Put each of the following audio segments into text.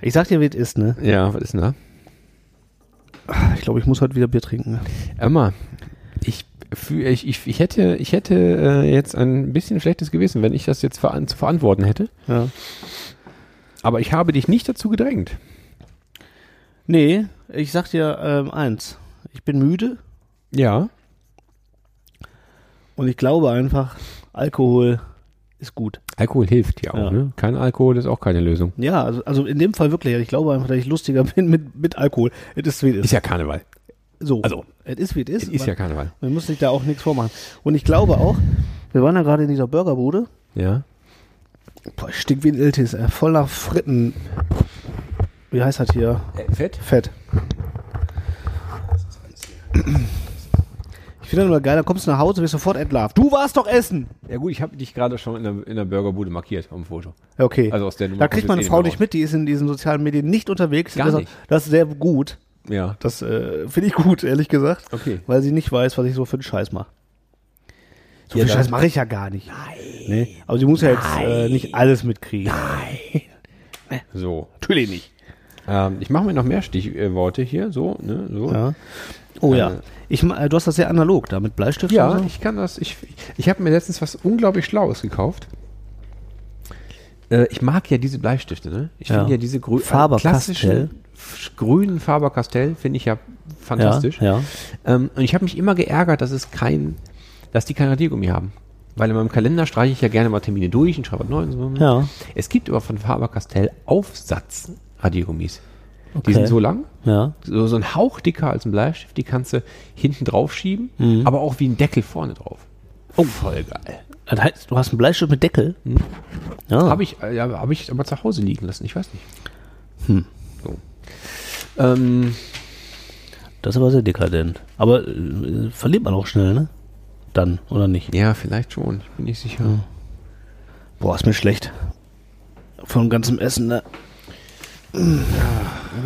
Ich sag dir, wie es ist, ne? Ja, was ist denn da? Ich glaube, ich muss heute wieder Bier trinken. Emma, ich, fühl, ich, ich, ich hätte, ich hätte äh, jetzt ein bisschen schlechtes Gewissen, wenn ich das jetzt veran zu verantworten hätte. Ja. Aber ich habe dich nicht dazu gedrängt. Nee, ich sag dir ähm, eins. Ich bin müde Ja. und ich glaube einfach, Alkohol ist gut. Alkohol hilft ja auch. Ja. Ne? Kein Alkohol ist auch keine Lösung. Ja, also, also in dem Fall wirklich. Ich glaube einfach, dass ich lustiger bin mit, mit Alkohol. Es ist wie es Ist ist. ja Karneval. So. also, es ist wie es Es ist. ist ja Karneval. Man muss sich da auch nichts vormachen. Und ich glaube auch, wir waren ja gerade in dieser Burgerbude. Ja. Boah, ich stink wie ein Iltis, ey. voll nach Fritten. Wie heißt das hier? Äh, Fett? Fett. Ich finde das immer geil, da kommst du nach Hause, bist sofort entlarvt. Du warst doch essen! Ja gut, ich habe dich gerade schon in der, in der Burgerbude markiert auf dem Foto. Ja, okay. Also aus der Nummer da kriegt kommt meine jetzt eh Frau nicht mehr nicht mit, die ist in diesen sozialen Medien nicht unterwegs. Gar das, nicht. das ist sehr gut. Ja. Das äh, finde ich gut, ehrlich gesagt. Okay. Weil sie nicht weiß, was ich so für einen Scheiß mache. So viel Ja, dann- Scheiß mache ich ja gar nicht. Nein. Nee? Aber sie muss ja jetzt äh, nicht alles mitkriegen. So. Natürlich nicht. Ähm, ich mache mir noch mehr Stichworte hier. So, ne? So. Ja. Oh ja. Äh, Ich, ma- äh, du hast das sehr analog da mit Bleistift. Ja, und so. ich kann das. Ich, ich habe mir letztens was unglaublich Schlaues gekauft. Äh, ich mag ja diese Bleistifte, ne? Ich Ja. finde ja diese grü Faber-Castell. klassischen f- grünen Faber-Castell finde ich ja fantastisch. Ja, ja. Ähm, und ich habe mich immer geärgert, dass es kein, dass die kein Radiergummi haben. Weil in meinem Kalender streiche ich ja gerne mal Termine durch und schreibe was Neues. und so. Ja. Es gibt aber von Faber-Castell Aufsatz-Radiergummis. Die Okay. sind so lang, Ja. so, so ein Hauch dicker als ein Bleistift, die kannst du hinten drauf schieben, aber auch wie ein Deckel vorne drauf. Mhm. Oh, voll geil. Das heißt, du hast einen Bleistift mit Deckel. Ja. Habe ich, äh, ja, hab ich aber zu Hause liegen lassen, ich weiß nicht. Hm. So. Ähm, Das ist aber sehr dekadent. Aber äh, verliert man auch schnell, ne? Dann, oder nicht? ja, vielleicht schon, ich bin nicht sicher. Boah, ist mir schlecht. Von ganzem Essen, ne? Ja,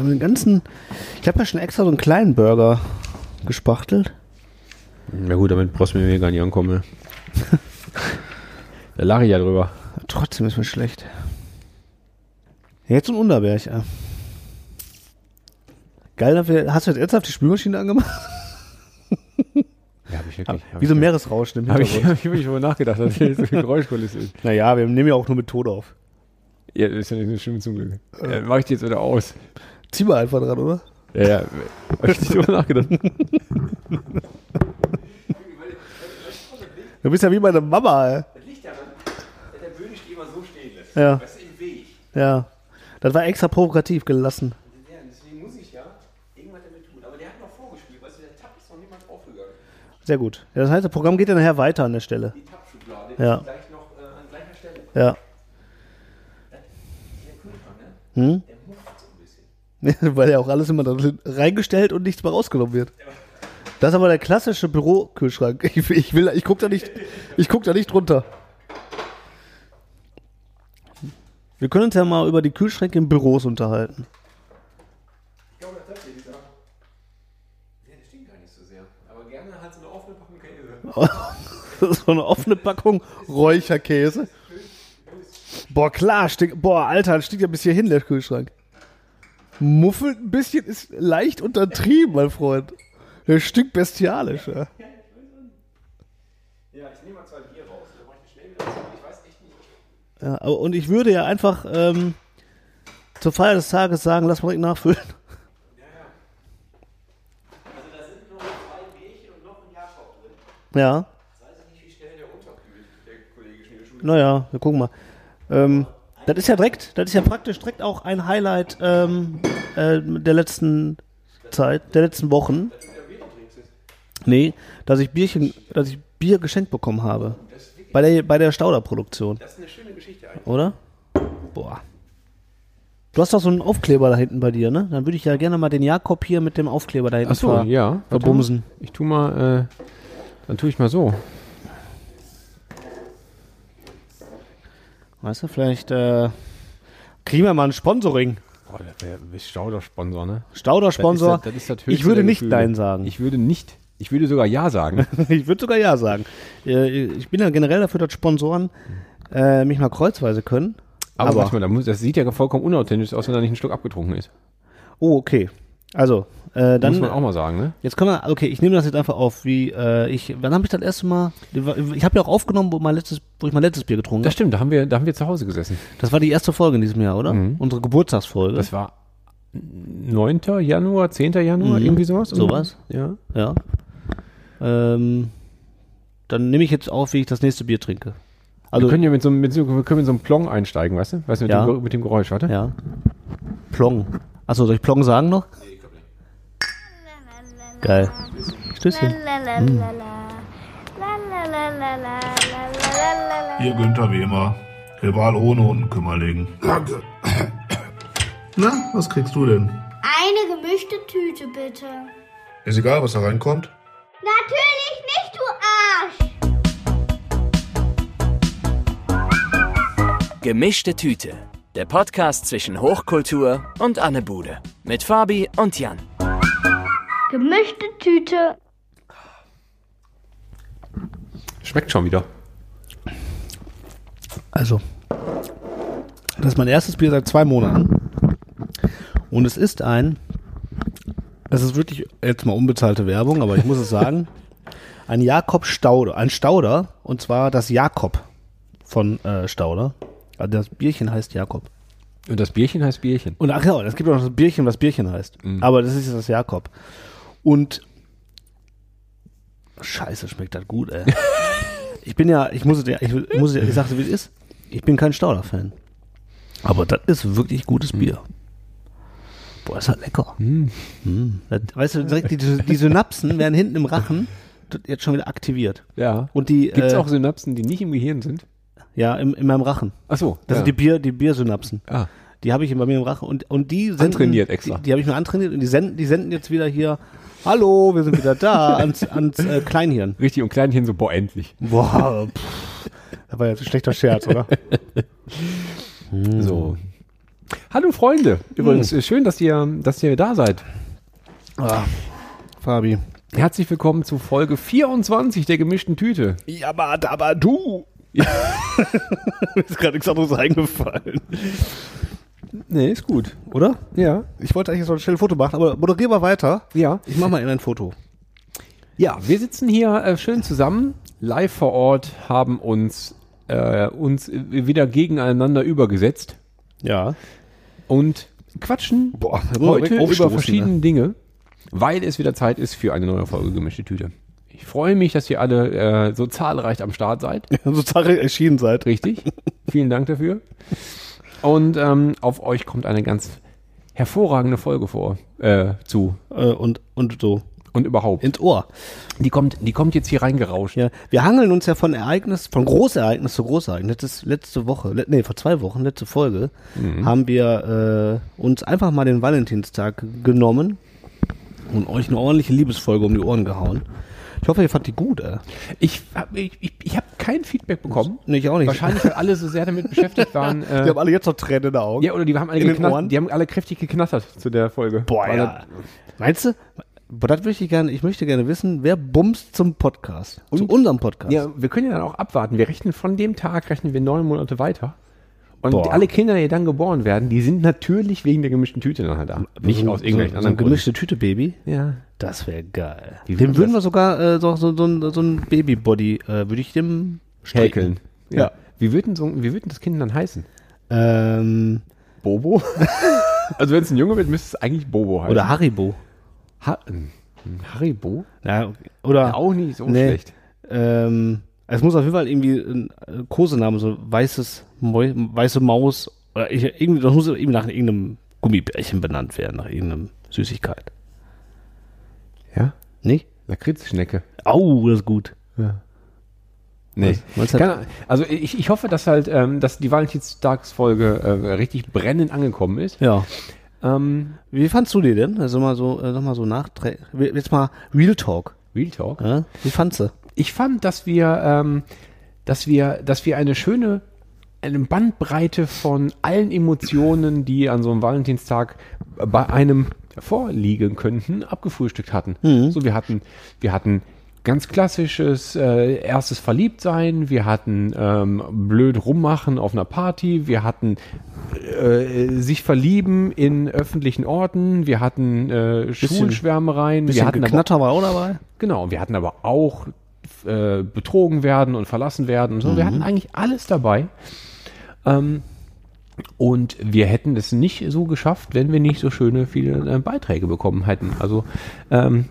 den ganzen. Ich habe ja schon extra so einen kleinen Burger gespachtelt. Na gut, damit brauchst du mir gar nicht ankommen. ne? da lache ich ja drüber. Trotzdem ist mir schlecht. Jetzt so ein Unterberg, ey. Geil, dafür. Hast du jetzt ernsthaft die Spülmaschine angemacht? Ja, habe ich wirklich. Hab Wie so ein Meeresrauschen im Habe ich, Hintergrund. hab ich wirklich darüber nachgedacht, dass hier so eine Geräuschkulisse ist. Naja, wir nehmen ja auch nur mit Tod auf. Ja, das ist ja nicht so schlimm zum Glück. Äh, mach ich die jetzt wieder aus. Zieh mal einfach dran, oder? Ja, ja. Hab ich nicht drüber nachgedacht. Du bist ja wie meine Mama, ey. Der Böden steht immer so stehen lässt. Ja, Das ist im Weg. ja. Das war extra provokativ gelassen. Ja, deswegen muss ich ja irgendwas damit tun. Aber der hat noch vorgespielt, weißt du, der Tab ist noch niemand aufgegangen. Sehr gut. Ja, das heißt, das Programm geht ja nachher weiter an der Stelle. Die Tab-Schublade Ja. ist gleich noch äh, an gleicher Stelle. Ja. Der Kühlschrank, ne? Der muft so ein bisschen. Hm? Weil ja auch alles immer da drin reingestellt und nichts mehr rausgenommen wird. Das ist aber der klassische Bürokühlschrank. Ich, ich will, ich guck da nicht, ich guck da nicht drunter. Wir können uns ja mal über die Kühlschränke in Büros unterhalten. Ich glaube, das hat dieser. Ja, der stinkt gar nicht so sehr. Aber gerne hat so eine offene Packung Käse. so eine offene Packung Räucherkäse. Boah, klar, stinkt, boah, Alter, stinkt ja bis hierhin der Kühlschrank. Muffelt ein bisschen ist leicht untertrieben, mein Freund. Der stinkt bestialisch, ja. Ja, ich nehme mal zwei Bier raus. Dann mache ich schnell wieder zu. Ich weiß echt nicht. ja aber, und ich würde ja einfach ähm, zur Feier des Tages sagen, lass mal direkt nachfüllen. Also da sind noch zwei Bierchen und noch ein Jakob drin. Ja, Das weiß ich nicht, wie schnell der runterkühlt, der Kollege Schneeschule. naja, wir gucken mal. Ähm, das ist ja direkt, das ist ja praktisch direkt auch ein Highlight ähm, äh, der letzten Zeit, der letzten Wochen. Wenn du Bier trinkst, ist Nee, dass ich Bierchen, dass ich Bier geschenkt bekommen habe. Bei der, bei der Stauder-Produktion, das ist eine schöne Geschichte eigentlich. oder? Boah. Du hast doch so einen Aufkleber da hinten bei dir, ne? Dann würde ich ja gerne mal den Jakob hier mit dem Aufkleber da hinten ver- ja. verbumsen. Ich tu mal, äh, dann tue ich mal so. Weißt du, vielleicht äh, kriegen wir mal ein Sponsoring. Boah, das wär, du bist Stauder-Sponsor, ne? Stauder-Sponsor. Das ist das- das ist das ich würde höchste nicht der Gefühle. Nein sagen. Ich, Ich würde nicht, ich würde sogar Ja sagen. würde sogar Ja sagen. Äh, Ich bin ja generell dafür, dass Sponsoren äh, mich mal kreuzweise können. Aber, Aber- manchmal, da muss- das sieht ja vollkommen unauthentisch aus, wenn da nicht ein Schluck abgetrunken ist. Oh, okay. Also, äh, muss man dann. auch mal sagen, ne? Jetzt können wir, okay, ich nehme das jetzt einfach auf, wie äh, ich, wann habe ich das erste Mal, ich habe ja auch aufgenommen, wo, mein letztes, wo ich mein letztes Bier getrunken Das habe. stimmt, da haben wir, da haben wir zu Hause gesessen. Das war die erste Folge in diesem Jahr, oder? Mhm. Unsere Geburtstagsfolge. Das war 9. Januar, 10. Januar, Mhm. irgendwie sowas. Sowas. Ja. ja. Ähm, dann nehme ich jetzt auf, wie ich das nächste Bier trinke. Also, wir können ja mit so, einem- mit so, wir können mit so einem Plong einsteigen, weißt du? Weißt du, mit, Ja. dem, Ge- mit dem Geräusch, warte. ja. Plong. Achso, soll ich Plong sagen noch? Geil. Stößchen. Ihr Günther wie immer. Rival ohne Unkümmerling. Danke. Na, was kriegst du denn? Eine gemischte Tüte bitte. Ist egal, was da reinkommt. Natürlich nicht, du Arsch! Gemischte Tüte. Der Podcast zwischen Hochkultur und Anne Bude. Mit Fabi und Jan. Gemischte Tüte. Schmeckt schon wieder. Also, das ist mein erstes Bier seit zwei Monaten. Und es ist ein, es ist wirklich jetzt mal unbezahlte Werbung, aber ich muss es sagen, ein Jakob Stauder, ein Stauder, und zwar das Jakob von äh, Stauder. Also das Bierchen heißt Jakob. Und das Bierchen heißt Bierchen. Und ach ja, es gibt auch noch das Bierchen, was Bierchen heißt. Mhm. Aber das ist das Jakob. Und Scheiße, schmeckt das gut, ey. ich bin ja, ich muss es dir, ich muss es dir, ich sag's dir, wie es ist. Ich bin kein Stauder-Fan. Aber das ist wirklich gutes Mhm. Bier. Boah, ist halt lecker. Mm. Das, weißt du, direkt die, die Synapsen werden hinten im Rachen jetzt schon wieder aktiviert. Ja. Und die, Gibt es äh, auch Synapsen, die nicht im Gehirn sind? ja, in, in meinem Rachen. Ach so. Das ja. sind die Bier, die Biersynapsen. Ah. Die habe ich bei mir im Rachen und, und die senden, Antrainiert extra. Die, die habe ich mir antrainiert und die senden, die senden jetzt wieder hier, hallo, wir sind wieder da, ans, ans äh, Kleinhirn. Richtig, und Kleinchen so, boah, endlich. Boah, pff, das war jetzt ein schlechter Scherz, oder? Mhm. So. Hallo Freunde. Übrigens, äh, schön, dass ihr, dass ihr da seid. Fabi. Herzlich willkommen zu Folge 24 der gemischten Tüte. Ja, aber, aber du. Mir ist gerade nichts anderes eingefallen. Nee, ist gut. Oder? Ja. Ich wollte eigentlich so ein schnelles Foto machen, aber moderier mal weiter. Ja. Ich mache mal eben ein Foto. Ja, wir sitzen hier äh, schön zusammen, live vor Ort, haben uns, äh, uns äh, wieder gegeneinander übergesetzt Ja. und quatschen Boah, da muss man heute Oh, direkt über aufstoßen, verschiedene ne? Dinge, weil es wieder Zeit ist für eine neue Folge gemischte Tüte. Ich freue mich, dass ihr alle äh, so zahlreich am Start seid. So zahlreich erschienen seid. Richtig. Vielen Dank dafür. Und ähm, auf euch kommt eine ganz hervorragende Folge vor äh, zu Äh, und, und so. und überhaupt. Ins Ohr. Die kommt, die kommt jetzt hier reingerauscht. Ja, wir hangeln uns ja von Ereignis, von Großereignis zu Großereignis. Letztes, letzte Woche, le nee, vor zwei Wochen, letzte Folge, Mhm. haben wir äh, uns einfach mal den Valentinstag genommen und euch eine ordentliche Liebesfolge um die Ohren gehauen. Ich hoffe, ihr fand die gut, äh. ey. Ich habe ich, ich, ich hab kein Feedback bekommen. Nee, ich auch nicht. Wahrscheinlich, weil alle so sehr damit beschäftigt waren. Äh, alle jetzt noch Tränen in den Augen. ja, oder die haben, alle in den geknattert, Ohren. die haben alle kräftig geknattert zu der Folge. Boah, Weil ja. Meinst du? Boah, das möchte ich gerne, ich möchte gerne wissen, wer bumst zum Podcast? zu unserem Podcast. das- Ja, wir können ja dann auch abwarten. Wir rechnen von dem Tag, rechnen wir neun Monate weiter. Und Boah. alle Kinder, die dann geboren werden, die sind natürlich wegen der gemischten Tüte nachher da. Nicht aus irgendwelchen so, so anderen ein gemischte Tüte Baby. Gründen. Ja. Das wäre geil. Wie dem wär würden das? wir sogar äh, so, so, so, ein- so ein Babybody, äh, würde ich dem stricken. häkeln. Ja. Ja. Wie würden so, wie würden das Kind dann heißen? Ähm, Bobo? also wenn es ein Junge wird, müsste es eigentlich Bobo heißen. oder Haribo. ha ähm, Haribo? Ja, oder Auch nicht so Nee. schlecht. Ähm, es muss auf jeden Fall irgendwie ein äh, Kosename, so weißes Mäu weiße Maus oder ich, irgendwie, das muss irgendwie nach irgendeinem Gummibärchen benannt werden, nach irgendeinem Süßigkeit. Ja. Nicht? Lakritzschnecke. Au, das ist gut. Nee. meinst du- Keine Ahnung. also ich, ich hoffe, dass halt, ähm, dass die Valentinstagsfolge äh, richtig brennend angekommen ist. Ja. Ähm, Wie fandst du die denn? Also mal so, äh, nochmal so nachträ Jetzt mal Real Talk. Real Talk. Ja? Wie fandst du? Ich fand, dass wir, ähm, dass wir, dass wir eine schöne, eine Bandbreite von allen Emotionen, die an so einem Valentinstag bei einem vorliegen könnten, abgefrühstückt hatten. So, wir hatten, wir hatten ganz klassisches äh, erstes Verliebtsein. Wir hatten ähm, blöd rummachen auf einer Party. Wir hatten äh, sich verlieben in öffentlichen Orten. Wir hatten äh, Schulschwärmereien. Wir Bisschen hatten aber geknatter war auch dabei. Genau, wir hatten aber auch äh, betrogen werden und verlassen werden und so. Wir hatten eigentlich alles dabei. Ähm, und wir hätten es nicht so geschafft, wenn wir nicht so schöne viele äh, Beiträge bekommen hätten. Also ähm,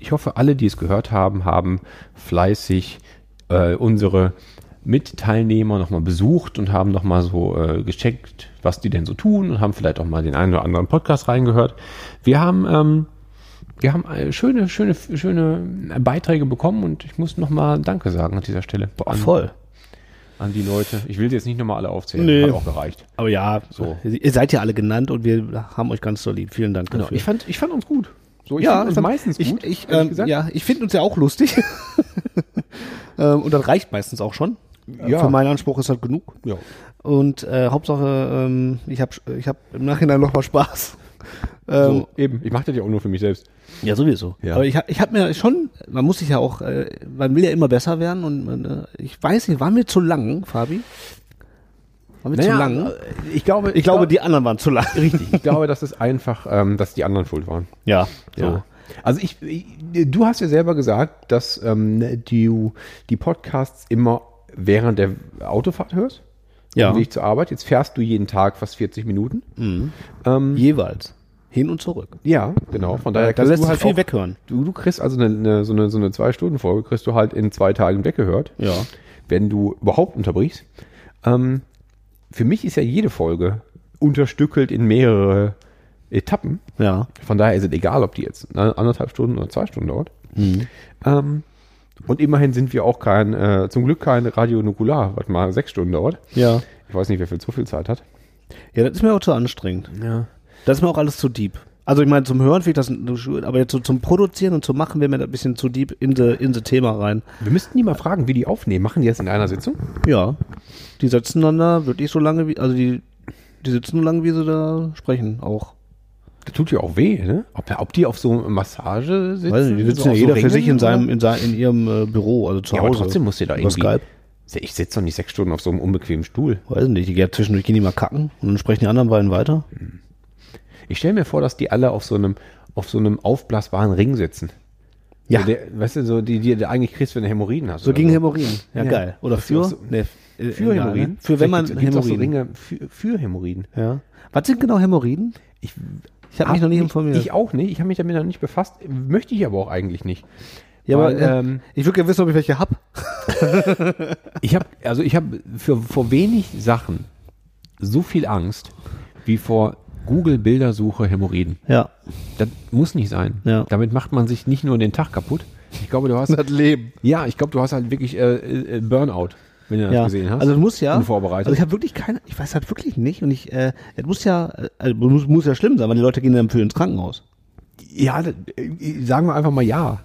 ich hoffe, alle, die es gehört haben, haben fleißig äh, unsere Mitteilnehmer nochmal besucht und haben nochmal so äh, gecheckt, was die denn so tun und haben vielleicht auch mal den einen oder anderen Podcast reingehört. Wir haben ähm, wir haben äh, schöne, schöne, schöne Beiträge bekommen und ich muss nochmal Danke sagen an dieser Stelle. An, Voll. an die Leute. Ich will sie jetzt nicht nochmal alle aufzählen. Nee. Hat auch gereicht. Aber ja, so. ihr seid ja alle genannt und wir haben euch ganz solid. Vielen Dank dafür. Genau. Ich fand, ich fand uns gut. So, ich ja, fand uns fand- meistens ich, gut. Ich, ehrlich ähm, gesagt. ja, ich finde uns ja auch lustig. ähm, und das reicht meistens auch schon. Äh, Ja. Für meinen Anspruch ist das genug. Ja. Und äh, Hauptsache, ähm, ich habe ich hab im Nachhinein noch mal Spaß. Ähm, So, eben. Ich mache das ja auch nur für mich selbst. Ja, sowieso. Ja. Aber ich, hab- ich habe mir schon, man muss sich ja auch, äh, man will ja immer besser werden und äh, ich weiß nicht, waren wir zu lang, Fabi? Waren wir zu lang? äh, Ich glaube, Ich glaube, die anderen waren zu lang. Richtig. Ich glaube, das ist einfach, ähm, dass die anderen schuld waren. Ja. So. So. Also ich, ich, du hast ja selber gesagt, dass ähm, du die Podcasts immer während der Autofahrt hörst. Ja. Auf dem Weg zur Arbeit. Jetzt fährst du jeden Tag fast 40 Minuten. Jeweils. Hin und zurück. Mhm. Ja, genau. Von daher Da kriegst lässt du sich halt viel auch, weghören. Du, du kriegst also eine, eine, so eine, so eine Zwei-Stunden-Folge, kriegst du halt in zwei Tagen weggehört. Ja. Wenn du überhaupt unterbrichst. Ähm, für mich ist ja jede Folge unterstückelt in mehrere Etappen. Ja. Von daher ist es egal, ob die jetzt ne, anderthalb Stunden oder zwei Stunden dauert. Mhm. Ähm, und immerhin sind wir auch kein, äh, zum Glück kein Radio Nukular, was mal sechs Stunden dauert. Ja. Ich weiß nicht, wer viel zu viel Zeit hat. Ja, das ist mir auch zu anstrengend. Ja. Das ist mir auch alles zu deep. Also ich meine, zum Hören finde ich das, aber jetzt so zum Produzieren und zum Machen wäre mir das ein bisschen zu deep in the, in the Thema rein. Wir müssten die mal fragen, wie die aufnehmen. Machen die das in einer Sitzung? Ja. Die sitzen dann da wirklich so lange wie, also die, die sitzen so lange, wie sie da sprechen auch. Das tut ja auch weh, ne? Ob, ob die auf so Massage sitzen? Weiß nicht, die sitzen so ja auf jeder so für Ringen sich in, seinem, oder? in, sein, in ihrem äh, Büro, also zu Ja, Hause. aber trotzdem musst du da Über irgendwie... Skype. Ich sitze doch nicht sechs Stunden auf so einem unbequemen Stuhl. Weiß nicht, die gehen zwischendurch gehen die mal kacken und dann sprechen die anderen beiden weiter. Ich stelle mir vor, dass die alle auf so einem, auf so einem aufblasbaren Ring sitzen. Ja. So der, weißt du, so die, die du eigentlich kriegst, wenn du Hämorrhoiden hast. So oder gegen Hämorrhoiden. Ja, Ja. geil. Oder Das ist auch für? so- nee, äh, Für egal, Hämorrhoiden? ne? Für wenn man Vielleicht gibt's- gibt's auch Hämorrhoiden. So Ringe für, für Hämorrhoiden. ja. Was sind genau Hämorrhoiden? Ich, Ich habe mich noch nicht informiert. Ich auch nicht. Ich habe mich damit noch nicht befasst. Möchte ich aber auch eigentlich nicht. ja, aber weil, äh, ähm, ich würde gerne wissen, ob ich welche hab. Ich habe also ich habe für vor wenig Sachen so viel Angst wie vor Google Bildersuche Hämorrhoiden. Ja. Das muss nicht sein. Ja. Damit macht man sich nicht nur den Tag kaputt. Ich glaube, du hast Leben. ja, ich glaube, du hast halt wirklich äh, äh, Burnout, wenn du das Ja. gesehen hast. Also es muss ja. Unvorbereitet. Also ich habe wirklich keine, ich weiß halt wirklich nicht und ich, äh, es muss ja, äh, also muss, muss ja schlimm sein, weil die Leute gehen dann für ins Krankenhaus. ja, das- äh, sagen wir einfach mal ja.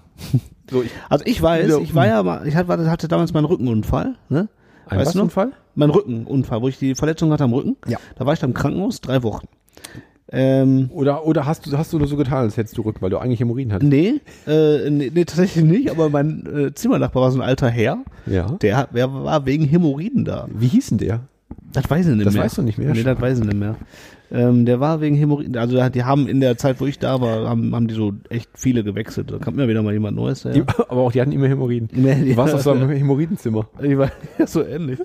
So, ich, Also ich weiß, Ja. ich war ja mal, ich hatte, hatte damals meinen Rückenunfall, ne? Ein weißt was du noch? Unfall? Mein Rückenunfall, wo ich die Verletzung hatte am Rücken. Ja. Da war ich dann im Krankenhaus, drei Wochen. Ähm, Oder, oder hast, du, hast du nur so getan, als hättest du Rücken, weil du eigentlich Hämorrhoiden hattest? nee, äh, nee, nee, tatsächlich nicht, aber mein äh, Zimmernachbar war so ein alter Herr. Ja. Der, hat- der war wegen Hämorrhoiden da. Wie hieß denn der? Das weiß ich nicht Das mehr. weißt du nicht mehr. Nee, das weiß ich nicht mehr. Ähm, der war wegen Hämorrhoiden, also der hat- die haben in der Zeit, wo ich da war, haben, haben die so echt viele gewechselt. Da kam mir wieder mal jemand Neues Die, daher. aber auch die hatten immer Hämorrhoiden. Nee, die- du warst auf so einem Hämorrhoidenzimmer. Die waren ja so ähnlich.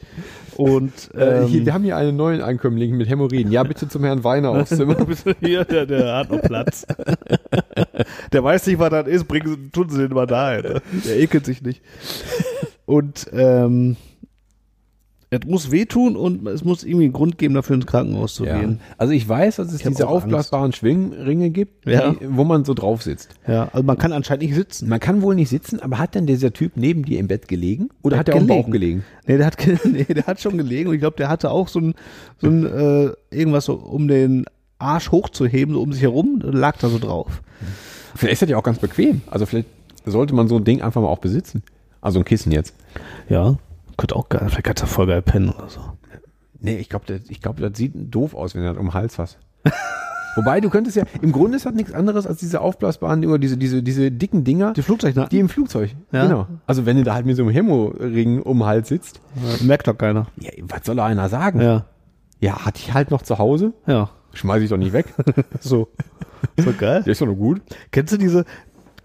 Und Äh, hier, ähm, wir haben hier einen neuen Ankömmling mit Hämorrhoiden. Ja, bitte zum Herrn Weiner aufs Zimmer. hier, der, der hat noch Platz. der weiß nicht, was das ist, bringen, tun sie den mal dahin. Ne? Der ekelt sich nicht. Und ähm, es muss wehtun und es muss irgendwie einen Grund geben, dafür ins Krankenhaus zu Ja. gehen. Also ich weiß, dass es hab diese auch Angst. aufblasbaren Schwingringe gibt, Ja. die, wo man so drauf sitzt. Ja, also man kann anscheinend nicht sitzen. Man kann wohl nicht sitzen, aber hat denn dieser Typ neben dir im Bett gelegen? Oder hat er auf dem gelegen. Bauch gelegen? Nee, der hat, ge- nee, der hat schon gelegen und ich glaube, der hatte auch so ein, so ein äh, irgendwas so, um den Arsch hochzuheben, so um sich herum, lag da so drauf. Vielleicht ist das ja auch ganz bequem. Also vielleicht sollte man so ein Ding einfach mal auch besitzen. Also ein Kissen jetzt. Ja. Könnte auch geil, vielleicht kannst du voll geil pennen oder so. Nee, ich glaube, das, ich glaub, das sieht doof aus, wenn du das um den Hals hast. Wobei, du könntest ja, im Grunde ist das nichts anderes als diese aufblasbaren Dinger, diese, diese, diese dicken Dinger, Die ne? Flugzeugnacken? die im Flugzeug. Ja. Genau. Also wenn du da halt mit so einem Hemo-Ring um den Hals sitzt, Merkt doch keiner. ja, was soll da einer sagen? Ja. ja, hatte ich halt noch zu Hause, Ja. schmeiß ich doch nicht weg. So. So geil. Der ist doch nur gut. Kennst du diese,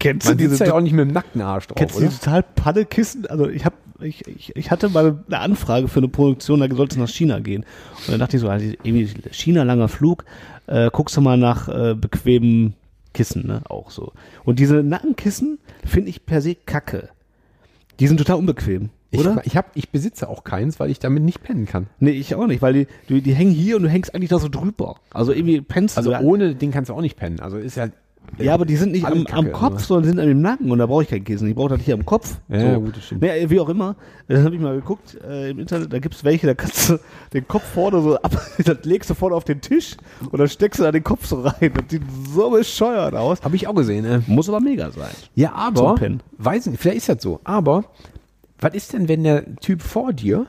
kennst Man du diese, sitzt ja auch nicht mit dem nackten Arsch drauf, kennst du oder? diese total Paddekissen? Also ich habe ich, ich, ich hatte mal eine Anfrage für eine Produktion, da sollte es nach China gehen. Und dann dachte ich so, also irgendwie China, langer Flug, äh, guckst du mal nach äh, bequemen Kissen, ne? Auch so. Und diese Nackenkissen finde ich per se kacke. Die sind total unbequem, oder? Ich, ich, hab, ich besitze auch keins, weil ich damit nicht pennen kann. Nee, ich auch nicht, weil die, die, die hängen hier und du hängst eigentlich da so drüber. Also irgendwie pennst Also du. da- ohne den kannst du auch nicht pennen. Also ist ja. ja, aber die sind nicht alle am, am Kacke, Kopf, aber- sondern sind an dem Nacken und da brauche ich kein Kissen. Ich brauche das hier am Kopf. Ja, so. ja, gut, das stimmt. Naja, wie auch immer. Dann habe ich mal geguckt äh, im Internet, da gibt es welche, da kannst du den Kopf vorne so ab, das legst du vorne auf den Tisch und dann steckst du da den Kopf so rein. Das sieht so bescheuert aus. Habe ich auch gesehen. Äh. Muss aber mega sein. Ja, aber. Zum Pennen. Weiß nicht, vielleicht ist das so. Aber was ist denn, wenn der Typ vor dir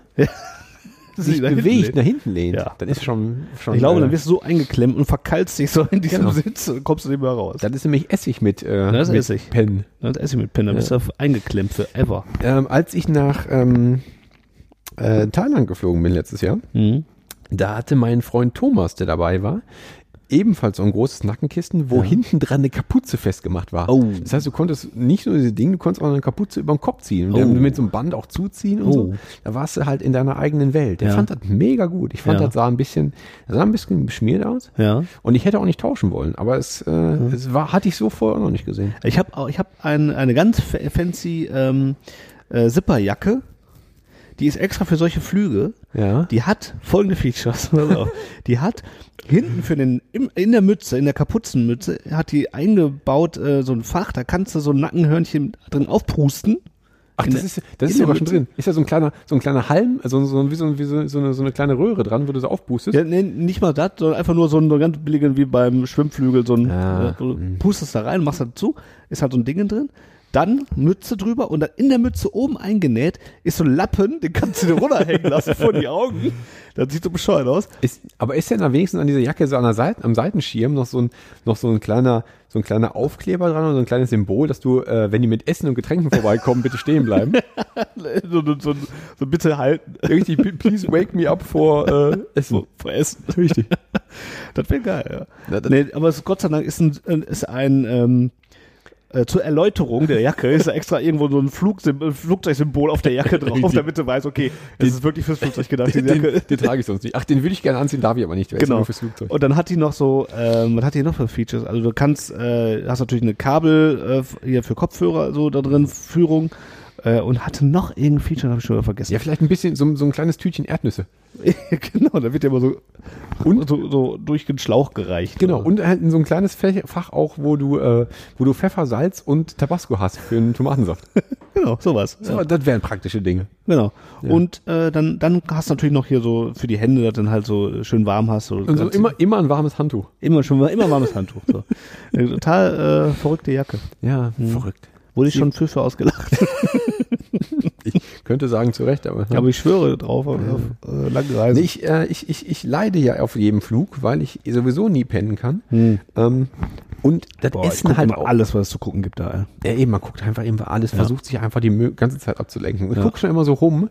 sich Sich da hinten bewegt, lehnt. nach hinten lehnt? Ja. Dann ist schon. schon Ich glaube, äh, dann wirst du so eingeklemmt und verkalkst dich so in diesem Genau. Sitz und kommst du nicht mehr raus. dann ist nämlich Essig mit, äh, Das ist mit Essig. Pennen. Dann esse ich mit Pin, dann bist du eingeklemmt für ever. Ähm, als ich nach ähm, äh, Thailand geflogen bin letztes Jahr, Mhm. da hatte mein Freund Thomas, der dabei war, ebenfalls so ein großes Nackenkissen, wo hinten dran eine Kapuze festgemacht war. Oh. Das heißt, du konntest nicht nur diese Dinge, du konntest auch eine Kapuze über den Kopf ziehen und dann mit so einem Band auch zuziehen und so. Oh. Da warst du halt in deiner eigenen Welt. Der Ja. fand das mega gut. Ich fand Ja. das sah ein bisschen, das sah ein bisschen beschmiert aus. Ja. Und ich hätte auch nicht tauschen wollen, aber es, äh, es war, hatte ich so vorher noch nicht gesehen. Ich habe ich hab ein, eine ganz fa- fancy ähm, äh, Zipperjacke. Die ist extra für solche Flüge. Ja. Die hat folgende Features. Pass auf. die hat hinten für den, im, in der Mütze, in der Kapuzenmütze, hat die eingebaut äh, so ein Fach, da kannst du so ein Nackenhörnchen drin aufpusten. Ach, In das der- ist, das ist in der sogar schon Mitte. drin. Ist ja so ein kleiner, so ein kleiner Halm, also so, ein- wie, so, ein- wie, so, so, eine, so eine kleine Röhre dran, wo du so aufboostest. Ja, nee, nicht mal das, sondern einfach nur so einen ganz billigen, wie beim Schwimmflügel, so ein, Ah, äh, so, pustest da rein, machst das zu, ist halt so ein Ding drin. Dann Mütze drüber und dann in der Mütze oben eingenäht ist so ein Lappen, den kannst du dir runterhängen lassen vor die Augen. Das sieht so bescheuert aus. Ist, aber ist denn da wenigstens an dieser Jacke so an der Seite, am Seitenschirm noch so ein, noch so ein kleiner, so ein kleiner Aufkleber dran und so ein kleines Symbol, dass du, äh, wenn die mit Essen und Getränken vorbeikommen, bitte stehen bleiben. So, so, so, so bitte halten, Richtig, p- please wake me up vor äh, Essen. vor Essen. Richtig. Das wäre geil, ja. Na, das- nee, aber es, Gott sei Dank ist ein, äh, ist ein ähm, äh, zur Erläuterung der Jacke ist da extra irgendwo so ein Flugsym- äh, Flugzeugsymbol auf der Jacke drauf, Richtig. damit du weißt, okay, das ist wirklich fürs Flugzeug gedacht, Den, diese Jacke. den, den trage ich sonst nicht. Ach, den würde ich gerne anziehen, darf ich aber nicht. Der ist Genau. nur fürs Flugzeug. Und dann hat die noch so, ähm, was hat die noch für Features? Also du kannst, äh, hast natürlich eine Kabel äh, hier für Kopfhörer so da drin, Führung. Äh, und hatte noch irgendein Feature, habe ich schon wieder vergessen. ja, vielleicht ein bisschen, so, so ein kleines Tütchen Erdnüsse. genau, da wird ja immer so, so, so durch den Schlauch gereicht. Genau, und halt so ein kleines Fech- Fach auch, wo du, äh, wo du Pfeffer, Salz und Tabasco hast für einen Tomatensaft. Genau, sowas. So, Das wären praktische Dinge. Genau. Und äh, dann, dann hast du natürlich noch hier so für die Hände, dass du dann halt so schön warm hast. So Und so ganz- immer, immer ein warmes Handtuch. immer schon immer warmes Handtuch. So. Eine total äh, verrückte Jacke. Ja, Hm. verrückt. Wurde ich schon für, für ausgelacht. Ich könnte sagen, zu Recht, aber. Aber ich schwöre drauf, auf, auf äh, lange Reise. Nee, ich, äh, ich, ich, ich leide ja auf jedem Flug, weil ich sowieso nie pennen kann. Ähm, und Hm. das Boah, ich Essen guck halt immer auch. alles, was es zu gucken gibt da. ey. Ja, eben, man guckt einfach immer alles, versucht sich einfach die Mö- ganze Zeit abzulenken. Und guckt schon immer so rum.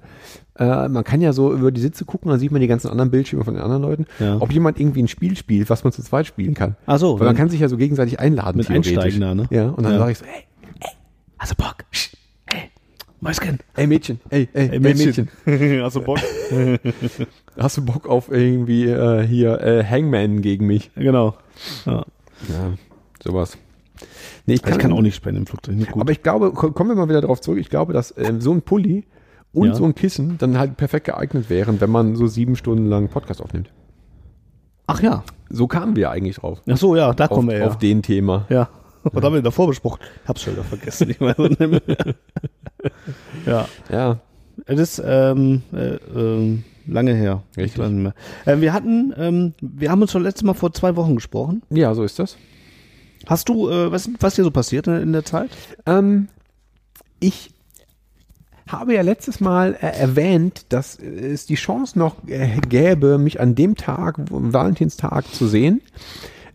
Äh, man kann ja so über die Sitze gucken, dann sieht man die ganzen anderen Bildschirme von den anderen Leuten. Ja. Ob jemand irgendwie ein Spiel spielt, was man zu zweit spielen kann. Ach so, Weil man dann- kann sich ja so gegenseitig einladen. Mit theoretisch. Einsteigen da, ne? Ja, und dann Ja. sage ich so, hey, Hast du Bock? Sch, Hey, Mäuschen. hey Mädchen, hey, hey, hey Mädchen. Hast du Bock? Hast du Bock auf irgendwie äh, hier äh, Hangman gegen mich? genau. Ja. Also Ja, sowas. Nee, Also ich kann, Ich kann auch nicht spenden im Flugzeug. Nicht gut. Aber ich glaube, ko- kommen wir mal wieder darauf zurück, ich glaube, dass ähm, so ein Pulli und Ja. so ein Kissen dann halt perfekt geeignet wären, wenn man so sieben Stunden lang Podcast aufnimmt. Ach ja. So kamen wir eigentlich drauf. Ach so, ja, da Auf, kommen wir ja. auf den Thema. Ja. Und haben wir davor besprochen. Hab's schon wieder vergessen. Ich meine, ja. Ja. Es ist ähm, äh, ähm, lange her. Richtig. Ich weiß nicht mehr. Ähm, wir hatten, ähm, wir haben uns schon letztes Mal vor zwei Wochen gesprochen. ja, so ist das. Hast du, äh, was, was dir so passiert in, in der Zeit? Ähm, ich habe ja letztes Mal äh, erwähnt, dass äh, es die Chance noch äh, gäbe, mich an dem Tag, wo- Valentinstag, zu sehen.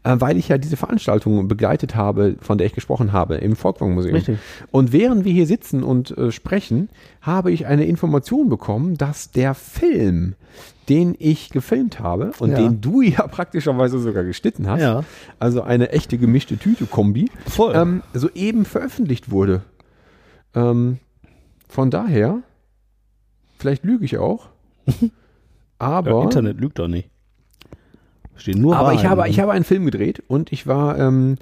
äh, weil ich ja diese Veranstaltung begleitet habe, von der ich gesprochen habe, im Folkwang-Museum. Richtig. Und während wir hier sitzen und äh, sprechen, habe ich eine Information bekommen, dass der Film, den ich gefilmt habe und Ja. den du ja praktischerweise sogar geschnitten hast, Ja. also eine echte gemischte Tüte-Kombi, Voll. ähm, soeben veröffentlicht wurde. Ähm, von daher, vielleicht lüge ich auch, aber... Internet lügt doch nicht. Stehen nur Aber ich Wahrheiten habe, drin. ich habe einen Film gedreht und ich war, ähm,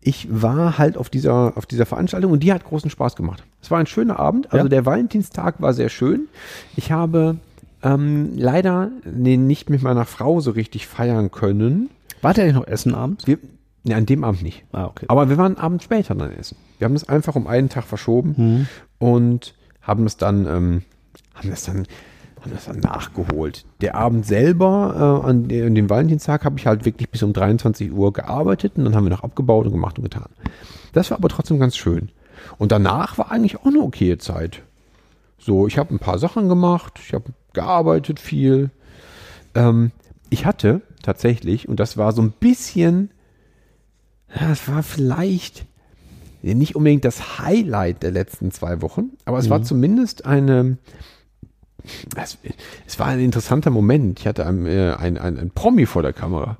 ich war halt auf dieser, auf dieser Veranstaltung und die hat großen Spaß gemacht. Es war ein schöner Abend. Also Ja. der Valentinstag war sehr schön. Ich habe ähm, leider nee, nicht mit meiner Frau so richtig feiern können. Wart ihr eigentlich noch Essen abends? Wir, nee, an dem Abend nicht. Ah, okay. Aber wir waren einen Abend später dann essen. Wir haben das einfach um einen Tag verschoben Mhm. und haben es dann, ähm, haben das dann, haben das dann nachgeholt. Der Abend selber, äh, an, de- an dem Valentinstag, habe ich halt wirklich bis um 23 Uhr gearbeitet und dann haben wir noch abgebaut und gemacht und getan. Das war aber trotzdem ganz schön. Und danach war eigentlich auch eine okaye Zeit. So, ich habe ein paar Sachen gemacht, ich habe gearbeitet viel. Ähm, ich hatte tatsächlich, und das war so ein bisschen, ja, es war vielleicht nicht unbedingt das Highlight der letzten zwei Wochen, aber es Mhm. war zumindest eine, es, es war ein interessanter Moment. Ich hatte einen, äh, einen, einen, einen Promi vor der Kamera.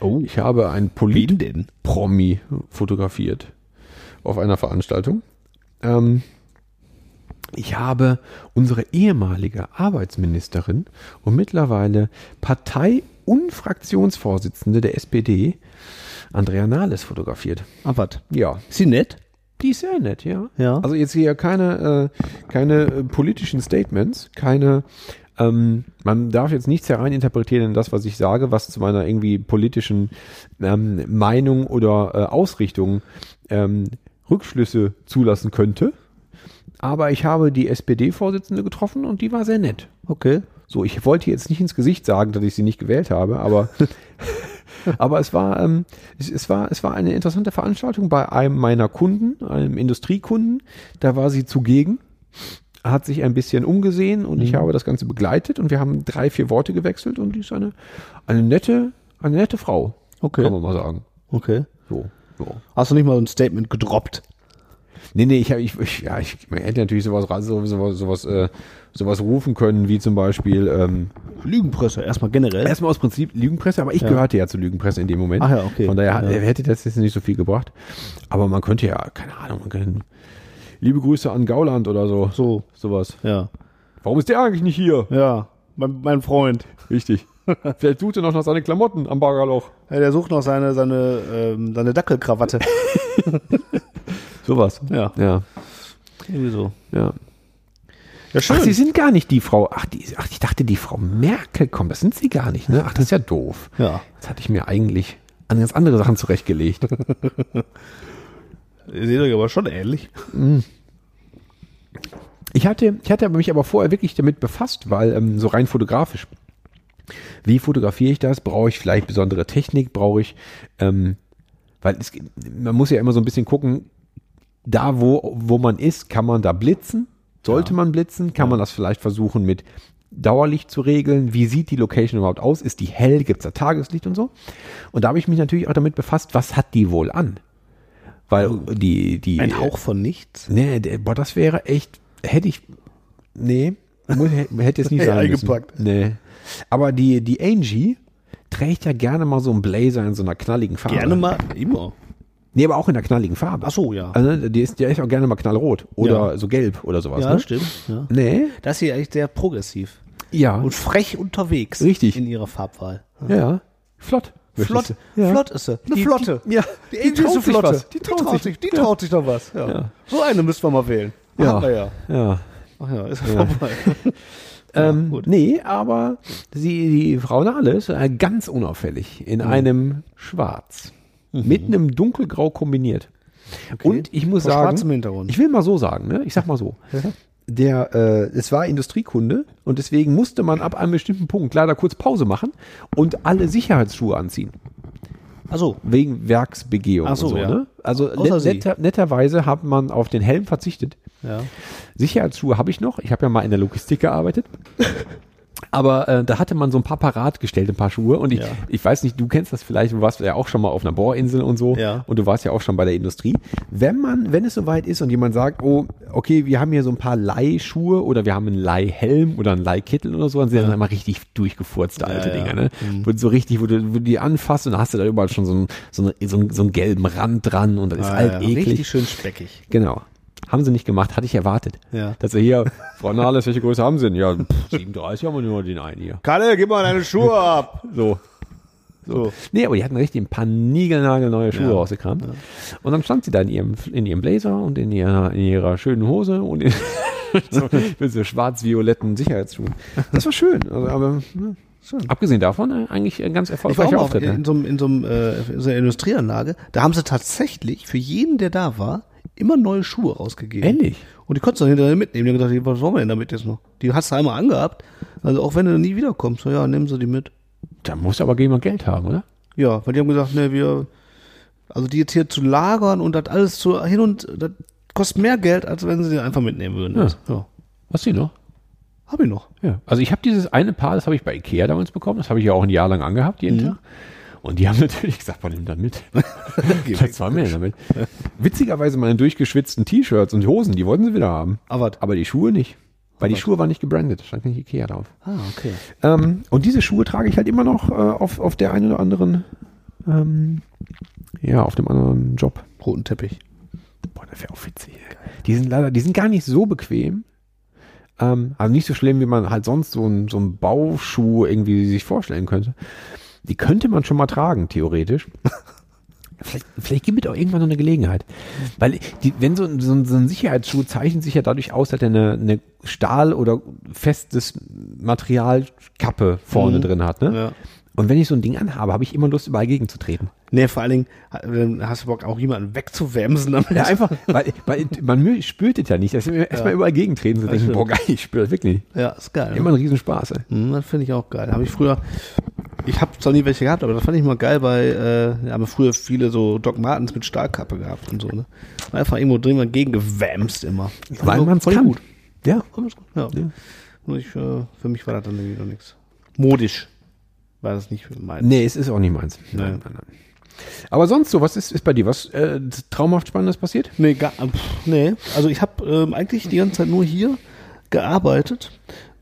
Oh. Ich habe einen Wen denn? Polit-Promi fotografiert auf einer Veranstaltung. Ähm, ich habe unsere ehemalige Arbeitsministerin und mittlerweile Partei- und Fraktionsvorsitzende der SPD, Andrea Nahles, fotografiert. Ah, was? Ja, Ist sie nett? die ist sehr nett, ja. Ja. Also jetzt hier keine, äh, keine äh, politischen Statements, keine, ähm, man darf jetzt nichts hereininterpretieren in das, was ich sage, was zu meiner irgendwie politischen ähm, Meinung oder äh, Ausrichtung ähm, Rückschlüsse zulassen könnte. Aber ich habe die SPD-Vorsitzende getroffen und die war sehr nett. Okay. So, ich wollte jetzt nicht ins Gesicht sagen, dass ich sie nicht gewählt habe, aber, aber es war, ähm, es, es war, es war eine interessante Veranstaltung bei einem meiner Kunden, einem Industriekunden. Da war sie zugegen, hat sich ein bisschen umgesehen und ich habe das Ganze begleitet und wir haben drei, vier Worte gewechselt und die ist eine, eine nette, eine nette Frau. Okay. Kann man mal sagen. Okay. So. so. Hast du nicht mal so ein Statement gedroppt? Nee, nee, ich, hab- ich, ich, ja, ich man hätte natürlich sowas, ra- sowas, sowas, äh, sowas rufen können, wie zum Beispiel, ähm, Lügenpresse, erstmal generell. Äh, Erstmal aus Prinzip Lügenpresse, aber ich gehörte ja zur Lügenpresse in dem Moment. Ach ja, okay. Von daher hat- Ja. hätte das jetzt nicht so viel gebracht. Aber man könnte ja, keine Ahnung, man kann, liebe Grüße an Gauland oder so. So. Sowas. ja. Warum ist der eigentlich nicht hier? Ja, mein, mein Freund. Richtig. Vielleicht sucht er noch nach seinen Klamotten am Baggerloch. Ja, der sucht noch seine, seine, ähm, seine Dackelkrawatte. Sowas. ja, Ja. irgendwie so. Ja. Ja, Ach, sie sind gar nicht die Frau. Ach, die, ach, ich dachte, die Frau Merkel kommt. Das sind sie gar nicht, ne? Ach, das ist ja doof. Ja. Jetzt hatte ich mir eigentlich an ganz andere Sachen zurechtgelegt. Ihr seht euch aber schon ähnlich. Ich hatte, ich hatte aber mich aber vorher wirklich damit befasst, weil ähm, so rein fotografisch. Wie fotografiere ich das? Brauche ich vielleicht besondere Technik? Brauche ich, ähm, weil es, geht- man muss ja immer so ein bisschen gucken, da wo, wo man ist, kann man da blitzen? Sollte man blitzen? Kann man das vielleicht versuchen mit Dauerlicht zu regeln? Wie sieht die Location überhaupt aus? Ist die hell? Gibt es da Tageslicht und so? Und da habe ich mich natürlich auch damit befasst, was hat die wohl an? Weil die, die. Ein Hauch von nichts. Nee, der- boah, das wäre echt, hätte ich, nee, muss, hä- hätte es nicht Hätte sein müssen. eingepackt. Nee. Aber die, die Angie trägt ja gerne mal so einen Blazer in so einer knalligen Farbe. Gerne mal. Immer. Nee, aber auch in einer knalligen Farbe. Ach so, ja. Also, die ist, der ist auch gerne mal knallrot oder Ja. so gelb oder sowas. Ja, ne? stimmt. Ja. Nee, Das hier eigentlich sehr progressiv ja, und frech unterwegs. Richtig. In ihrer Farbwahl. ja, flott. Flott, möchtest du? ja. flott ist sie. Eine Flotte. Die, ja, Die Angel ist eine sich Flotte. was. Die traut, sich. die traut sich doch was. Ja. So eine müssen wir mal wählen. Ja. Haben wir ja. Ja. Ach ja, ist ja. vorbei. Ähm, nee, aber sie, die Frau Nahles, äh, ganz unauffällig, Mhm. in einem Schwarz. Mit einem Dunkelgrau kombiniert. Und ich muss Vor sagen, schwarzem Hintergrund. ich will mal so sagen, ne? ich sag mal so, der, äh, es war Industriekunde und deswegen musste man ab einem bestimmten Punkt leider kurz Pause machen und alle Sicherheitsschuhe anziehen, Ach so. wegen Werksbegehung Ach so, und so. ja. Ne? Also Außer net, sie. netter, netterweise hat man auf den Helm verzichtet. Ja. Sicherheitsschuhe habe ich noch. Ich habe ja mal in der Logistik gearbeitet. Aber äh, da hatte man so ein paar parat gestellt, ein paar Schuhe. Und ich, Ja. ich weiß nicht, du kennst das vielleicht, du warst ja auch schon mal auf einer Bohrinsel und so. Ja. Und du warst ja auch schon bei der Industrie. Wenn man, wenn es soweit ist und jemand sagt, oh, okay, wir haben hier so ein paar Leihschuhe oder wir haben einen Leihhelm oder einen Leihkittel oder so, dann sind das immer richtig durchgefurzte alte ja. Mhm. Dinger. Ne? Wo du so richtig, wo du, wo du die anfasst und dann hast du da überall schon so einen, so einen, so einen, so einen gelben Rand dran und das ist Ah, halt ja. eklig. Richtig schön speckig. Genau. Haben sie nicht gemacht, hatte ich erwartet. Ja. Dass er hier, Frau Nahles, welche Größe haben sie denn? Ja, pff, 37 haben wir nur den einen hier. Kalle, gib mal deine Schuhe ab. So. So. Nee, aber die hatten richtig ein paar niegelnagelneue Schuhe rausgekramt. Und dann stand sie da in ihrem, in ihrem Blazer und in ihrer, in ihrer schönen Hose und in so, mit so schwarz-violetten Sicherheitsschuhen. Das war schön. Also, aber ne, abgesehen davon äh, eigentlich ein ganz Ich war auch erfolgreicher mal auf, Auftritt. in Ne? so, einem, in, so einem, äh, in so einer Industrieanlage. Da haben sie tatsächlich für jeden, der da war, immer neue Schuhe rausgegeben. Ehrlich? Und die konntest du dann hinterher mitnehmen. Die haben gedacht, was wollen wir denn damit jetzt noch? Die hast du einmal angehabt. Also auch wenn du nie wiederkommst, so ja, nehmen sie die mit. Da muss aber jemand Geld haben, oder? Ja, weil die haben gesagt, ne, wir, also die jetzt hier zu lagern und das alles zu hin und das kostet mehr Geld, als wenn sie die einfach mitnehmen würden. Ja. ja. Was die noch? Hab ich noch. Ja, also ich habe dieses eine Paar, das habe ich bei Ikea damals bekommen, das habe ich ja auch ein Jahr lang angehabt, jeden Tag. Und die haben natürlich gesagt, boah, nimm das mit. das war mir damit. Witzigerweise meine durchgeschwitzten T-Shirts und Hosen, die wollten sie wieder haben. Aber was? Aber die Schuhe nicht. Weil die Schuhe waren nicht gebrandet, da stand nicht Ikea drauf. Ah, okay. Ähm, und diese Schuhe trage ich halt immer noch äh, auf, auf der einen oder anderen, ähm, ja, auf dem anderen Job. Roten Teppich. Boah, das wäre auch witzig. ey. Die sind leider, die sind gar nicht so bequem. Ähm, also nicht so schlimm, wie man halt sonst so einen so einen Bauschuh irgendwie sich vorstellen könnte. Die könnte man schon mal tragen, theoretisch. vielleicht, vielleicht gibt es auch irgendwann noch eine Gelegenheit. Weil die, wenn so, ein- so, ein- so ein Sicherheitsschuh zeichnet sich ja dadurch aus, dass er eine, eine Stahl- oder festes Materialkappe vorne drin hat. Ne? Ja. Und wenn ich so ein Ding anhabe, habe ich immer Lust, überall gegenzutreten. Nee, Ne, vor allen Dingen ha- dann hast du Bock, auch jemanden wegzuwämsen damit. Ja, einfach, weil, weil man mü- spürt es ja nicht. Das ist mir erstmal überall gegentreten zu denken, stimmt. boah, geil, ich spüre das wirklich nicht. Ja, ist geil. Immer ein Riesenspaß, ey. Hm, das finde ich auch geil. Habe ich früher, ich habe zwar nie welche gehabt, aber das fand ich mal geil bei, äh, ja, haben wir früher viele so Doc Martens mit Stahlkappe gehabt und so, ne? Und einfach irgendwo drin mal gegengewämst immer. Weil Also, man's fand ich kann. Gut. Ja. Fand ich gut, Ja. Nur ich, äh, für mich war das dann irgendwie noch nichts. Modisch war das nicht mein. Nee, es ist auch nicht meins. Nein, nein, nein. Aber sonst so, was ist, ist bei dir? Was äh, traumhaft Spannendes passiert? Nee, gar, pff, nee. also ich habe ähm, eigentlich die ganze Zeit nur hier gearbeitet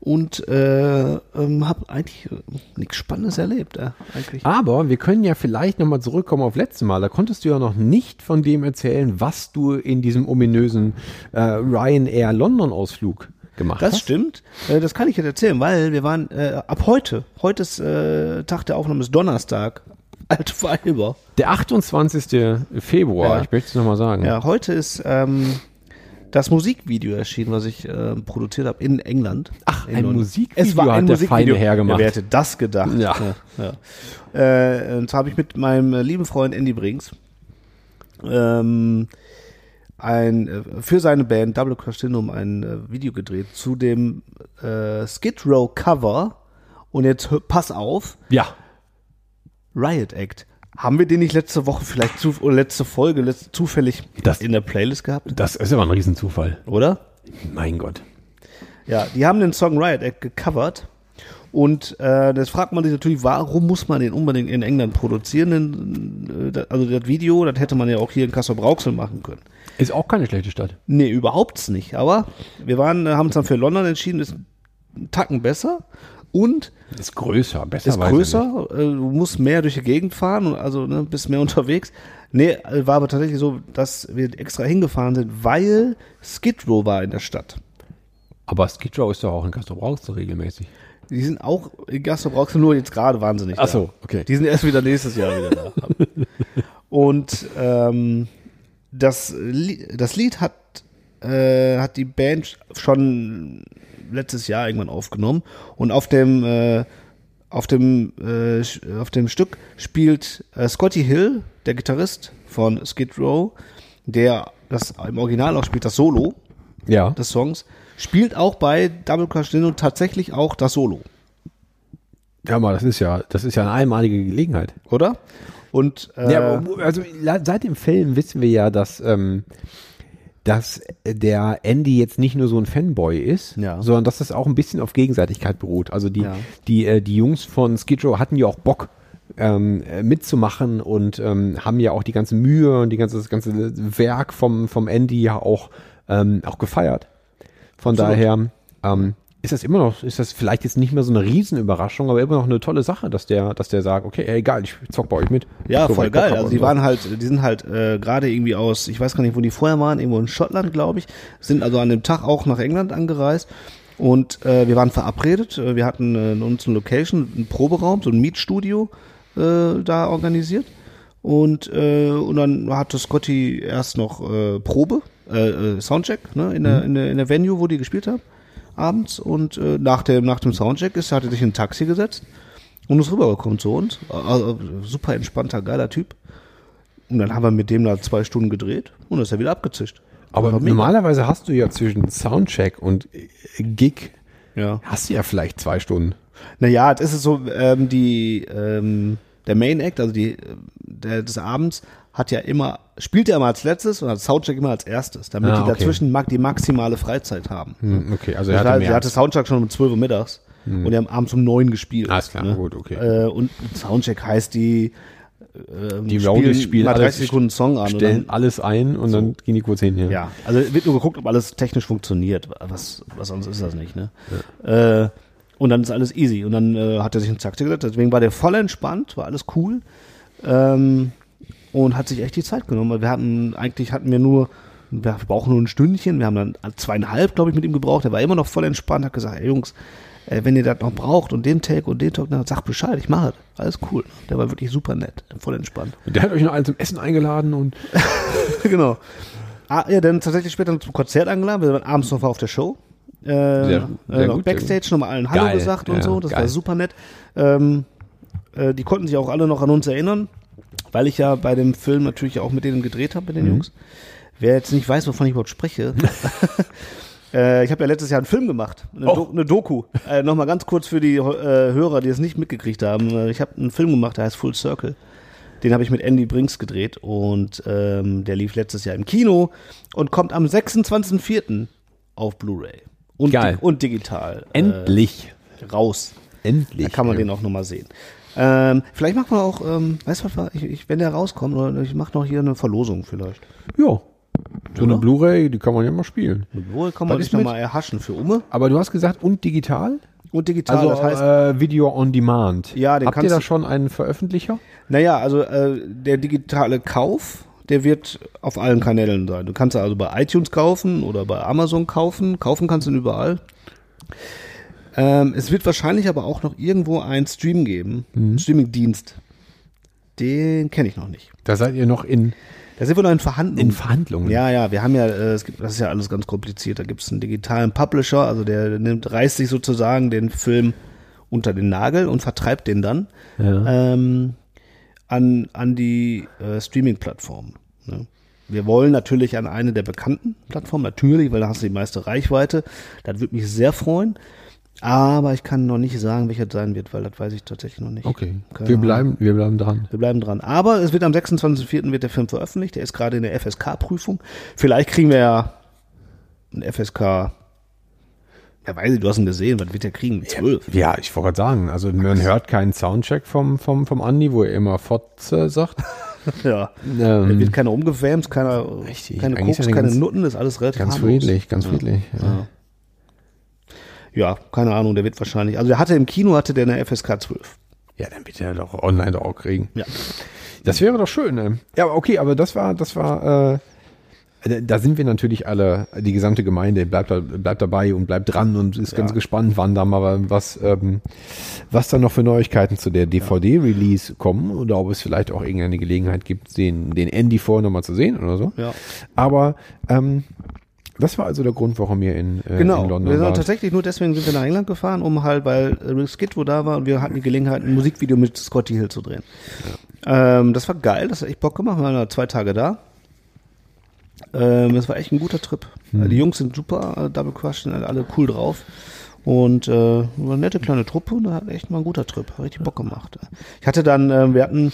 und äh, ähm, habe eigentlich äh, nichts Spannendes erlebt. Äh, eigentlich. Aber wir können ja vielleicht nochmal zurückkommen auf letztes Mal. Da konntest du ja noch nicht von dem erzählen, was du in diesem ominösen äh, Ryanair London-Ausflug gemacht ne? Das hast. stimmt. Äh, das kann ich jetzt erzählen, weil wir waren äh, ab heute, heute ist äh, Tag der Aufnahme, ist Donnerstag. Alte Weiber. Der 28. Februar, Ja. ich möchte es nochmal sagen. Ja, heute ist ähm, das Musikvideo erschienen, was ich äh, produziert habe in England. Ach, ein Musikvideo hat der feine Herr gemacht. wer hätte das gedacht? Ja. ja, ja. Äh, und zwar habe ich mit meinem äh, lieben Freund Andy Brings ähm, ein, äh, für seine Band Double Crescendum ein äh, Video gedreht zu dem äh, Skid Row Cover. Und jetzt hö- pass auf, ja. Riot Act. Haben wir den nicht letzte Woche vielleicht zu, oder letzte Folge letzt, zufällig Das- in der Playlist gehabt? Das ist aber ein Riesenzufall. Oder? Mein Gott. Ja, die haben den Song Riot Act gecovert. Und äh, das fragt man sich natürlich, warum muss man den unbedingt in England produzieren? Denn, äh, da- also das Video, das hätte man ja auch hier in Kassel Brauxel machen können. Ist auch keine schlechte Stadt. Nee, überhaupt nicht. Aber wir waren, äh, haben uns dann für London entschieden, ist einen Tacken besser und Ist größer, besser. ist weiß ich nicht. größer, äh, du musst mehr durch die Gegend fahren, und also ne, bist mehr unterwegs. Nee, äh, war aber tatsächlich so, dass wir extra hingefahren sind, weil Skid Row war in der Stadt. Aber Skid Row ist doch auch in Castro Brauxel regelmäßig. Die sind auch in Gastro Brauxel, nur jetzt gerade waren sie nicht Ach da. so, okay. Die sind erst wieder nächstes Jahr wieder da. Und ähm, das, Li- das Lied hat, äh, hat die Band schon letztes Jahr irgendwann aufgenommen. Und auf dem, äh, auf dem, äh, sch- auf dem Stück spielt äh, Scotty Hill, der Gitarrist von Skid Row, der das im Original auch spielt, das Solo Ja. des Songs, spielt auch bei Double Crash Dino tatsächlich auch das Solo. ja, aber das ist ja, das ist ja eine einmalige Gelegenheit. oder? Und äh, Ja, aber, also la- seit dem Film wissen wir ja, dass ähm, dass der Andy jetzt nicht nur so ein Fanboy ist, Ja. sondern dass das auch ein bisschen auf Gegenseitigkeit beruht. Also die, Ja. die, äh, die Jungs von Skid Row hatten ja auch Bock ähm, äh, mitzumachen und ähm, haben ja auch die ganze Mühe und die ganze, das ganze Werk vom, vom Andy ja auch, ähm, auch gefeiert. Von daher ähm, ist das immer noch, ist das vielleicht jetzt nicht mehr so eine Riesenüberraschung, aber immer noch eine tolle Sache, dass der, dass der sagt, okay, ey, egal, ich zock bei euch mit. Ja, So, weil voll ich Bock geil. hab Also und die so. waren halt, die sind halt äh, gerade irgendwie aus, ich weiß gar nicht, wo die vorher waren, irgendwo in Schottland, glaube ich, sind also an dem Tag auch nach England angereist und äh, wir waren verabredet. Äh, Wir hatten äh, in uns eine Location, einen Proberaum, so ein Mietstudio äh, da organisiert und äh, und dann hatte Scotty erst noch äh, Probe, äh, äh, Soundcheck, ne, in der, Mhm. in der in der Venue, wo die gespielt haben abends und äh, nach dem nach dem Soundcheck ist, hat er sich in ein Taxi gesetzt und ist rübergekommen zu uns. Also, super entspannter, geiler Typ. Und dann haben wir mit dem da zwei Stunden gedreht und dann ist er wieder abgezischt. Aber War mega. normalerweise hast du ja zwischen Soundcheck und äh, Gig Ja. hast du ja vielleicht zwei Stunden. Naja, das ist so, ähm, die, ähm, der Main Act, also die, äh, der, des Abends, hat ja immer, spielt er immer als letztes und hat Soundcheck immer als erstes, damit Ah, die okay. dazwischen mag, die maximale Freizeit haben. Hm, okay, also er Er hatte hatte, mehr. er hatte Soundcheck schon um 12 Uhr middags und die haben abends um 9 gespielt. Alles klar, ne? gut, okay. Äh, und Soundcheck heißt, die, ähm, die Rowdies spielen mal 30 alles, Sekunden Song an und stellen dann alles ein und dann gehen die kurz hin. Ja. Ja, also wird nur geguckt, ob alles technisch funktioniert. Was, was sonst ist das nicht, ne? Äh, und dann ist alles easy. Und dann äh, hat er sich einen Taktik gesetzt. Deswegen war der voll entspannt, war alles cool. Ähm, und hat sich echt die Zeit genommen. Weil wir hatten, eigentlich hatten wir nur, wir brauchen nur ein Stündchen. Wir haben dann zweieinhalb, glaube ich, mit ihm gebraucht. Er war immer noch voll entspannt, hat gesagt, ey Jungs, äh, wenn ihr das noch braucht und den Take und den Talk, dann sagt Bescheid, ich mache das. Alles cool. Der war wirklich super nett, voll entspannt. Und Der hat euch noch einen zum Essen eingeladen und genau. Ah, ja, dann tatsächlich später zum Konzert eingeladen. Wir waren abends noch auf der Show. Äh, sehr äh, noch gut, Backstage nochmal allen Hallo Geil, gesagt und ja, so. Das geil. war super nett. Ähm, äh, die konnten sich auch alle noch an uns erinnern, weil ich ja bei dem Film natürlich auch mit denen gedreht habe, mit Mhm. den Jungs. Wer jetzt nicht weiß, wovon ich überhaupt spreche. Äh, ich habe ja letztes Jahr einen Film gemacht, eine, Oh. Do eine Doku. Äh, Nochmal ganz kurz für die äh, Hörer, die es nicht mitgekriegt haben. Äh, Ich habe einen Film gemacht, der heißt Full Circle. Den habe ich mit Andy Brinks gedreht und ähm, der lief letztes Jahr im Kino und kommt am 26.04. auf Blu-ray und, Geil. di und digital äh, endlich, raus. endlich. Äh, Da kann man den auch nochmal sehen. Ähm, vielleicht machen wir auch, ähm, weißt du was, war- ich, ich, wenn der rauskommt, oder ich mache noch hier eine Verlosung vielleicht. Ja. So eine Oder? Blu-ray, die kann man ja mal spielen. Wohl kann man Was sich ist mit- nochmal erhaschen für Umme Aber du hast gesagt, und digital? und digital. Also das heißt, äh, Video on Demand. Ja, den Habt ihr kannst da du- schon einen Veröffentlicher? Naja, also äh, der digitale Kauf, der wird auf allen Kanälen sein. Du kannst also bei iTunes kaufen oder bei Amazon kaufen. Kaufen kannst du ihn überall. Ähm, es wird wahrscheinlich aber auch noch irgendwo einen Stream geben. einen Streaming-Dienst. Den kenne ich noch nicht. Da seid ihr noch in, Da sind wir noch in Verhandlungen. in Verhandlungen. Ja, ja, wir haben ja, äh, es gibt, das ist ja alles ganz kompliziert. Da gibt es einen digitalen Publisher, also der nimmt, reißt sich sozusagen den Film unter den Nagel und vertreibt den dann ähm, an, an die äh, Streaming-Plattformen. Ne? Wir wollen natürlich an eine der bekannten Plattformen, natürlich, weil da hast du die meiste Reichweite. Das würde mich sehr freuen. Aber ich kann noch nicht sagen, welcher das sein wird, weil das weiß ich tatsächlich noch nicht. Okay. Keine Wir Ahnung. bleiben, wir bleiben dran. Wir bleiben dran. Aber es wird am 26.04. wird der Film veröffentlicht. Der ist gerade in der FSK-Prüfung. Vielleicht kriegen wir ja einen FSK. Ja, weiß ich, du hast ihn gesehen. Was wird der kriegen? Zwölf. Ja, ich wollte gerade sagen, also man hört keinen Soundcheck vom, vom, vom Andi, wo er immer Fotze sagt. Ja. Da Ähm, wird keiner umgewämst, keiner, Richtig. keine Eigentlich ist Koks, er keine ganz- Nutten. Ist alles relativ ganz harmlos. friedlich, ganz friedlich. Ja. Ja, keine Ahnung. Der wird wahrscheinlich. Also der hatte im Kino hatte der eine FSK 12. ja, dann bitte doch online doch auch kriegen. Ja. Das wäre doch schön. Ne? Ja, aber okay, aber das war, das war, äh, da- da sind wir natürlich alle, die gesamte Gemeinde bleibt, da, bleibt dabei und bleibt dran und ist ganz gespannt, wann da mal was, ähm, was da noch für Neuigkeiten zu der DVD-Release kommen oder ob es vielleicht auch irgendeine Gelegenheit gibt, den, den Andy vorher nochmal zu sehen oder so. Ja. Aber ähm, das war also der Grund, warum ihr in, äh, Genau. in wir London sind wart. tatsächlich nur deswegen sind wir nach England gefahren, um halt, weil äh, Rick Skid wo da war und wir hatten die Gelegenheit, ein Musikvideo mit Scotty Hill zu drehen. Ähm, das war geil, das hat echt Bock gemacht. Wir waren da zwei Tage da. Ähm, das war echt ein guter Trip. Also Die Jungs sind super, äh, Double Crush sind alle- alle cool drauf. Und äh, war eine nette kleine Truppe und da hat echt mal ein guter Trip. Hat richtig Bock gemacht. Ich hatte dann, ähm, wir hatten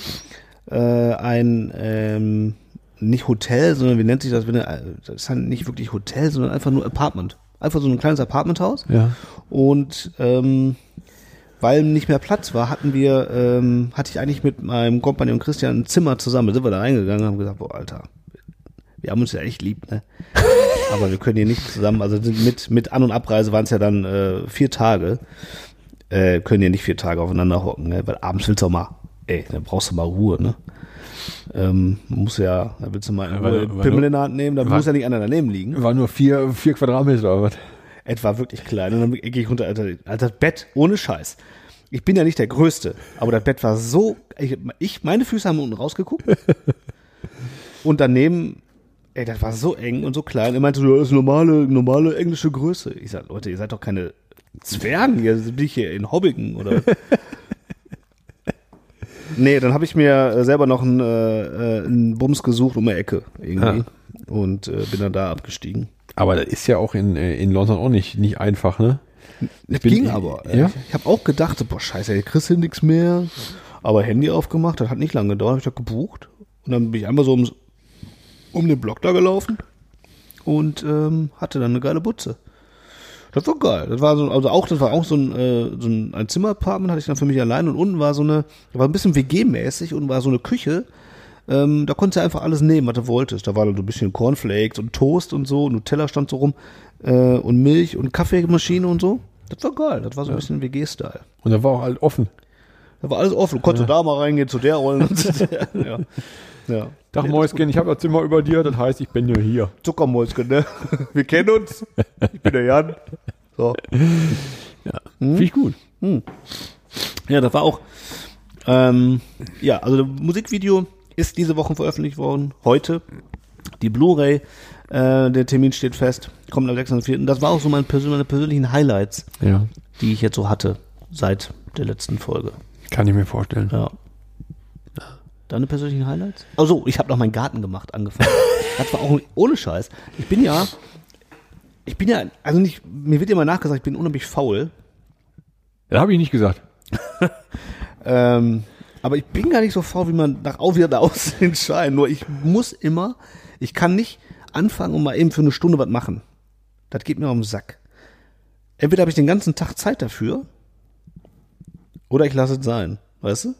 äh, ein ähm, nicht Hotel, sondern wie nennt sich das? wenn ihr- Das ist halt nicht wirklich Hotel, sondern einfach nur Apartment. Einfach so ein kleines Apartmenthaus. Ja. Und ähm, weil nicht mehr Platz war, hatten wir, ähm, hatte ich eigentlich mit meinem Kompagnon Christian ein Zimmer zusammen. Da sind wir da reingegangen und haben gesagt, boah, Alter, wir haben uns ja echt lieb, ne? Aber wir können hier nicht zusammen, also sind mit, mit An- und Abreise waren es ja dann äh, vier Tage. Äh, können hier nicht vier Tage aufeinander hocken, ne? Weil abends willst du auch mal, ey, dann brauchst du mal Ruhe, ne? Ähm, muss ja, da willst du mal in weil- Ruhe weil Pimmel du- in der Hand nehmen, da weil- muss ja nicht einer daneben liegen. War nur vier, vier Quadratmeter oder was? Etwa wirklich klein. Und dann gehe ich runter, Alter, Alter, das Bett, ohne Scheiß. Ich bin ja nicht der Größte, aber das Bett war so, ich, ich meine Füße haben unten rausgeguckt. Und daneben, ey, das war so eng und so klein. Er meinte, so, das ist normale, normale englische Größe. Ich sag, Leute, ihr seid doch keine Zwergen, ihr bin ich hier in Hobbigen oder. Nee, dann habe ich mir äh, selber noch einen, äh, äh, einen Bums gesucht um eine Ecke irgendwie. Und äh, bin dann da abgestiegen. Aber das ist ja auch in, äh, in London auch nicht, nicht einfach, ne? Es bin- ging aber. Ja? Ja? Ich habe auch gedacht, so, boah, scheiße, ey, kriegst du nix mehr. Aber Handy aufgemacht, das hat nicht lange gedauert, habe ich das gebucht. Und dann bin ich einmal so ums, um den Block da gelaufen und ähm, hatte dann eine geile Butze. Das war geil. Das war so, also auch, das war auch so ein, äh, so ein, ein Zimmerapartment, hatte ich dann für mich allein und unten war so eine, war ein bisschen WG-mäßig und war so eine Küche. Ähm, da konntest du einfach alles nehmen, was du wolltest. Da war dann so ein bisschen Cornflakes und Toast und so, Nutella stand so rum äh, und Milch und Kaffeemaschine und so. Das war geil, das war so ein bisschen WG-Style. Und da war auch halt offen. Da war alles offen. Du konntest da mal reingehen, zu der rollen. und zu der. ja. Ja. Dachmäuschen, ich habe ein Zimmer über dir, das heißt, ich bin ja hier. Zuckermäuschen, ne? Wir kennen uns. Ich bin der Jan. So. Finde ich gut. Ja, das war auch. Ähm, ja, also das Musikvideo ist diese Woche veröffentlicht worden. Heute. Die Blu-ray. Äh, der Termin steht fest. Kommt am 6.4. Das war auch so mein persön meine persönlichen Highlights, Ja, die ich jetzt so hatte seit der letzten Folge. kann ich mir vorstellen. Ja. Deine persönlichen Highlights? Ach so, ich habe noch meinen Garten gemacht, angefangen. das war auch ohne Scheiß. Ich bin ja, ich bin ja, also nicht, mir wird immer nachgesagt, ich bin unheimlich faul. Das habe ich nicht gesagt. Ähm, aber ich bin gar nicht so faul, wie man nach auf wieder nach außen scheint. Nur ich muss immer, ich kann nicht anfangen und mal eben für eine Stunde was machen. Das geht mir auf den Sack. Entweder habe ich den ganzen Tag Zeit dafür oder ich lasse es sein. Weißt du?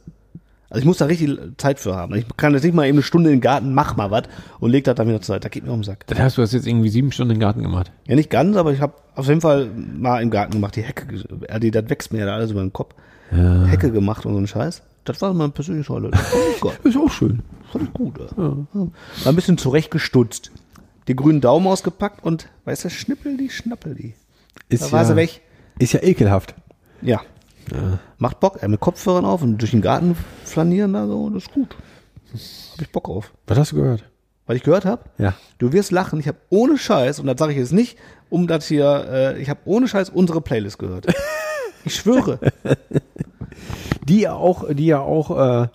Also ich muss da richtig Zeit für haben. Ich kann jetzt nicht mal eben eine Stunde im Garten, mach mal was und leg das dann wieder zur Seite. Das geht mir auf den Sack. Das heißt, du hast jetzt irgendwie sieben Stunden im Garten gemacht. Ja, nicht ganz, aber ich habe auf jeden Fall mal im Garten gemacht, die Hecke, ge- äh, die, das wächst mir ja alles über den Kopf. Hecke gemacht und so ein Scheiß. Das war mein persönliches Highlight. Das fand ich geil. Ist auch schön. Fand ich gut. ey. War ein bisschen zurechtgestutzt. Den grünen Daumen ausgepackt und, weißt du, schnippel die, schnappel die. Ist Da war sie weg. Ist ja ekelhaft. Ja. Macht Bock, ey, mit Kopfhörern auf und durch den Garten flanieren da so, das ist gut. Hab ich Bock auf. Was hast du gehört? Weil ich gehört habe, Ja. du wirst lachen, ich habe ohne Scheiß, und das sage ich jetzt nicht, um das hier, äh, ich habe ohne Scheiß unsere Playlist gehört. Ich schwöre. Die ja auch, die ja auch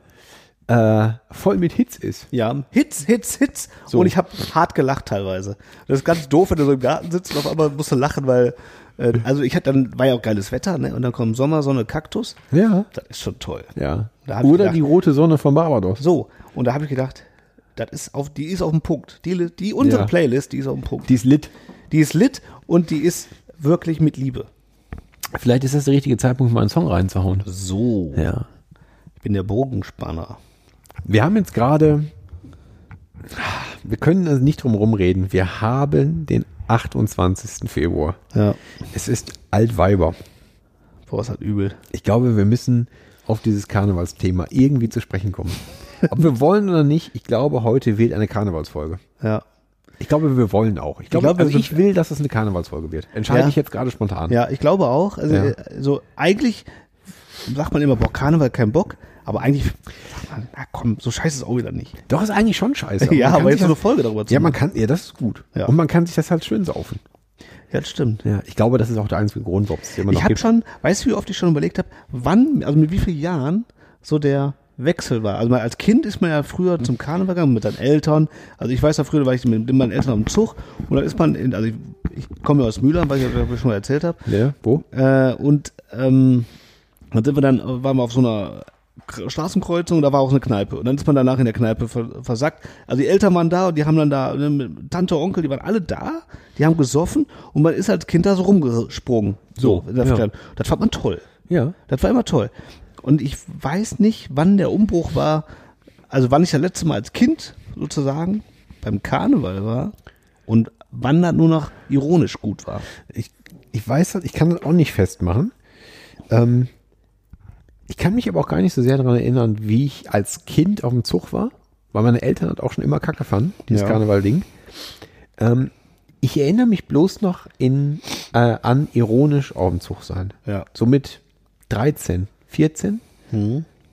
äh, äh, voll mit Hits ist. Ja, Hits, Hits, Hits. Und ich habe hart gelacht teilweise. Das ist ganz doof, wenn du so im Garten sitzt und auf einmal musst du lachen, weil, äh, also ich hatte dann, war ja auch geiles Wetter, ne? Und dann kommt Sommer, Sonne, Kaktus. Ja. Das ist schon toll. Ja. Da hab ich Oder gedacht- die rote Sonne von Barbados. So, und da habe ich gedacht, das ist auf, die ist auf dem Punkt. Die, Li- die unsere Ja. Playlist, die ist auf dem Punkt. Die ist lit. die ist lit und die ist wirklich mit Liebe. Vielleicht ist das der richtige Zeitpunkt, mal einen Song reinzuhauen. So. Ja. Ich bin der Bogenspanner. Wir haben jetzt gerade, wir können also nicht drum rumreden. Wir haben den 28. Februar. Ja. Es ist Altweiber. Boah, ist halt übel. Ich glaube, wir müssen auf dieses Karnevalsthema irgendwie zu sprechen kommen. Ob wir wollen oder nicht, ich glaube, heute wählt eine Karnevalsfolge. Ja. Ich glaube, wir wollen auch. Ich glaube, glaube, also wir- ich will, dass es eine Karnevalsfolge wird. Entscheide Ja. ich jetzt gerade spontan. Ja, ich glaube auch. Also, Ja. äh, so eigentlich sagt man immer, boah, Karneval kein Bock. Aber eigentlich sagt man, na komm, so scheiße ist auch wieder nicht. Doch, ist eigentlich schon scheiße. ja, man kann aber sich jetzt so eine das, Folge darüber zu Ja, man machen. kann, ja, das ist gut. Ja. Und man kann sich das halt schön saufen. Ja, das stimmt. Ja, ich glaube, das ist auch der einzige Grund, warum es immer noch Ich habe gibt. schon, weißt du, wie oft ich schon überlegt habe, wann, also mit wie vielen Jahren so der Wechsel war. Also mal als Kind ist man ja früher zum Karneval gegangen mit seinen Eltern. Also ich weiß ja, früher war ich mit meinen Eltern am Zug und dann ist man, in, also ich, ich komme ja aus Mühlheim, weil ich das schon mal erzählt habe. Ja, Ne? wo? Äh, und ähm, dann sind wir dann, waren wir auf so einer K- Straßenkreuzung, da war auch eine Kneipe. Und dann ist man danach in der Kneipe ver- versackt. Also die Eltern waren da und die haben dann da, ne, mit Tante, Onkel, die waren alle da, die haben gesoffen und man ist als Kind da so rumgesprungen. So, in der ja. Verkleidung. Das fand man toll. Ja. Das war immer toll. Und ich weiß nicht, wann der Umbruch war, also wann ich das letzte Mal als Kind sozusagen beim Karneval war und wann das nur noch ironisch gut war. ich, ich weiß das, ich kann das auch nicht festmachen. Ähm, ich kann mich aber auch gar nicht so sehr daran erinnern, wie ich als Kind auf dem Zug war, weil meine Eltern das auch schon immer kacke fanden, dieses Ja. Karneval-Ding. Ähm, ich erinnere mich bloß noch in, äh, an ironisch auf dem Zug sein. Ja. Hm. So mit 13, 14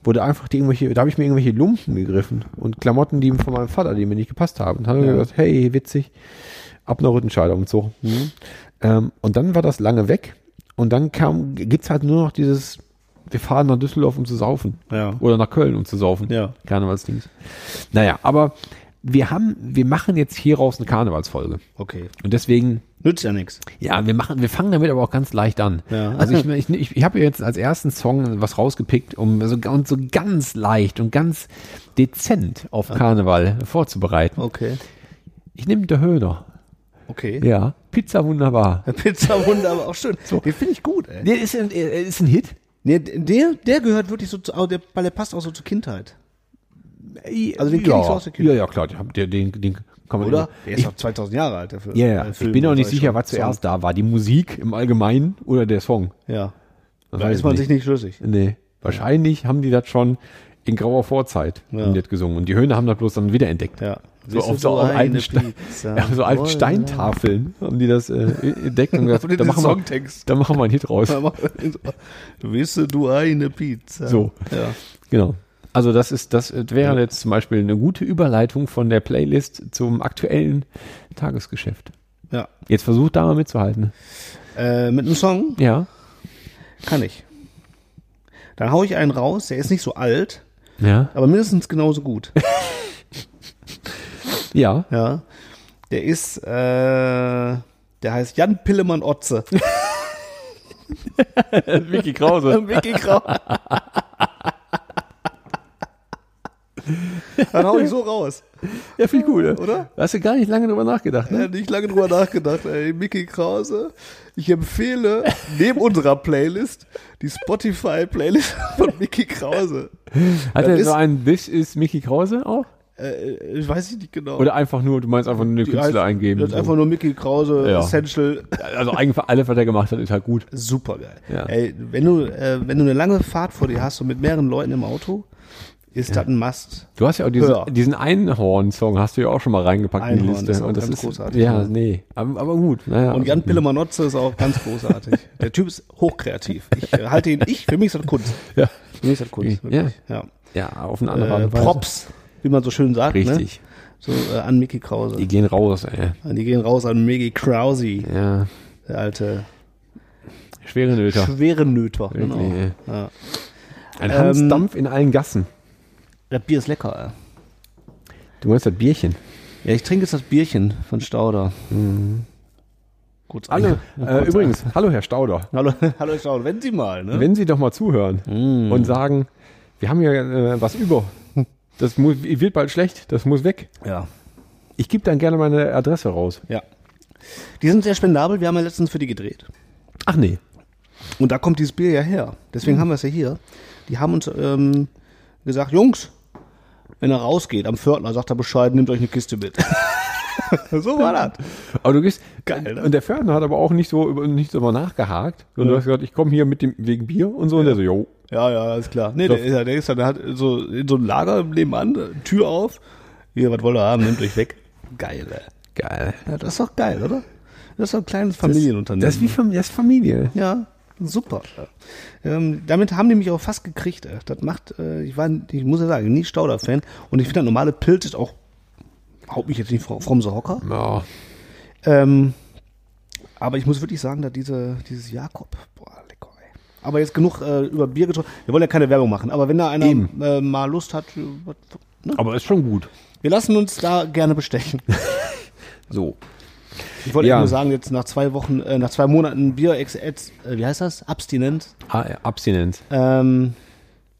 wurde einfach die irgendwelche, da habe ich mir irgendwelche Lumpen gegriffen und Klamotten, die von meinem Vater, die mir nicht gepasst haben. Und habe mir gesagt, hey, witzig, ab nach Rüttenscheid auf dem Zug. Mhm. Ähm, und dann war das lange weg. Und dann kam, gibt es halt nur noch dieses, wir fahren nach Düsseldorf, um zu saufen. Ja. Oder nach Köln, um zu saufen. Ja. Karnevalsdings. Naja, aber wir haben, wir machen jetzt hieraus eine Karnevalsfolge. Okay. Und deswegen Nützt ja nichts. ja, wir machen, wir fangen damit aber auch ganz leicht an. Ja. Also ich, ich, ich, ich habe jetzt als ersten Song was rausgepickt, um so, und so ganz leicht und ganz dezent auf Karneval vorzubereiten. Okay. Ich nehme der Höhner. Okay. Ja, Pizza wunderbar. Pizza wunderbar, auch schön. Den finde ich gut, ey. Der ist ein, äh, ist ein Hit. Nee, der, der gehört wirklich so zu, au- der, weil der passt auch so zur Kindheit. Also den kenn ja. ich so aus der Kindheit. Ja, ja, klar, den, den, den, den kann man Oder? Der Ich, ist auch 2000 Jahre alt, der Film. ja, ja. Äh, ich Film, bin auch nicht sag ich sicher, schon. was zuerst da war. Die Musik im Allgemeinen oder der Song. Ja. Das Da weiß ist ich man sich nicht schlüssig. Nee, wahrscheinlich haben die das schon in grauer Vorzeit Ja. haben die das gesungen. Und die Höhner haben das bloß dann wiederentdeckt. Ja. So Siehst du, auf so, so auf eine alten, Ste Pizza. ja, so alten Wollen. Steintafeln haben die das äh, entdeckt. Und gesagt, Und in da, den machen wir, Songtext. da machen wir einen Hit raus. Wisse du eine Pizza. So. Ja. Genau. Also das ist, das wäre jetzt zum Beispiel eine gute Überleitung von der Playlist zum aktuellen Tagesgeschäft. ja. Jetzt versucht da mal mitzuhalten. Äh, mit einem Song Ja. kann ich. Dann hau ich einen raus, der ist nicht so alt, Ja. aber mindestens genauso gut. Ja. ja. Der ist, äh, der heißt Jan Pillemann Otze. Vicky Krause. Vicky Grau. Dann hau ich so raus. Ja, viel cool, Oder? Da hast du gar nicht lange drüber nachgedacht, ne? Ja, nicht lange drüber nachgedacht, ey. Mickey Krause. Ich empfehle neben unserer Playlist die Spotify-Playlist von Mickey Krause. Hat das er so ist- einen This is Mickey Krause auch? Äh, ich weiß ich nicht genau. Oder einfach nur, du meinst einfach nur den Die Künstler heißt- eingeben. Das ist einfach nur Mickey Krause, Ja. Essential. Also eigentlich alles, was er gemacht hat, ist halt gut. Super geil. Ja. Ey, wenn du, äh, wenn du eine lange Fahrt vor dir hast und mit mehreren Leuten im Auto, ist das ein Must. Du hast ja auch diesen, Hör. diesen Einhorn-Song hast du ja auch schon mal reingepackt in die Einhorn Liste. ist auch und das ganz ist großartig, Ja, ne? nee. Aber, aber gut. Naja. Und Jan Pillemanotze ist auch ganz großartig. Der Typ ist hochkreativ. Ich äh, halte ihn, ich, für mich ist das Kunst. ja. Für mich ist das Kunst. Ja. wirklich. ja. ja, auf eine andere Art Äh, und Weise. Props, wie man so schön sagt. Ne? Richtig. So äh, an Mickey Krause. Die gehen raus, ey. Die gehen raus an Mickey Krause, Ja. der alte Schwere Nöter. schwere Nöter. Wirklich, Genau. ey. Ein Hansdampf in allen Gassen. Das Bier ist lecker. Du meinst das Bierchen. Ey. Ja, ich trinke jetzt das Bierchen von Stauder. Mhm. Gut, Hallo, äh, übrigens, hallo Herr Stauder. Hallo, hallo Stauder, wenn Sie mal, ne? Wenn Sie doch mal zuhören und sagen, wir haben hier äh, was über. Das muss, wird bald schlecht, das muss weg. Ja. Ich gebe dann gerne meine Adresse raus. Ja. Die sind sehr spendabel, wir haben ja letztens für die gedreht. Ach nee. Und da kommt dieses Bier ja her. Deswegen Mhm. haben wir es ja hier. Die haben uns ähm, gesagt, Jungs, wenn er rausgeht am Fördner, sagt er Bescheid, nehmt euch eine Kiste mit. so war das. Aber du gehst. Geil, ne? Und der Fördner hat aber auch nicht so über, nicht so immer nachgehakt. Und du hast gesagt, ich komme hier mit dem wegen Bier und so. Und der so, jo. Ja, ja, ist klar. Nee, der, ist ja- der ist ja, der hat so in so einem Lager nebenan, äh, Tür auf. Hier, was wollt ihr haben, nehmt euch weg. Geil, ey. Geil. Ja, das ist doch geil, oder? Das ist doch ein kleines Familienunternehmen. Das ist wie Fam das ist Familie. Ja, super. Ähm, damit haben die mich auch fast gekriegt. Äh. Das macht, äh, ich war, ich muss ja sagen, nie Stauder-Fan. Und ich finde, das normale Pilz ist auch, haut mich jetzt nicht vom, vom Hocker. Ja. Ähm, aber ich muss wirklich sagen, dass diese, dieses Jakob, boah, lecker, ey. Aber jetzt genug äh, über Bier getrunken. Wir wollen ja keine Werbung machen. Aber wenn da einer Eben. äh, mal Lust hat, äh, was- ne? Aber ist schon gut. wir lassen uns da gerne bestechen. So. Ich wollte Ja. eben nur sagen, jetzt nach zwei Wochen, äh, nach zwei Monaten Bier, ex, ex, äh, wie heißt das? Abstinenz. Ah, Abstinenz. Ähm,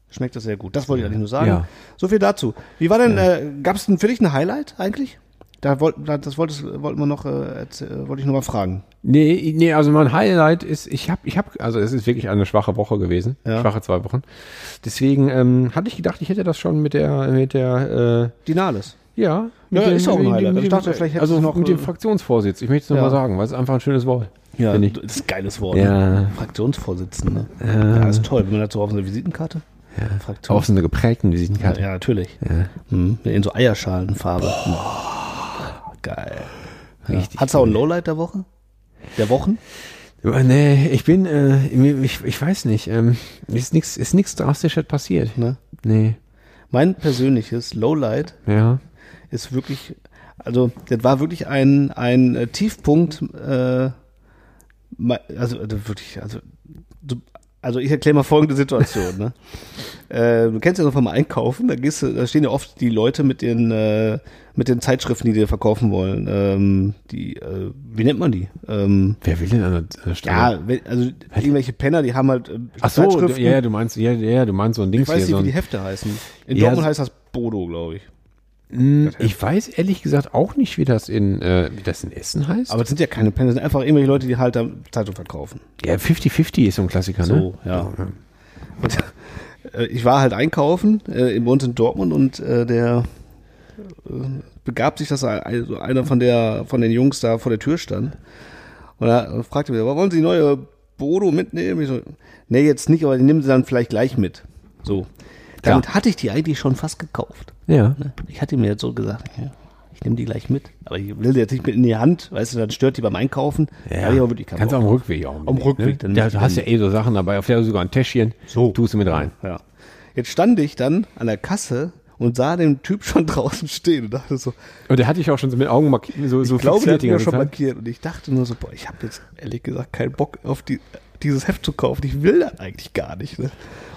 Schmeckt das sehr gut. Das wollte ich eigentlich nur sagen. Ja. So viel dazu. Wie war denn, äh, gab es denn für dich ein Highlight eigentlich? Da wollt, da, das wolltest, wollten wir noch, äh, erzäh- äh, wollte ich noch mal fragen. Nee, nee, also mein Highlight ist, ich habe, ich habe, also es ist wirklich eine schwache Woche gewesen, schwache zwei Wochen. Deswegen ähm, hatte ich gedacht, ich hätte das schon mit der, mit der, Dinales. äh, ja, Ja, mit ist auch ein mit Highlight. Mit Ich dem, dachte, vielleicht hättest also du noch, mit äh, dem Fraktionsvorsitz. Ich möchte es Ja. nochmal sagen, weil es ist einfach ein schönes Wort. Ja, Finde ich. das ist ein geiles Wort. Ja. Ne? Fraktionsvorsitzende. Ja. ja, ist toll, wenn man dazu auf so eine Visitenkarte. Ja. Fraktions Auf so einer geprägten Visitenkarte. Ja, natürlich. Hm, in so Eierschalenfarbe. Geil. Ja. Hat's auch ein Lowlight der Woche? Der Wochen? Ja. Nee, ich bin, äh, ich, ich weiß nicht, ähm, ist nichts ist nichts drastisches passiert. Ne? Nee, Mein persönliches Lowlight ja. ist wirklich, also das war wirklich ein, ein äh, Tiefpunkt, äh, me- also äh, wirklich, also, du- also ich erkläre mal folgende Situation, ne? äh, du kennst ja noch vom Einkaufen, da gehst du, da stehen ja oft die Leute mit den, äh, mit den Zeitschriften, die dir verkaufen wollen. Ähm, die, äh, wie nennt man die? Ähm, Wer will denn an der Stelle? ja, wenn- also irgendwelche Penner, die haben halt äh, Ach so, Zeitschriften. ja, ja, du meinst, ja, ja, du meinst so ein Ding ich weiß hier, nicht, so wie ein, die Hefte heißen. In Ja, Dortmund so- heißt das Bodo, glaube ich. Mm, Ich weiß ehrlich gesagt auch nicht, wie das in, äh, wie das in Essen heißt. Aber es sind ja keine Penner, es sind einfach irgendwelche Leute, die halt da Zeitung verkaufen. ja, 50-50 ist so ein Klassiker, ne? So, Ne? Genau, ja. Und, äh, ich war halt einkaufen äh, bei uns in Dortmund und äh, der äh, begab sich, dass ein- also einer von, der, von den Jungs da vor der Tür stand. Und er fragte mich, "Aber wollen Sie die neue Bodo mitnehmen? Ich so, nee, jetzt nicht, aber die nehmen Sie dann vielleicht gleich mit. So. Damit hatte ich die eigentlich schon fast gekauft. ne? Ja. Ich hatte mir jetzt so gesagt, ja, ich nehme die gleich mit. Aber ich will sie jetzt nicht mit in die Hand, weißt du, dann stört die beim Einkaufen. Da hab ich auch wirklich keinen Kannst du Bock am Rückweg auch. Am Rückweg, dann Ne? Da nicht, hast du ja eh so Sachen dabei, auf der hast du sogar ein Täschchen. So. Tust du mit rein. Ja. Jetzt stand ich dann an der Kasse und sah den Typ schon draußen stehen und dachte so, Und der hatte ich auch schon so mit Augen markiert, so, so ich glaube, der fixiert hat die mir ganze schon Zeit. markiert. Und ich dachte nur so, boah, ich habe jetzt ehrlich gesagt keinen Bock auf die, dieses Heft zu kaufen. Ich will das eigentlich gar nicht. Ne?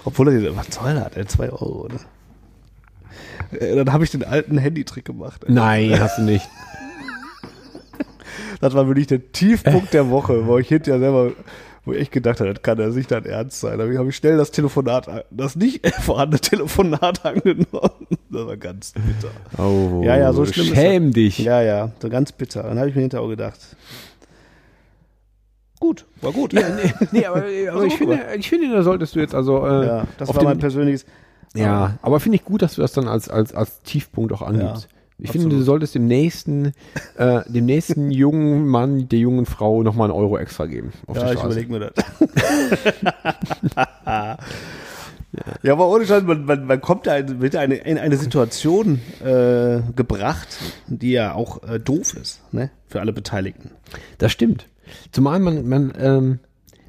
Obwohl er diese, was soll das? ey? Zwei Euro, ne? Äh, Dann habe ich den alten Handytrick gemacht. ey. Nein, hast du nicht. Das war wirklich der Tiefpunkt der Woche, wo ich hinterher selber, wo ich echt gedacht habe, das kann ja nicht dein Ernst sein. Da habe ich schnell das Telefonat, an- das nicht vorhandene Telefonat angenommen. Das war ganz bitter. Oh, Ja, ja, so schlimm ist Schäm dich. Ja, ja, so ganz bitter. Dann habe ich mir hinterher auch gedacht. Gut, war gut. Ja, Nee, aber, Also aber ich, finde, ich finde, da solltest du jetzt also. Äh, das auf war den- mein persönliches. Ja, aber finde ich gut, dass du das dann als, als, als Tiefpunkt auch angibst. ich finde, du absolut. solltest dem nächsten, äh, dem nächsten jungen Mann, der jungen Frau nochmal einen Euro extra geben. Auf Ja, die ich Straße. überlege mir das. ja, aber ohne Scheiß, man, man, man kommt da in, wird da eine, in eine Situation äh, gebracht, die ja auch äh, doof ist, ne? Für alle Beteiligten. Das stimmt. Zumal man, man, ähm,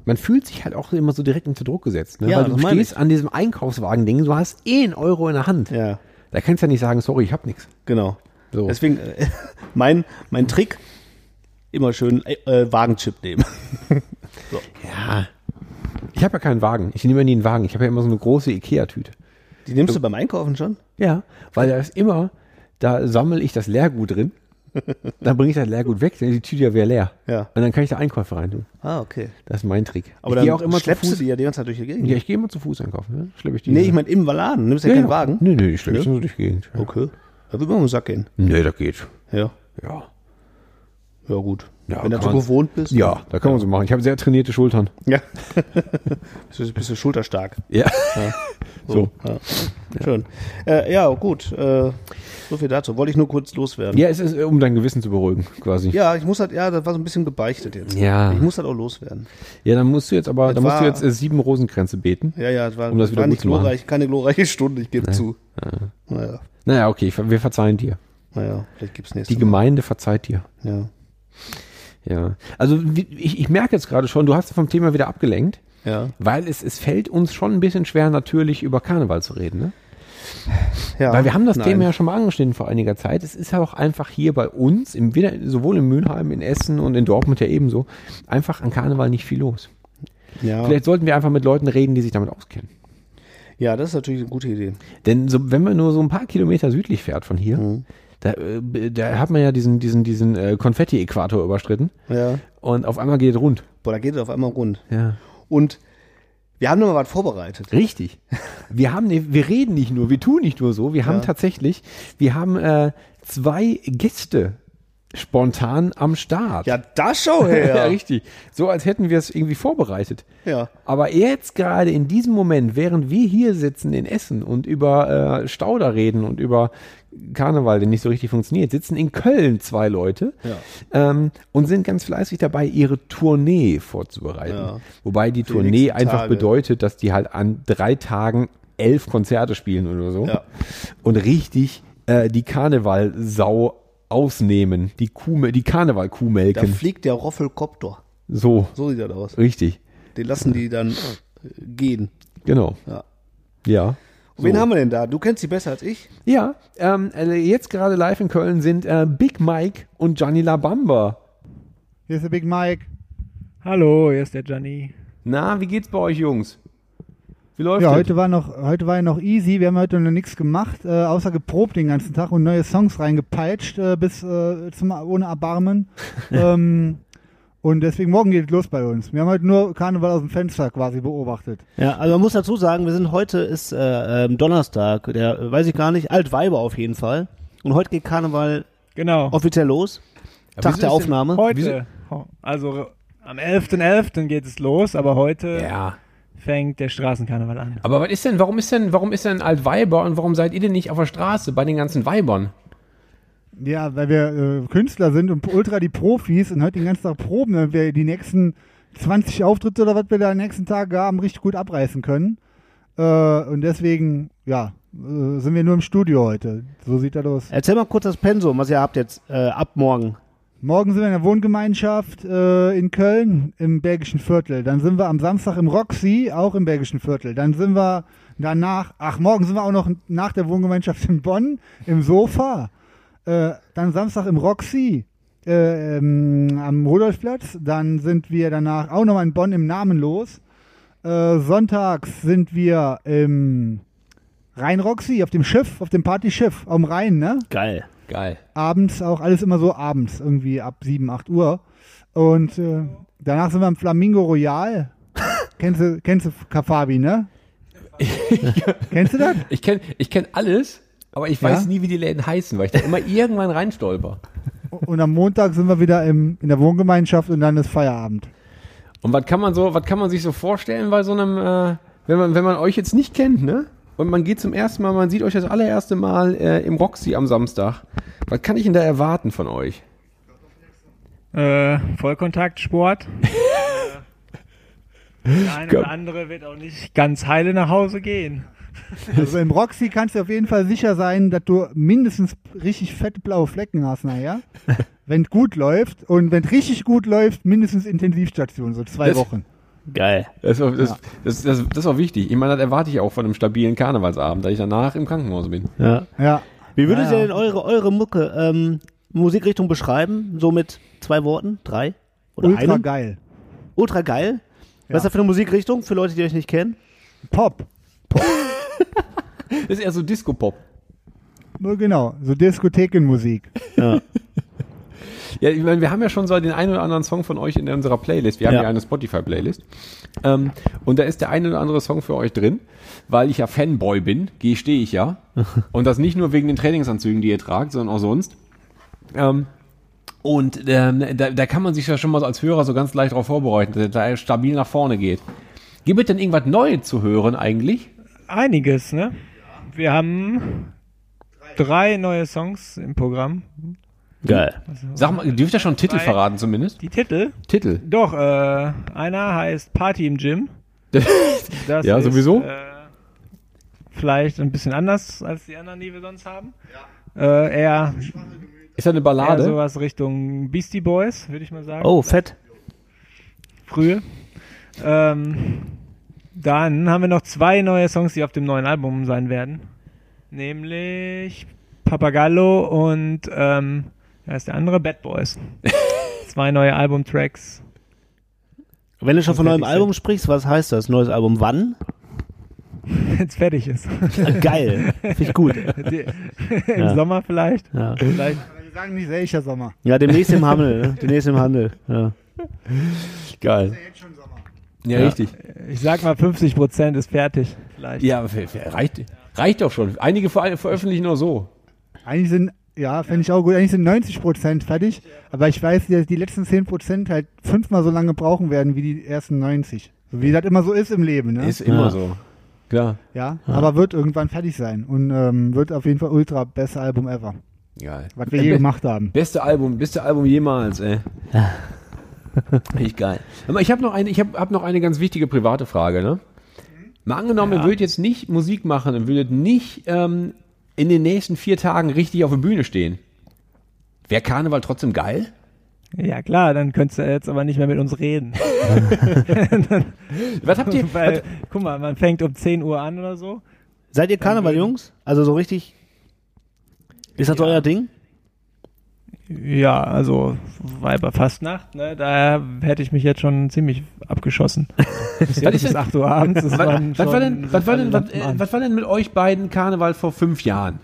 man fühlt sich halt auch immer so direkt unter Druck gesetzt. Ne? Ja, Weil du das meine stehst an diesem Einkaufswagen-Ding, du hast eh einen Euro in der Hand. Ja. Da kannst du ja nicht sagen, sorry, ich hab nichts. Genau. So. Deswegen, äh, mein, mein Trick, immer schön äh, äh, Wagenchip nehmen. Ja. Ich habe ja keinen Wagen. Ich nehme ja nie einen Wagen. Ich habe ja immer so eine große Ikea-Tüte. Die nimmst du beim Einkaufen schon? Ja, weil da ist immer, da sammle ich das Leergut drin, dann bringe ich das Leergut weg, dann ist die Tüte ja wieder leer. Ja. Und dann kann ich da Einkäufe rein tun. Ah, okay. Das ist mein Trick. Aber ich dann gehe auch immer zu schleppst du Fuß. die ja die ganze Zeit durch die Gegend. Ja, genau. ich gehe immer zu Fuß einkaufen. Ne? Schleppe ich die. nee, ich meine im Laden, nimmst ja, keinen Wagen. Nee, nee, ich schleppe ja. durch die Gegend. Ja. Okay. Da wird man um den Sack gehen. Nee, das geht. Ja, Ja. ja gut. Ja, Wenn du kann dazu man- gewohnt bist. Ja, da kann man so machen. Ich habe sehr trainierte Schultern. Ja. bist, du, bist du schulterstark. Ja. So. Ja. Schön. Äh, ja, gut. Äh, so viel dazu. Wollte ich nur kurz loswerden. Ja, es ist, äh, um dein Gewissen zu beruhigen, quasi. Ja, ich muss halt, ja, das war so ein bisschen gebeichtet jetzt. Ja. Ich muss halt auch loswerden. Ja, dann musst du jetzt aber, dann musst du war- jetzt äh, sieben Rosenkränze beten. Ja, ja, das war, Um das wieder war gut nicht zu machen. glorreich, keine glorreiche Stunde, ich gebe zu. Naja, Naja, okay, ich- wir verzeihen dir. naja, vielleicht gibt's nächstes Die Gemeinde verzeiht dir. Mal. Ja. Also wie- ich, ich merke jetzt gerade schon, du hast vom Thema wieder abgelenkt, Ja. weil es, es fällt uns schon ein bisschen schwer, natürlich über Karneval zu reden. Ne? Ja. ja. weil wir haben das Nein. Thema ja schon mal angeschnitten vor einiger Zeit. Es ist ja auch einfach hier bei uns, im, wieder, sowohl in Mülheim, in Essen und in Dortmund ja ebenso, einfach an Karneval nicht viel los. Ja. Vielleicht sollten wir einfach mit Leuten reden, die sich damit auskennen. ja, das ist natürlich eine gute Idee. Denn so, wenn man nur so ein paar Kilometer südlich fährt von hier, Mhm. da, äh, da hat man ja diesen, diesen, diesen äh, Konfetti-Äquator überstritten Ja. und auf einmal geht es rund. Boah, da geht es auf einmal rund. Ja. Und Wir haben noch mal was vorbereitet. Richtig. Wir haben, ne- wir reden nicht nur, wir tun nicht nur so. Wir haben tatsächlich, wir haben äh, zwei Gäste spontan am Start. Ja, da schau Ja, her. richtig. So als hätten wir es irgendwie vorbereitet. Ja. Aber jetzt gerade in diesem Moment, während wir hier sitzen in Essen und über äh, Stauder reden und über Karneval, der nicht so richtig funktioniert, sitzen in Köln zwei Leute ähm, und sind ganz fleißig dabei, ihre Tournee vorzubereiten. Wobei die die Tournee nächsten einfach Tage. bedeutet, dass die halt an drei Tagen elf Konzerte spielen oder so Ja. und richtig äh, die Karnevalsau ausnehmen, die Kuh, die Karneval-Kuh Da melken. fliegt der Roffelkopter. So, So sieht das aus. richtig. Den lassen die dann äh, gehen. Genau. Ja. Ja. Wen haben wir denn da? Du kennst sie besser als ich. Ja, ähm, also jetzt gerade live in Köln sind äh, Big Mike und Gianni Labamba. Hier ist der Big Mike. Hallo, hier ist der Gianni. Na, wie geht's bei euch, Jungs? Wie läuft Ja, das? heute war noch, heute war ja noch easy. Wir haben heute noch nichts gemacht, äh, außer geprobt den ganzen Tag und neue Songs reingepeitscht äh, bis äh, zum ohne Erbarmen. ähm, und deswegen morgen geht es los bei uns. Wir haben heute nur Karneval aus dem Fenster quasi beobachtet. Ja, also man muss dazu sagen, wir sind heute ist äh, ähm, Donnerstag, der äh, weiß ich gar nicht, Altweiber auf jeden Fall. Und heute geht Karneval Genau. offiziell los. wieso Tag ist der denn Aufnahme. Heute. Also am 11.11. geht es los, aber heute Ja. fängt der Straßenkarneval an. Aber was ist denn, warum ist denn, warum ist denn Altweiber und warum seid ihr denn nicht auf der Straße bei den ganzen Weibern? Ja, weil wir äh, Künstler sind und ultra die Profis und heute den ganzen Tag proben, damit wir die nächsten 20 Auftritte oder was wir da am nächsten Tag haben, richtig gut abreißen können. Äh, und deswegen, ja, äh, sind wir nur im Studio heute. So sieht das aus. Erzähl mal kurz das Pensum, was ihr habt jetzt äh, ab morgen. Morgen sind wir in der Wohngemeinschaft äh, in Köln im Bergischen Viertel. Dann sind wir am Samstag im Roxy, auch im Bergischen Viertel. Dann sind wir danach, ach, morgen sind wir auch noch nach der Wohngemeinschaft in Bonn im Sofa. Äh, dann Samstag im Roxy äh, ähm, am Rudolfplatz. Dann sind wir danach auch nochmal in Bonn im Namenlos. Äh, sonntags sind wir im Rhein-Roxy auf dem Schiff, auf dem Partyschiff, am Rhein, ne? Geil. Geil. abends auch alles immer so abends, irgendwie ab 7, 8 Uhr. Und äh, danach sind wir im Flamingo Royal. kennst du, kennst du K- Fabi, ne? kennst du das? Ich kenn, ich kenn alles, aber ich weiß Ja? nie, wie die Läden heißen, weil ich da immer irgendwann reinstolper. Und am Montag sind wir wieder im, in der Wohngemeinschaft und dann ist Feierabend. Und was kann man so, was kann man sich so vorstellen bei so einem, äh, wenn man, wenn man euch jetzt nicht kennt, ne? Und man geht zum ersten Mal, man sieht euch das allererste Mal äh, im Roxy am Samstag. Was kann ich denn da erwarten von euch? Äh, Vollkontaktsport. Äh, Der eine Komm. oder andere wird auch nicht ganz heile nach Hause gehen. Also im Roxy kannst du auf jeden Fall sicher sein, dass du mindestens richtig fette blaue Flecken hast, naja. Wenn es gut läuft und wenn es richtig gut läuft, mindestens Intensivstation, so zwei Das- Wochen. Geil. Das war, das, das, das, das war wichtig. Ich meine, das erwarte ich auch von einem stabilen Karnevalsabend, da ich danach im Krankenhaus bin. Ja. Ja. Wie würdet Ja, ihr ja. denn eure, eure Mucke, ähm, Musikrichtung beschreiben? So mit zwei Worten? Drei? Oder Ultra einem? geil. Ultra geil. Was ist das für eine Musikrichtung für Leute, die euch nicht kennen? Pop. Das ist eher so Disco-Pop. Nur genau, so Diskothekenmusik. Ja, ich meine, wir haben ja schon so den einen oder anderen Song von euch in unserer Playlist. Wir haben Ja. ja, eine Spotify-Playlist. Ähm, und da ist der eine oder andere Song für euch drin, weil ich ja Fanboy bin, gestehe ich ja. Und das nicht nur wegen den Trainingsanzügen, die ihr tragt, sondern auch sonst. Ähm, und ähm, da, da kann man sich ja schon mal so als Hörer so ganz leicht darauf vorbereiten, dass er da stabil nach vorne geht. Gibt es denn irgendwas Neues zu hören eigentlich? Einiges, ne? Wir haben drei neue Songs im Programm. Geil. Sag mal, dürft ihr schon einen Titel Nein. verraten zumindest? Die Titel? Titel. Doch, äh, einer heißt Party im Gym. Das Ja, ist, sowieso. Äh, vielleicht ein bisschen anders als die anderen, die wir sonst haben. Äh, eher, Ist ja eine eher Ballade. sowas Richtung Beastie Boys, würde ich mal sagen. Oh, fett. Frühe. Ähm, dann haben wir noch zwei neue Songs, die auf dem neuen Album sein werden. Nämlich Papagallo und ähm, wer ist der andere? Bad Boys. zwei neue Albumtracks. Wenn du schon von neuem fertig Album sprichst, was heißt das? Neues Album wann? Jetzt fertig ist. Geil. Finde ich gut. Die- Im Sommer vielleicht. Ja. vielleicht. Wir sagen nicht welcher Sommer. Ja, demnächst im Handel. Ne? Demnächst im Handel. Ja. Geil. Ja, richtig. Ich sag mal, 50 Prozent ist fertig. Vielleicht. Ja, aber f- f- reicht, reicht doch schon. Einige ver veröffentlichen nur so. Eigentlich sind, ja, fände ich auch gut, eigentlich sind 90 Prozent fertig, aber ich weiß, dass die letzten 10 Prozent halt fünfmal so lange brauchen werden wie die ersten 90. So wie das immer so ist im Leben, ne? Ist immer ja. so. Klar. Ja, aber wird irgendwann fertig sein und ähm, wird auf jeden Fall ultra beste Album ever. Geil. Was wir je gemacht haben. Beste Album, beste Album jemals, ey. Richtig geil. Aber ich habe noch eine, ich habe hab noch eine ganz wichtige private Frage, ne? Mal angenommen, ihr würdet jetzt nicht Musik machen und würdet nicht ähm, in den nächsten vier Tagen richtig auf der Bühne stehen. Wäre Karneval trotzdem geil? Ja klar, dann könntest du jetzt aber nicht mehr mit uns reden. Was habt ihr- Weil, was- guck mal, man fängt um 10 Uhr an oder so. Seid ihr Karneval-Jungs? Also so richtig? Ist das euer Ding? Ja, also Weiberfastnacht, ne? Da hätte ich mich jetzt schon ziemlich abgeschossen. Bis jetzt ist bis denn- 8 Uhr abends. Was, das waren was, war schon- denn, was, war denn, was, äh, was war denn mit euch beiden Karneval vor fünf Jahren?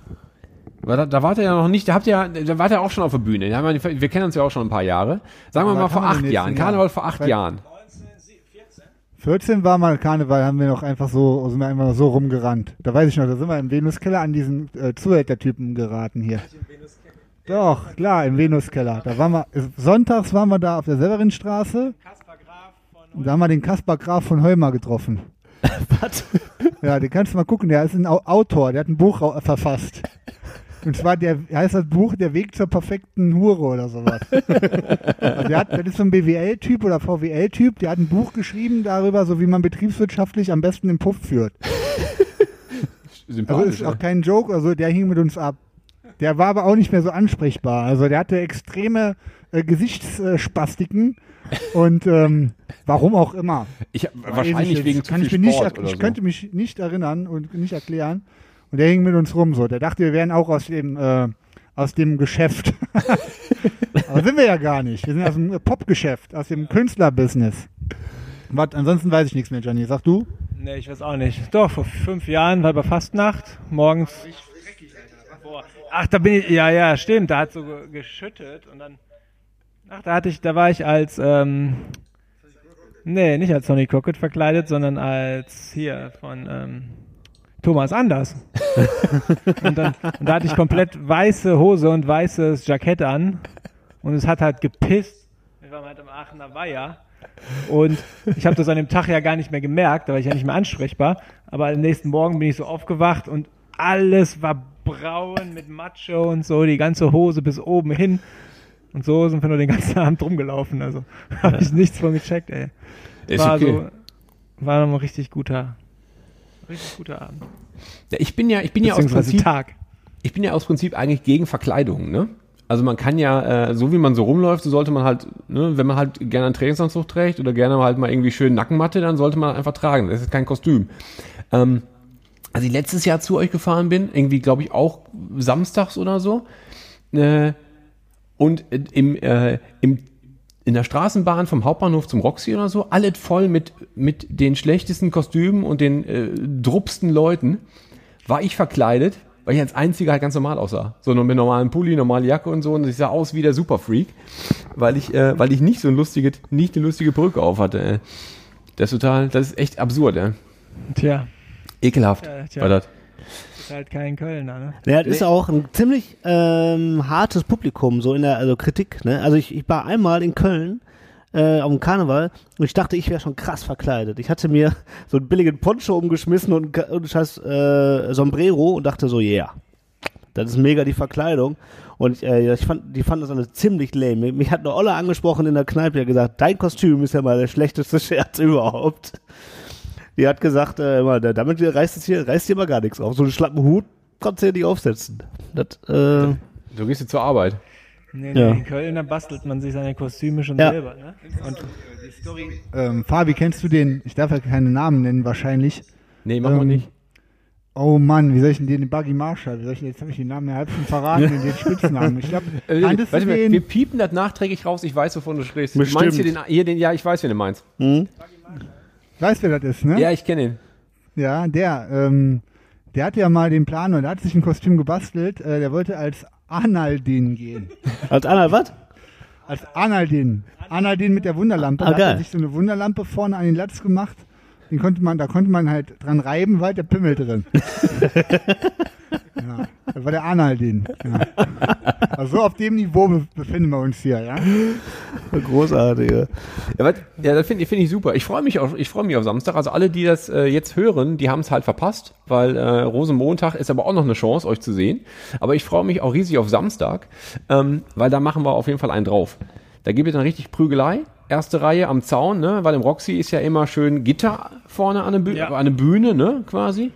Weil da, da wart ihr ja noch nicht, da habt ihr, ja- da wart ihr auch schon auf der Bühne. Da haben wir, wir kennen uns ja auch schon ein paar Jahre. Sagen wir Aber mal was vor haben wir acht denn jetzt Jahren. im Jahr? Karneval vor acht Weil- Jahren. 14 war mal Karneval, haben wir noch einfach so, sind wir einfach so rumgerannt. Da weiß ich noch, da sind wir im Venuskeller an diesen äh, Zuhältertypen geraten hier. Doch, klar, im Venuskeller. Da waren wir, sonntags waren wir da auf der Severinstraße. Und da haben wir den Kaspar Graf von Heumer getroffen. Was? Ja, den kannst du mal gucken. Der ist ein Au- Autor, der hat ein Buch au- verfasst. Und zwar der, heißt das Buch Der Weg zur perfekten Hure oder sowas. Also der hat, das ist so ein BWL-Typ oder VWL-Typ, der hat ein Buch geschrieben darüber, so wie man betriebswirtschaftlich am besten im Puff führt. Also Sympathisch. ist auch ne? kein Joke, also der hing mit uns ab. Der war aber auch nicht mehr so ansprechbar. Also der hatte extreme äh, Gesichtsspastiken und ähm, warum auch immer. ich, Weiß wahrscheinlich ich wegen jetzt. zu kann viel ich, mir nicht, Sport erk- oder ich so. könnte mich nicht erinnern und nicht erklären. Und der hing mit uns rum so. Der dachte, wir wären auch aus dem, äh, aus dem Geschäft. Aber sind wir ja gar nicht. Wir sind aus dem Popgeschäft, aus dem Künstlerbusiness. Was, ansonsten weiß ich nichts mehr, Gianni. Sag du? Nee, ich weiß auch nicht. Doch, vor fünf Jahren war bei Fastnacht, morgens. Ach, da bin ich, ja, ja, stimmt, da hat so ge- geschüttet und dann, ach, da hatte ich, da war ich als, ähm, nee, nicht als Sonny Crockett verkleidet, sondern als, hier, von, ähm, Thomas Anders. und, dann, und da hatte ich komplett weiße Hose und weißes Jackett an und es hat halt gepisst. Wir waren halt im Aachener Weiher. Und ich habe das an dem Tag ja gar nicht mehr gemerkt, da war ich ja nicht mehr ansprechbar. Aber am nächsten Morgen bin ich so aufgewacht und alles war braun mit Matsche und so, die ganze Hose bis oben hin. Und so sind wir nur den ganzen Abend rumgelaufen. Also habe ich nichts von gecheckt, ey. Ist war okay. so, war noch ein richtig guter, richtig guter Abend. Ja, ich bin ja, ich bin ja aus Beziehungsweise Prinzip, Tag. ich bin ja aus Prinzip eigentlich gegen Verkleidung, ne? Also man kann ja, äh, so wie man so rumläuft, so sollte man halt, ne, wenn man halt gerne einen Trainingsanzug trägt oder gerne halt mal irgendwie schön Nackenmatte, dann sollte man einfach tragen. Das ist kein Kostüm. Ähm, als ich letztes Jahr zu euch gefahren bin, irgendwie glaube ich auch samstags oder so, äh, und äh, im, äh, im, in der Straßenbahn vom Hauptbahnhof zum Roxy oder so, alles voll mit, mit den schlechtesten Kostümen und den äh, drupsten Leuten, war ich verkleidet, weil ich als einziger halt ganz normal aussah. So nur mit normalen Pulli, normale Jacke und so und ich sah aus wie der Superfreak, weil ich, äh, weil ich nicht so ein lustige, nicht eine lustige Perücke auf hatte. Ey. Das ist total, das ist echt absurd, ey. Tja, Ekelhaft Ja, tja. war das. ist halt kein Kölner, ne? Ja, das ist auch ein ziemlich ähm, hartes Publikum, so in der also Kritik. Ne? Also ich, ich war einmal in Köln äh, auf dem Karneval und ich dachte, ich wäre schon krass verkleidet. Ich hatte mir so einen billigen Poncho umgeschmissen und, einen Ka- und einen scheiß äh, Sombrero und dachte so, yeah, das ist mega die Verkleidung. Und äh, ich fand, die fanden das alles ziemlich lame. Mich hat eine Olle angesprochen in der Kneipe, die hat gesagt, dein Kostüm ist ja mal der schlechteste Scherz überhaupt. Die hat gesagt, äh, immer, da- damit reißt es hier, reißt hier mal gar nichts auf. So einen schlappen Hut kannst du dir nicht aufsetzen. Das, äh, So gehst du zur Arbeit. Nee, Ja. nee, in Köln, da bastelt man sich seine Kostüme schon Ja. selber, ne? Und Ähm, Fabi, kennst du den? Ich darf ja keine Namen nennen wahrscheinlich. Nee, machen wir Ähm, nicht. Oh Mann, wie soll ich denn den Buggy Marshall? Wie soll ich denn, jetzt habe ich den Namen ja halb schon verraten, den, den Spitznamen. Ich glaube, Äh, kanntest du warte mal, wir den? piepen das nachträglich raus, ich weiß, wovon du sprichst. Bestimmt. Meinst du den, hier den, ja, ich weiß, wen du meinst. Weißt wer das ist, ne? Ja, ich kenne ihn. Ja, der. Ähm, der hat ja mal den Plan und der hat sich ein Kostüm gebastelt. Äh, der wollte als Analdin gehen. als Anna, was? Als Analdin. Analdin mit der Wunderlampe. Ah, da hat geil. er sich so eine Wunderlampe vorne an den Latz gemacht. Den konnte man, da konnte man halt dran reiben, weil der Pimmel drin. ja, das war der Analdin. Ja. Also auf dem Niveau be- befinden wir uns hier, ja. Großartig. ja. Ja, wat- ja das finde find ich super. Ich freue mich, auf- ich freu mich auf Samstag. Also alle, die das äh, jetzt hören, die haben es halt verpasst, weil äh, Rosenmontag ist aber auch noch eine Chance, euch zu sehen. Aber ich freue mich auch riesig auf Samstag, ähm, weil da machen wir auf jeden Fall einen drauf. Da gibt es dann richtig Prügelei. Erste Reihe am Zaun, ne? weil im Roxy ist ja immer schön Gitter vorne an der Bühne, Ja. an der Bühne ne? quasi.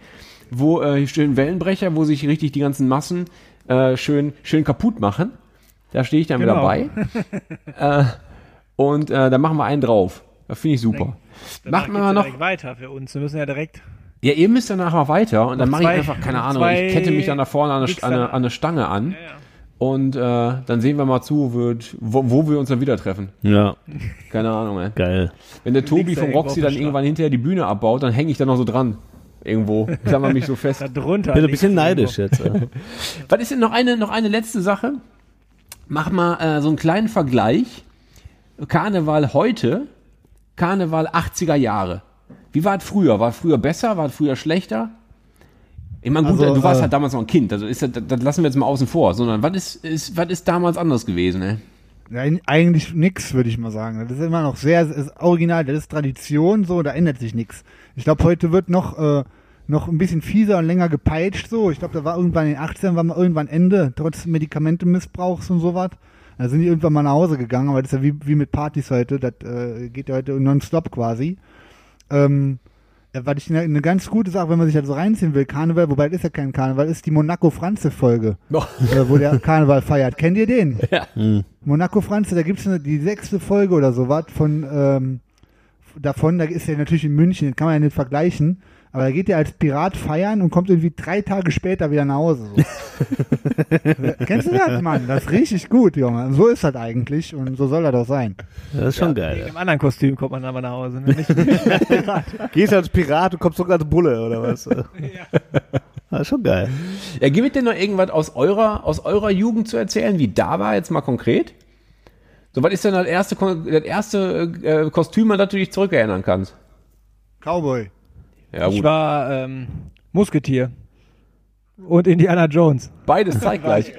Wo äh, hier stehen Wellenbrecher, wo sich richtig die ganzen Massen äh, schön, schön kaputt machen. Da stehe ich dann Genau. wieder bei. Und äh, da machen wir einen drauf. Das finde ich super. Machen wir geht's ja mal noch. direkt weiter für uns. Wir müssen ja direkt. Ja, ihr müsst danach mal weiter und dann Noch mache ich zwei- einfach, keine noch Ahnung, zwei ich kette mich dann da vorne an eine, Wichser. an eine, an eine Stange an. Und äh, dann sehen wir mal zu, wird, wo, wo wir uns dann wieder treffen. Ja, Keine Ahnung, ey. geil. Wenn der Tobi Wichser vom irgendwo Roxy auf der dann irgendwann hinterher die Bühne abbaut, dann hänge ich da noch so dran. Irgendwo. Ich klammer mich so fest. Da drunter. Bin ein liegt's bisschen irgendwo. neidisch jetzt. ja. Was ist denn noch eine, noch eine letzte Sache? Mach mal äh, so einen kleinen Vergleich. Karneval heute, Karneval 80er Jahre. Wie war es früher? War es früher besser? War es früher schlechter? Ich meine, gut, Also, du warst äh, halt damals noch ein Kind, also ist das, das, das lassen wir jetzt mal außen vor, sondern was ist, ist, was ist damals anders gewesen, ne? ey? Nein, eigentlich nix, würde ich mal sagen. Das ist immer noch sehr, das ist original, das ist Tradition, so, da ändert sich nichts. Ich glaube, heute wird noch, äh, noch ein bisschen fieser und länger gepeitscht, so. Ich glaube, da war irgendwann in den 18 war mal irgendwann Ende, trotz Medikamentenmissbrauchs und sowas. Da sind die irgendwann mal nach Hause gegangen, aber das ist ja wie, wie mit Partys heute, das äh, geht ja heute nonstop quasi. Ähm, ja, was ich eine, eine ganz gute Sache, wenn man sich da so reinziehen will, Karneval, wobei das ist ja kein Karneval, ist die Monaco-Franze-Folge, äh, wo der Karneval feiert. Kennt ihr den? Monaco Franze, da gibt's eine- die sechste Folge oder sowas von ähm, davon, da ist er natürlich in München, den kann man ja nicht vergleichen, aber da geht er als Pirat feiern und kommt irgendwie drei Tage später wieder nach Hause. So. Kennst du das, Mann? Das ist richtig gut, Junge. So ist das eigentlich und so soll das auch sein. Das ist schon geil. Äh. Im anderen Kostüm kommt man aber nach Hause. Ne? Nicht, ja. Gehst als Pirat und kommst zurück als Bulle oder was? Das ist schon geil. Ja, gibt es denn noch irgendwas aus eurer, aus eurer Jugend zu erzählen, wie da war jetzt mal konkret? So, was ist denn das erste, Kon- das erste äh, Kostüm, an das du dich zurückerinnern kannst? Cowboy. Ja, ich war ähm, Musketier und Indiana Jones. Beides zeitgleich.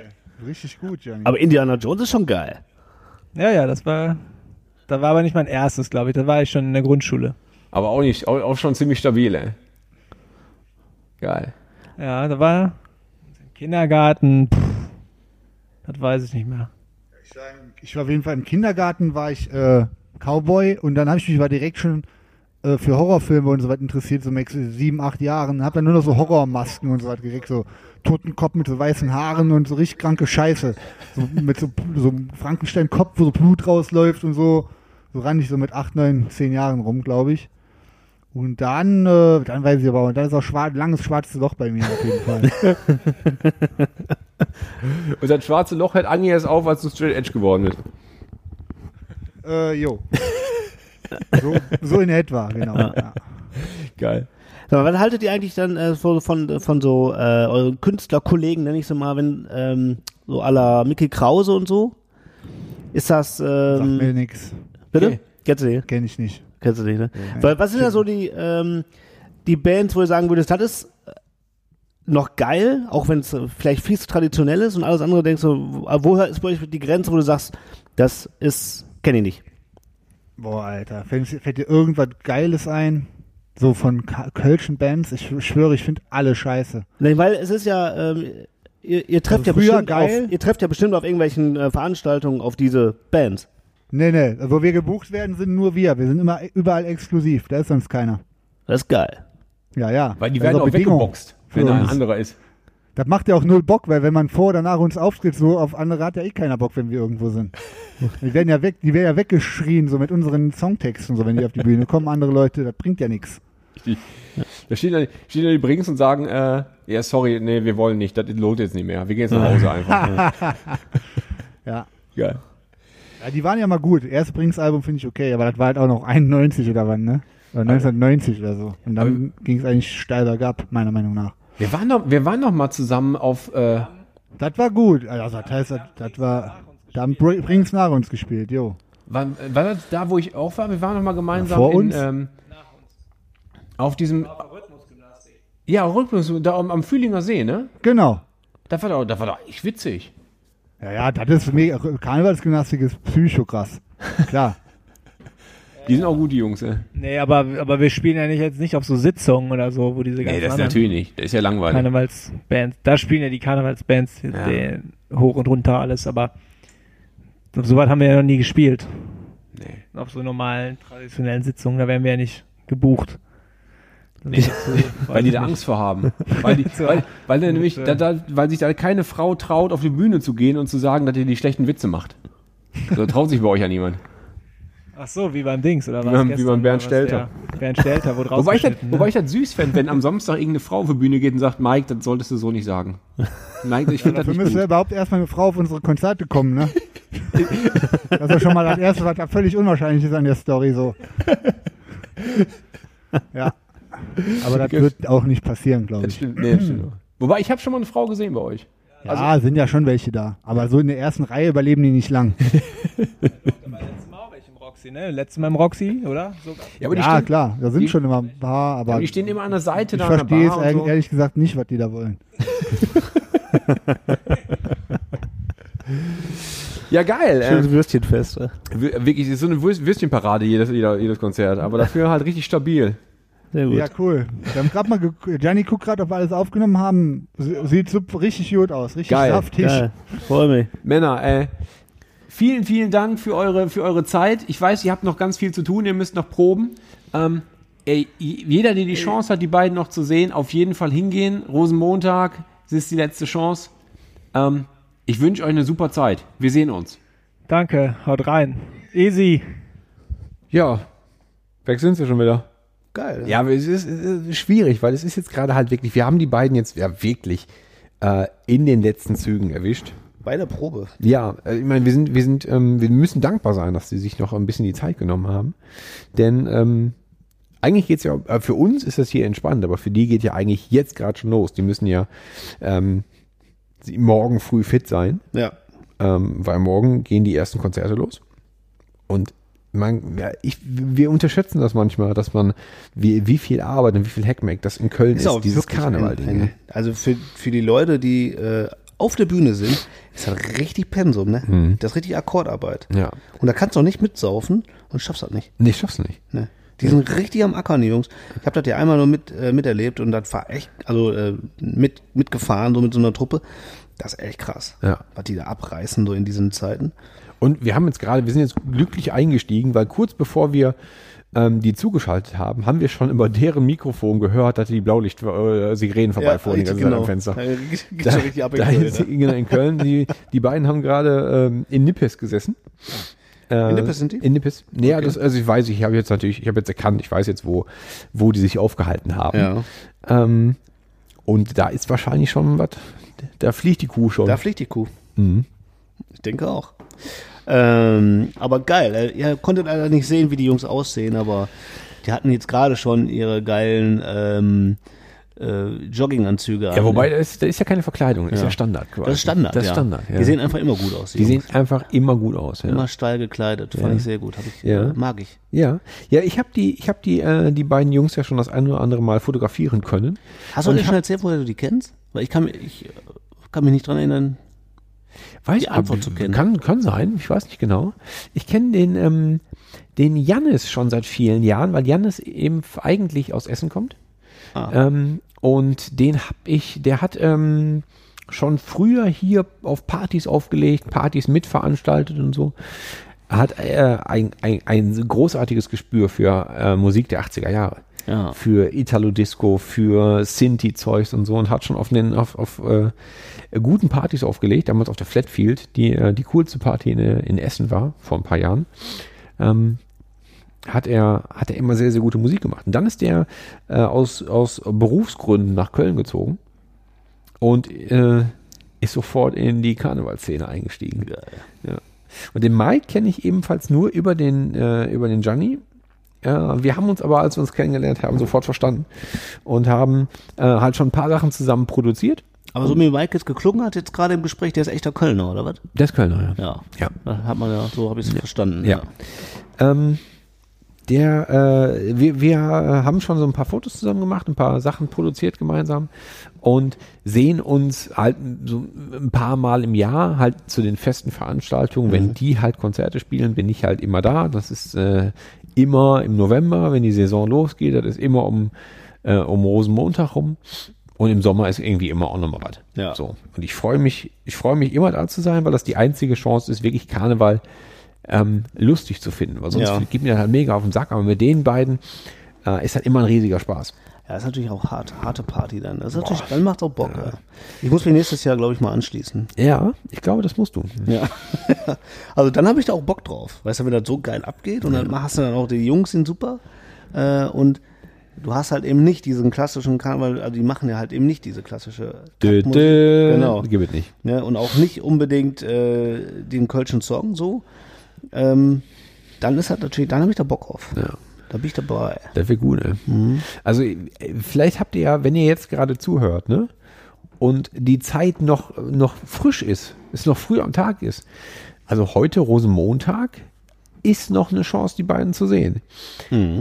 Richtig gut, Johnny. Aber Indiana Jones ist schon geil. Ja, ja, das war. Da war aber nicht mein erstes, glaube ich. Da war ich schon in der Grundschule. Aber auch nicht, auch, auch schon ziemlich stabil, ey. Geil. Ja, da war im Kindergarten. Pff, das weiß ich nicht mehr. ich war auf jeden Fall im Kindergarten, war ich äh, Cowboy und dann habe ich mich aber direkt schon äh, für Horrorfilme und so was interessiert, so mit sieben, acht Jahren. Hab dann nur noch so Horrormasken und so was gekriegt, so Totenkopf mit so weißen Haaren und so richtig kranke Scheiße. So mit so, so einem Frankenstein-Kopf, wo so Blut rausläuft und so. So ran ich so mit acht, neun, zehn Jahren rum, glaube ich. Und dann, äh, dann weiß ich aber, und dann ist auch schwar langes schwarzes Loch bei mir auf jeden Fall. Und das schwarze Loch hält Anja erst auf, als du Straight Edge geworden bist. äh, jo. So, so in etwa, genau. Ja. Geil. Sag mal, was haltet ihr eigentlich dann äh, von, von, von so äh, euren Künstlerkollegen, nenne ich so mal, wenn ähm, so aller Mickey Krause und so? Ist das Sagt mir ähm, nix. bitte? Okay. Kennst du die? Kenne ich nicht. Kennst du die, ne? Weil, was sind da so die ähm, die Bands, wo ihr sagen würdest, das ist äh, noch geil, auch wenn es äh, vielleicht viel zu traditionell ist und alles andere denkst du, wo wo ist bei euch die Grenze, wo du sagst, das ist kenne ich nicht. Boah, Alter. Fällt, fällt dir irgendwas Geiles ein? So von Ka- Kölschen Bands? Ich schw- schwöre, ich finde alle scheiße. Nein, weil es ist ja, ähm, ihr, ihr trefft Also ja früher bestimmt geil. auf, ihr trefft ja bestimmt auf irgendwelchen äh, Veranstaltungen auf diese Bands. Nee, nee. Wo wir gebucht werden, sind nur wir. Wir sind immer überall exklusiv. Da ist sonst keiner. Das ist geil. Ja, ja. Weil die Das ist werden auch Bedingung weggeboxt, für wenn da ein uns. anderer ist. Das macht ja auch null Bock, weil wenn man vor oder nach uns auftritt, so auf andere hat ja eh keiner Bock, wenn wir irgendwo sind. Die werden ja weg, die werden ja weggeschrien, so mit unseren Songtexten, so wenn die auf die Bühne kommen, andere Leute, das bringt ja nichts. Da stehen dann, stehen dann die Brings und sagen, äh, ja, sorry, nee, wir wollen nicht, das lohnt jetzt nicht mehr. Wir gehen jetzt nach Hause einfach. Ja. Geil. Ja, die waren ja mal gut. Erst Brings Album finde ich okay, aber das war halt auch noch 91 oder wann, ne? Oder Also- 1990 oder so. Und dann ging es eigentlich steil bergab, meiner Meinung nach. Wir waren doch, wir waren doch mal zusammen auf, äh, Das war gut. Also das heißt, das, das war Da haben Br Brings nach uns gespielt, jo. War, war das da, wo ich auch war? Wir waren noch mal gemeinsam Vor in, uns? Ähm, auf diesem. Ja, Rhythmus, da am, am Fühlinger See, ne? Genau. Da war doch, da war doch echt witzig. Ja, ja, das ist mega. Karnevalsgymnastik ist psychokrass. Klar. Die sind auch gut, die Jungs, ey. Nee, aber, aber wir spielen ja nicht, jetzt nicht auf so Sitzungen oder so, wo diese ganzen Nee, das anderen natürlich nicht. Das ist ja langweilig. Karnevalsbands, da spielen ja die Karnevalsbands den, hoch und runter alles, aber so weit haben wir ja noch nie gespielt. Nee. Auf so normalen, traditionellen Sitzungen, da werden wir ja nicht gebucht. Nee, weil die da Angst vor haben. Weil, die, weil, weil, der nämlich, da, da, weil sich da keine Frau traut, auf die Bühne zu gehen und zu sagen, dass ihr die schlechten Witze macht. Da traut sich bei euch ja niemand. Ach so, wie beim Dings, oder Wie was? beim- wie Gestern, beim Bernd oder was? Stelter. Ja, Bernd Stelter, ne? wo drauf Wobei ich, das, wobei ich das süß fände, wenn am Samstag irgendeine Frau auf die Bühne geht und sagt, Mike, das solltest du so nicht sagen. Nein, ich finde das Dafür nicht müsste gut. überhaupt erstmal eine Frau auf unsere Konzerte kommen, ne? das ist schon mal das Erste, was da völlig unwahrscheinlich ist an der Story so. ja. Aber das wird auch nicht passieren, glaube Das ich. stimmt, nee, das stimmt. Wobei, ich habe schon mal eine Frau gesehen bei euch. Ja, Also- sind ja schon welche da. Aber so in der ersten Reihe überleben die nicht lang. Roxy, ne? Letztes Mal im Roxy, oder? Sogar. Ja, aber die, ja, stehen, klar, da sind schon immer ein paar, ja, aber aber die ich stehen immer an der Seite da an der verstehe es Bar und eigentlich so. ehrlich gesagt nicht, was die da wollen. Ja, geil. Äh, Schönes Würstchenfest. ne? äh. wir- wirklich, es ist so eine Würst- Würstchenparade jedes, jeder, jedes Konzert. Aber dafür halt richtig stabil. Sehr gut. Ja, cool. Wir haben gerade mal, ge- Gianni guckt gerade, ob wir alles aufgenommen haben. Sie- Sieht so richtig gut aus, richtig Geil, saftig. Geil. Freue mich. Männer, äh, vielen, vielen Dank für eure, für eure Zeit. Ich weiß, ihr habt noch ganz viel zu tun, ihr müsst noch proben. Ähm, ey, j- jeder, der die Chance hat, die beiden noch zu sehen, auf jeden Fall hingehen. Rosenmontag, es ist die letzte Chance. Ähm, ich wünsche euch eine super Zeit. Wir sehen uns. Danke, haut rein. Easy. Ja, weg sind sie schon wieder. Geil. Ja, aber es ist, es ist schwierig, weil es ist jetzt gerade halt wirklich, wir haben die beiden jetzt ja wirklich äh, in den letzten Zügen erwischt. Bei der Probe. Ja, äh, ich meine, wir sind, wir sind, ähm, wir müssen dankbar sein, dass sie sich noch ein bisschen die Zeit genommen haben. Denn ähm, eigentlich geht's ja, äh, für uns ist das hier entspannt, aber für die geht ja eigentlich jetzt gerade schon los. Die müssen ja ähm, sie morgen früh fit sein Ja. ähm, weil morgen gehen die ersten Konzerte los. Und man, ja, ich, wir unterschätzen das manchmal, dass man, wie, wie viel Arbeit und wie viel Hackmack das in Köln ist, auch dieses wirklich Karneval-Ding. ne? ein- ein- Also für, für die Leute, die äh, auf der Bühne sind, ist das richtig Pensum, ne? Mhm. Das ist richtig Akkordarbeit. Ja. Und da kannst du auch nicht mitsaufen und schaffst das nicht. Nee, ich schaff's nicht. Ne? Die sind richtig am Ackern, die Jungs. Ich habe das ja einmal nur mit, äh, miterlebt und das war echt, also äh, mit, mitgefahren, so mit so einer Truppe. Das ist echt krass, Ja. was die da abreißen, so in diesen Zeiten. Und wir haben jetzt gerade, wir sind jetzt glücklich eingestiegen, weil kurz bevor wir ähm, die zugeschaltet haben, haben wir schon über deren Mikrofon gehört, dass die Blaulicht-Sirenen vorbeifuhren die richtig, ganze Zeit am Fenster. genau. Da geht Da, schon richtig ab. in da Köln, ist, ne? genau, in Köln. Die, die beiden haben gerade ähm, in Nippes gesessen. Äh, In Nippes sind die? In Nippes. Nee, das, also ich weiß, ich habe jetzt natürlich, ich habe jetzt erkannt, ich weiß jetzt, wo, wo die sich aufgehalten haben. Ja. Ähm, und da ist wahrscheinlich schon was. Da fliegt die Kuh schon. Da fliegt die Kuh. Mhm. Ich denke auch. Ähm, aber geil. äh, Ihr konntet leider nicht sehen, wie die Jungs aussehen, aber die hatten jetzt gerade schon ihre geilen ähm, äh, Jogginganzüge ja, an. wobei, da ist, da ist ja keine Verkleidung, das ist ja Standard quasi. das ist Standard. Das ist ja. Standard, ja. Die sehen einfach immer gut aus. Die, die Jungs. sehen einfach immer gut aus. Ja. immer steil gekleidet. Fand ich sehr gut. Hab ich, Ja. Mag ich. Ja, ja, ich habe die, ich habe die, äh, die beiden Jungs ja schon das ein oder andere Mal fotografieren können. Hast du Und dir ich schon erzählt, woher du die kennst? Weil ich kann, mir- ich äh, kann mich nicht dran erinnern. Weiß die Antwort zu kennen. Kann, kann sein, ich weiß nicht genau. Ich kenne den, ähm, den Jannis schon seit vielen Jahren, weil Jannis eben f- eigentlich aus Essen kommt. Ah. Ähm, und den hab ich, der hat ähm, schon früher hier auf Partys aufgelegt, Partys mitveranstaltet und so. Hat äh, ein, ein, ein großartiges Gespür für äh, Musik der 80er Jahre Ja. für Italo-Disco, für Sinti-Zeugs und so und hat schon auf, den, auf, auf äh, guten Partys aufgelegt, damals auf der Flatfield, die äh, die coolste Party in, äh, in Essen war, vor ein paar Jahren. Ähm, hat er, hat er immer sehr, sehr gute Musik gemacht. Und dann ist der äh, aus, aus Berufsgründen nach Köln gezogen und äh, ist sofort in die Karnevalszene eingestiegen. Ja. Und den Mike kenne ich ebenfalls nur über den, äh, über den Gianni, ja, wir haben uns aber, als wir uns kennengelernt haben, sofort verstanden und haben äh, halt schon ein paar Sachen zusammen produziert Aber so wie Mike jetzt geklungen hat, jetzt gerade im Gespräch, der ist echter Kölner, oder was? Der ist Kölner, Ja. Ja. Das hat man ja, so habe ich es verstanden. Ja. Ähm, der, äh, wir, wir haben schon so ein paar Fotos zusammen gemacht, ein paar Sachen produziert gemeinsam und sehen uns halt so ein paar Mal im Jahr halt zu den festen Veranstaltungen. Wenn die halt Konzerte spielen, bin ich halt immer da. Das ist äh, immer im November, wenn die Saison losgeht. Das ist immer um, äh, um Rosenmontag rum. Und im Sommer ist irgendwie immer auch nochmal was. Ja. So. Und ich freue mich, ich freue mich immer da zu sein, weil das die einzige Chance ist, wirklich Karneval ähm, lustig zu finden, weil sonst Ja. geht mir das halt mega auf den Sack. Aber mit den beiden äh, ist halt immer ein riesiger Spaß. Ja, ist natürlich auch hart, harte Party dann. Das ist natürlich, dann macht auch Bock. Ja. Ich muss mich nächstes Jahr, glaube ich, mal anschließen. Ja, ich glaube, das musst du. Ja. also dann habe ich da auch Bock drauf. Weißt du, wenn das so geil abgeht und dann hast du dann auch, die Jungs sind super äh, und du hast halt eben nicht diesen klassischen Karneval, also die machen ja halt eben nicht diese klassische Dö, Kackmusik. dö, Genau. Gib es nicht. Ne? Und auch nicht unbedingt äh, den kölschen Song so. Ähm, dann ist halt natürlich, dann habe ich da Bock drauf. Ja. Da bin ich dabei. Das wäre gut, ey. Also, äh, vielleicht habt ihr ja, wenn ihr jetzt gerade zuhört, ne? Und die Zeit noch, noch frisch ist, es noch früh am Tag ist. Also heute Rosenmontag ist noch eine Chance, die beiden zu sehen.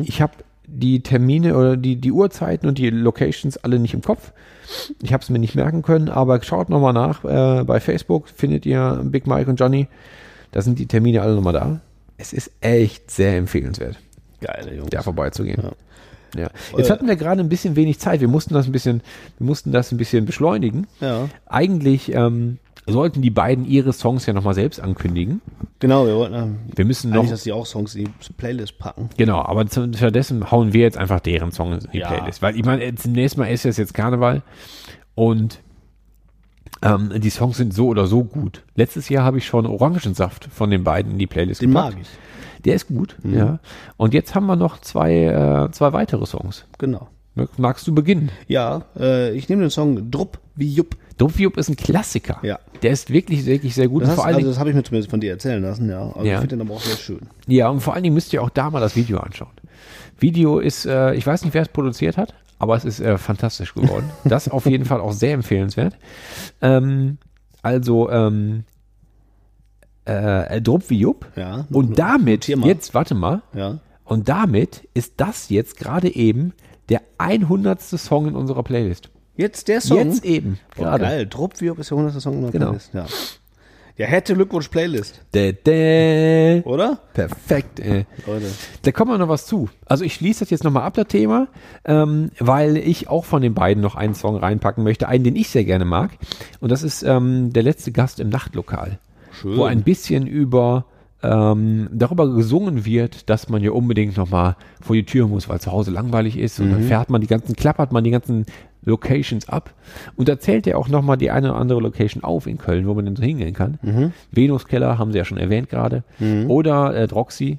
Ich habe die Termine oder die, die Uhrzeiten und die Locations alle nicht im Kopf. Ich habe es mir nicht merken können, aber schaut nochmal nach. Äh, bei Facebook findet ihr Big Mike und Johnny. Da sind die Termine alle nochmal da. Es ist echt sehr empfehlenswert Geile Jungs. da vorbeizugehen. Ja. Äh, Jetzt hatten wir gerade ein bisschen wenig Zeit. Wir mussten das ein bisschen, wir mussten das ein bisschen beschleunigen. Ja. Eigentlich ähm, sollten die beiden ihre Songs ja nochmal selbst ankündigen. Genau, wir wollten äh, Wir müssen eigentlich, noch. dass die auch Songs in die Playlist packen. Genau, aber zu- stattdessen hauen wir jetzt einfach deren Songs in die Ja. Playlist. Weil ich meine, äh, zunächst mal ist das jetzt Karneval und ähm, die Songs sind so oder so gut. Letztes Jahr habe ich schon Orangensaft von den beiden in die Playlist Den gepackt. mag ich. Mhm. Der ist gut, ja. Und jetzt haben wir noch zwei, äh, zwei weitere Songs. Genau. Magst du beginnen? Ja, äh, ich nehme den Song Drupp wie Jupp. Dumpfjupp ist ein Klassiker. Ja. Der ist wirklich, wirklich sehr gut. Das, Und hast, vor allen also Dingen, das habe ich mir zumindest von dir erzählen lassen, ja. Also Ja. ich finde den aber auch sehr schön. ja, und vor allen Dingen müsst ihr auch da mal das Video anschauen. Video ist, äh, ich weiß nicht, wer es produziert hat, aber es ist äh, fantastisch geworden. Das auf jeden Fall auch sehr empfehlenswert. Ähm, also, ähm, äh, Drupp wie Jupp. Ja. Und damit, notier mal. jetzt, warte mal, Ja. und damit ist das jetzt gerade eben der 100. Song in unserer Playlist. Jetzt der Song. Jetzt eben, Boah, gerade. geil. Drupp wie Jupp ist der 100. Song in der Genau. Playlist. Ja. ja, hätte Glückwunsch Playlist, Dä, dä. oder? Perfekt, ey. Leute. Da kommt mir noch was zu. Also ich schließe das jetzt nochmal ab, das Thema, ähm, weil ich auch von den beiden noch einen Song reinpacken möchte, einen, den ich sehr gerne mag. Und das ist ähm, der letzte Gast im Nachtlokal, Schön. wo ein bisschen über ähm, darüber gesungen wird, dass man ja unbedingt nochmal vor die Tür muss, weil zu Hause langweilig ist. Und dann fährt man die ganzen, klappert man die ganzen Locations ab. Und da zählt er auch nochmal die eine oder andere Location auf in Köln, wo man denn so hingehen kann. Venuskeller haben sie ja schon erwähnt gerade. Oder äh, Droxy,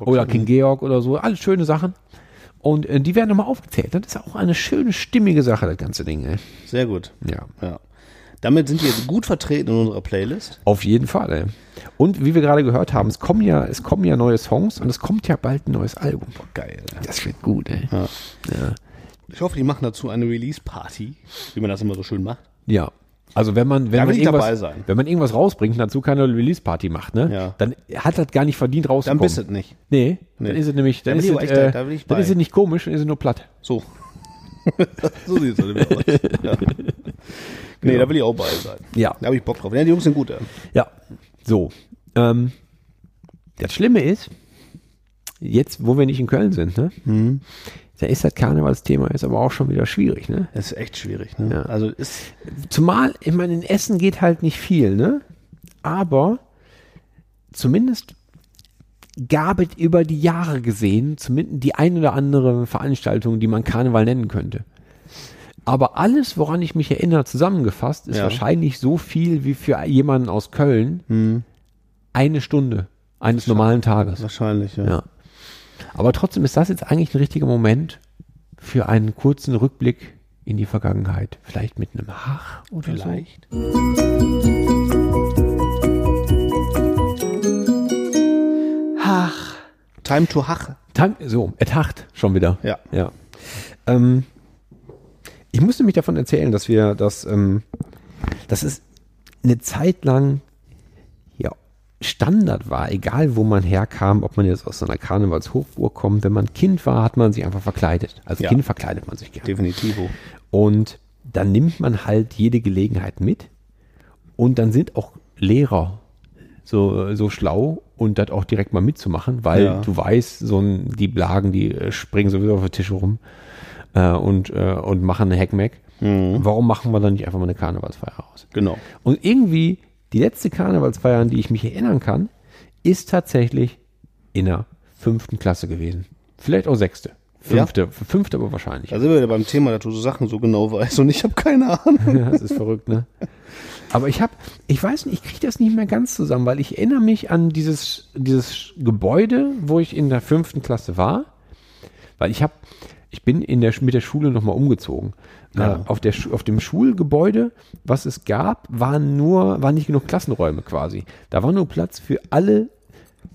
oder King Georg oder so. Alles schöne Sachen. Und äh, die werden nochmal aufgezählt. Das ist auch eine schöne, stimmige Sache, das ganze Ding. Ey. Sehr gut. Ja. Ja. Damit sind wir jetzt gut vertreten in unserer Playlist. Auf jeden Fall. Ey. Und wie wir gerade gehört haben, es kommen, ja, es kommen ja neue Songs und es kommt ja bald ein neues Album. Geil. Das wird gut, ey. Ja. Ich hoffe, die machen dazu eine Release-Party, wie man das immer so schön macht. Also wenn man, wenn, Da will man ich dabei irgendwas, sein. wenn man irgendwas rausbringt und dazu keine Release-Party macht, ne, Ja. dann hat das gar nicht verdient Dann rauszukommen. bist du es nicht. nee, dann Nee. ist es nämlich, dann, Da ist bin ich es, aber echt da- äh, da bin ich dann bei. ist es nicht komisch, dann ist es nur platt. So. so sieht es nämlich aus. Ja. Nee, da will ich auch bei sein. Ja. Da habe ich Bock drauf. Ja, die Jungs sind gut. Ja. Ja, so. Ähm, das Schlimme ist, jetzt, wo wir nicht in Köln sind, ne? Da ist das Karnevalsthema ist aber auch schon wieder schwierig, ne? Das ist echt schwierig. Ne? Ja. Also ist Zumal, ich meine, in Essen geht halt nicht viel, ne? Aber zumindest gab es über die Jahre gesehen, zumindest die ein oder andere Veranstaltung, die man Karneval nennen könnte. Aber alles, woran ich mich erinnere, zusammengefasst, ist Ja. wahrscheinlich so viel wie für jemanden aus Köln Hm. eine Stunde eines normalen Tages. wahrscheinlich, ja. Ja. Aber trotzdem ist das jetzt eigentlich ein richtiger Moment für einen kurzen Rückblick in die Vergangenheit. Vielleicht mit einem Hach oder Vielleicht. Hach. Time to Hach. So. Tank, so, et Hacht schon wieder. Ja. ja. Ähm, Ich musste mich davon erzählen, dass wir das, ähm, das ist eine Zeit lang ja, Standard war, egal wo man herkam, ob man jetzt aus einer Karnevalshochburg kommt, wenn man Kind war, hat man sich einfach verkleidet. Als Ja. Kind verkleidet man sich gerne. Definitiv. Und dann nimmt man halt jede Gelegenheit mit. Und dann sind auch Lehrer so, so schlau und das auch direkt mal mitzumachen, weil Ja. du weißt, so ein, die Blagen, die äh, springen sowieso auf die Tische rum äh, und, äh, und machen eine Hackmack. Mhm. Warum machen wir dann nicht einfach mal eine Karnevalsfeier raus? Genau. Und irgendwie, die letzte Karnevalsfeier, an die ich mich erinnern kann, ist tatsächlich in der fünften Klasse gewesen. Vielleicht auch sechste. Ja. Fünfte, fünfte aber wahrscheinlich. Da sind wir wieder beim Thema, dass du so Sachen so genau weißt und ich habe keine Ahnung. Ja, das ist verrückt, ne? Aber ich habe, ich weiß nicht, ich kriege das nicht mehr ganz zusammen, weil ich erinnere mich an dieses, dieses Gebäude, wo ich in der fünften Klasse war, weil ich habe, ich bin in der, Sch- mit der Schule nochmal umgezogen. Äh, auf, der, Schu- auf dem Schulgebäude, was es gab, waren nur, waren nicht genug Klassenräume quasi. Da war nur Platz für alle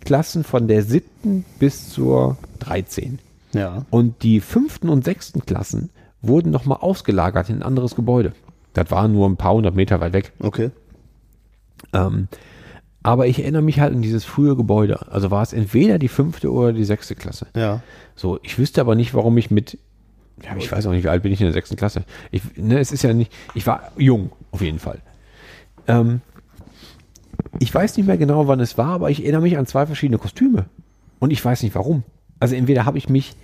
Klassen von der siebten bis zur 13. Ja. Und die fünften und sechsten Klassen wurden nochmal ausgelagert in ein anderes Gebäude. Das war nur ein paar hundert Meter weit weg. Okay. Ähm, aber ich erinnere mich halt an dieses frühe Gebäude. Also war es entweder die fünfte oder die sechste Klasse. Ja. So, ich wüsste aber nicht, warum ich mit, ja, ich weiß auch nicht, wie alt bin ich in der sechsten Klasse. Ich, ne, es ist ja nicht, ich war jung, auf jeden Fall. Ähm, ich weiß nicht mehr genau, wann es war, aber ich erinnere mich an zwei verschiedene Kostüme. Und ich weiß nicht warum. Also entweder habe ich mich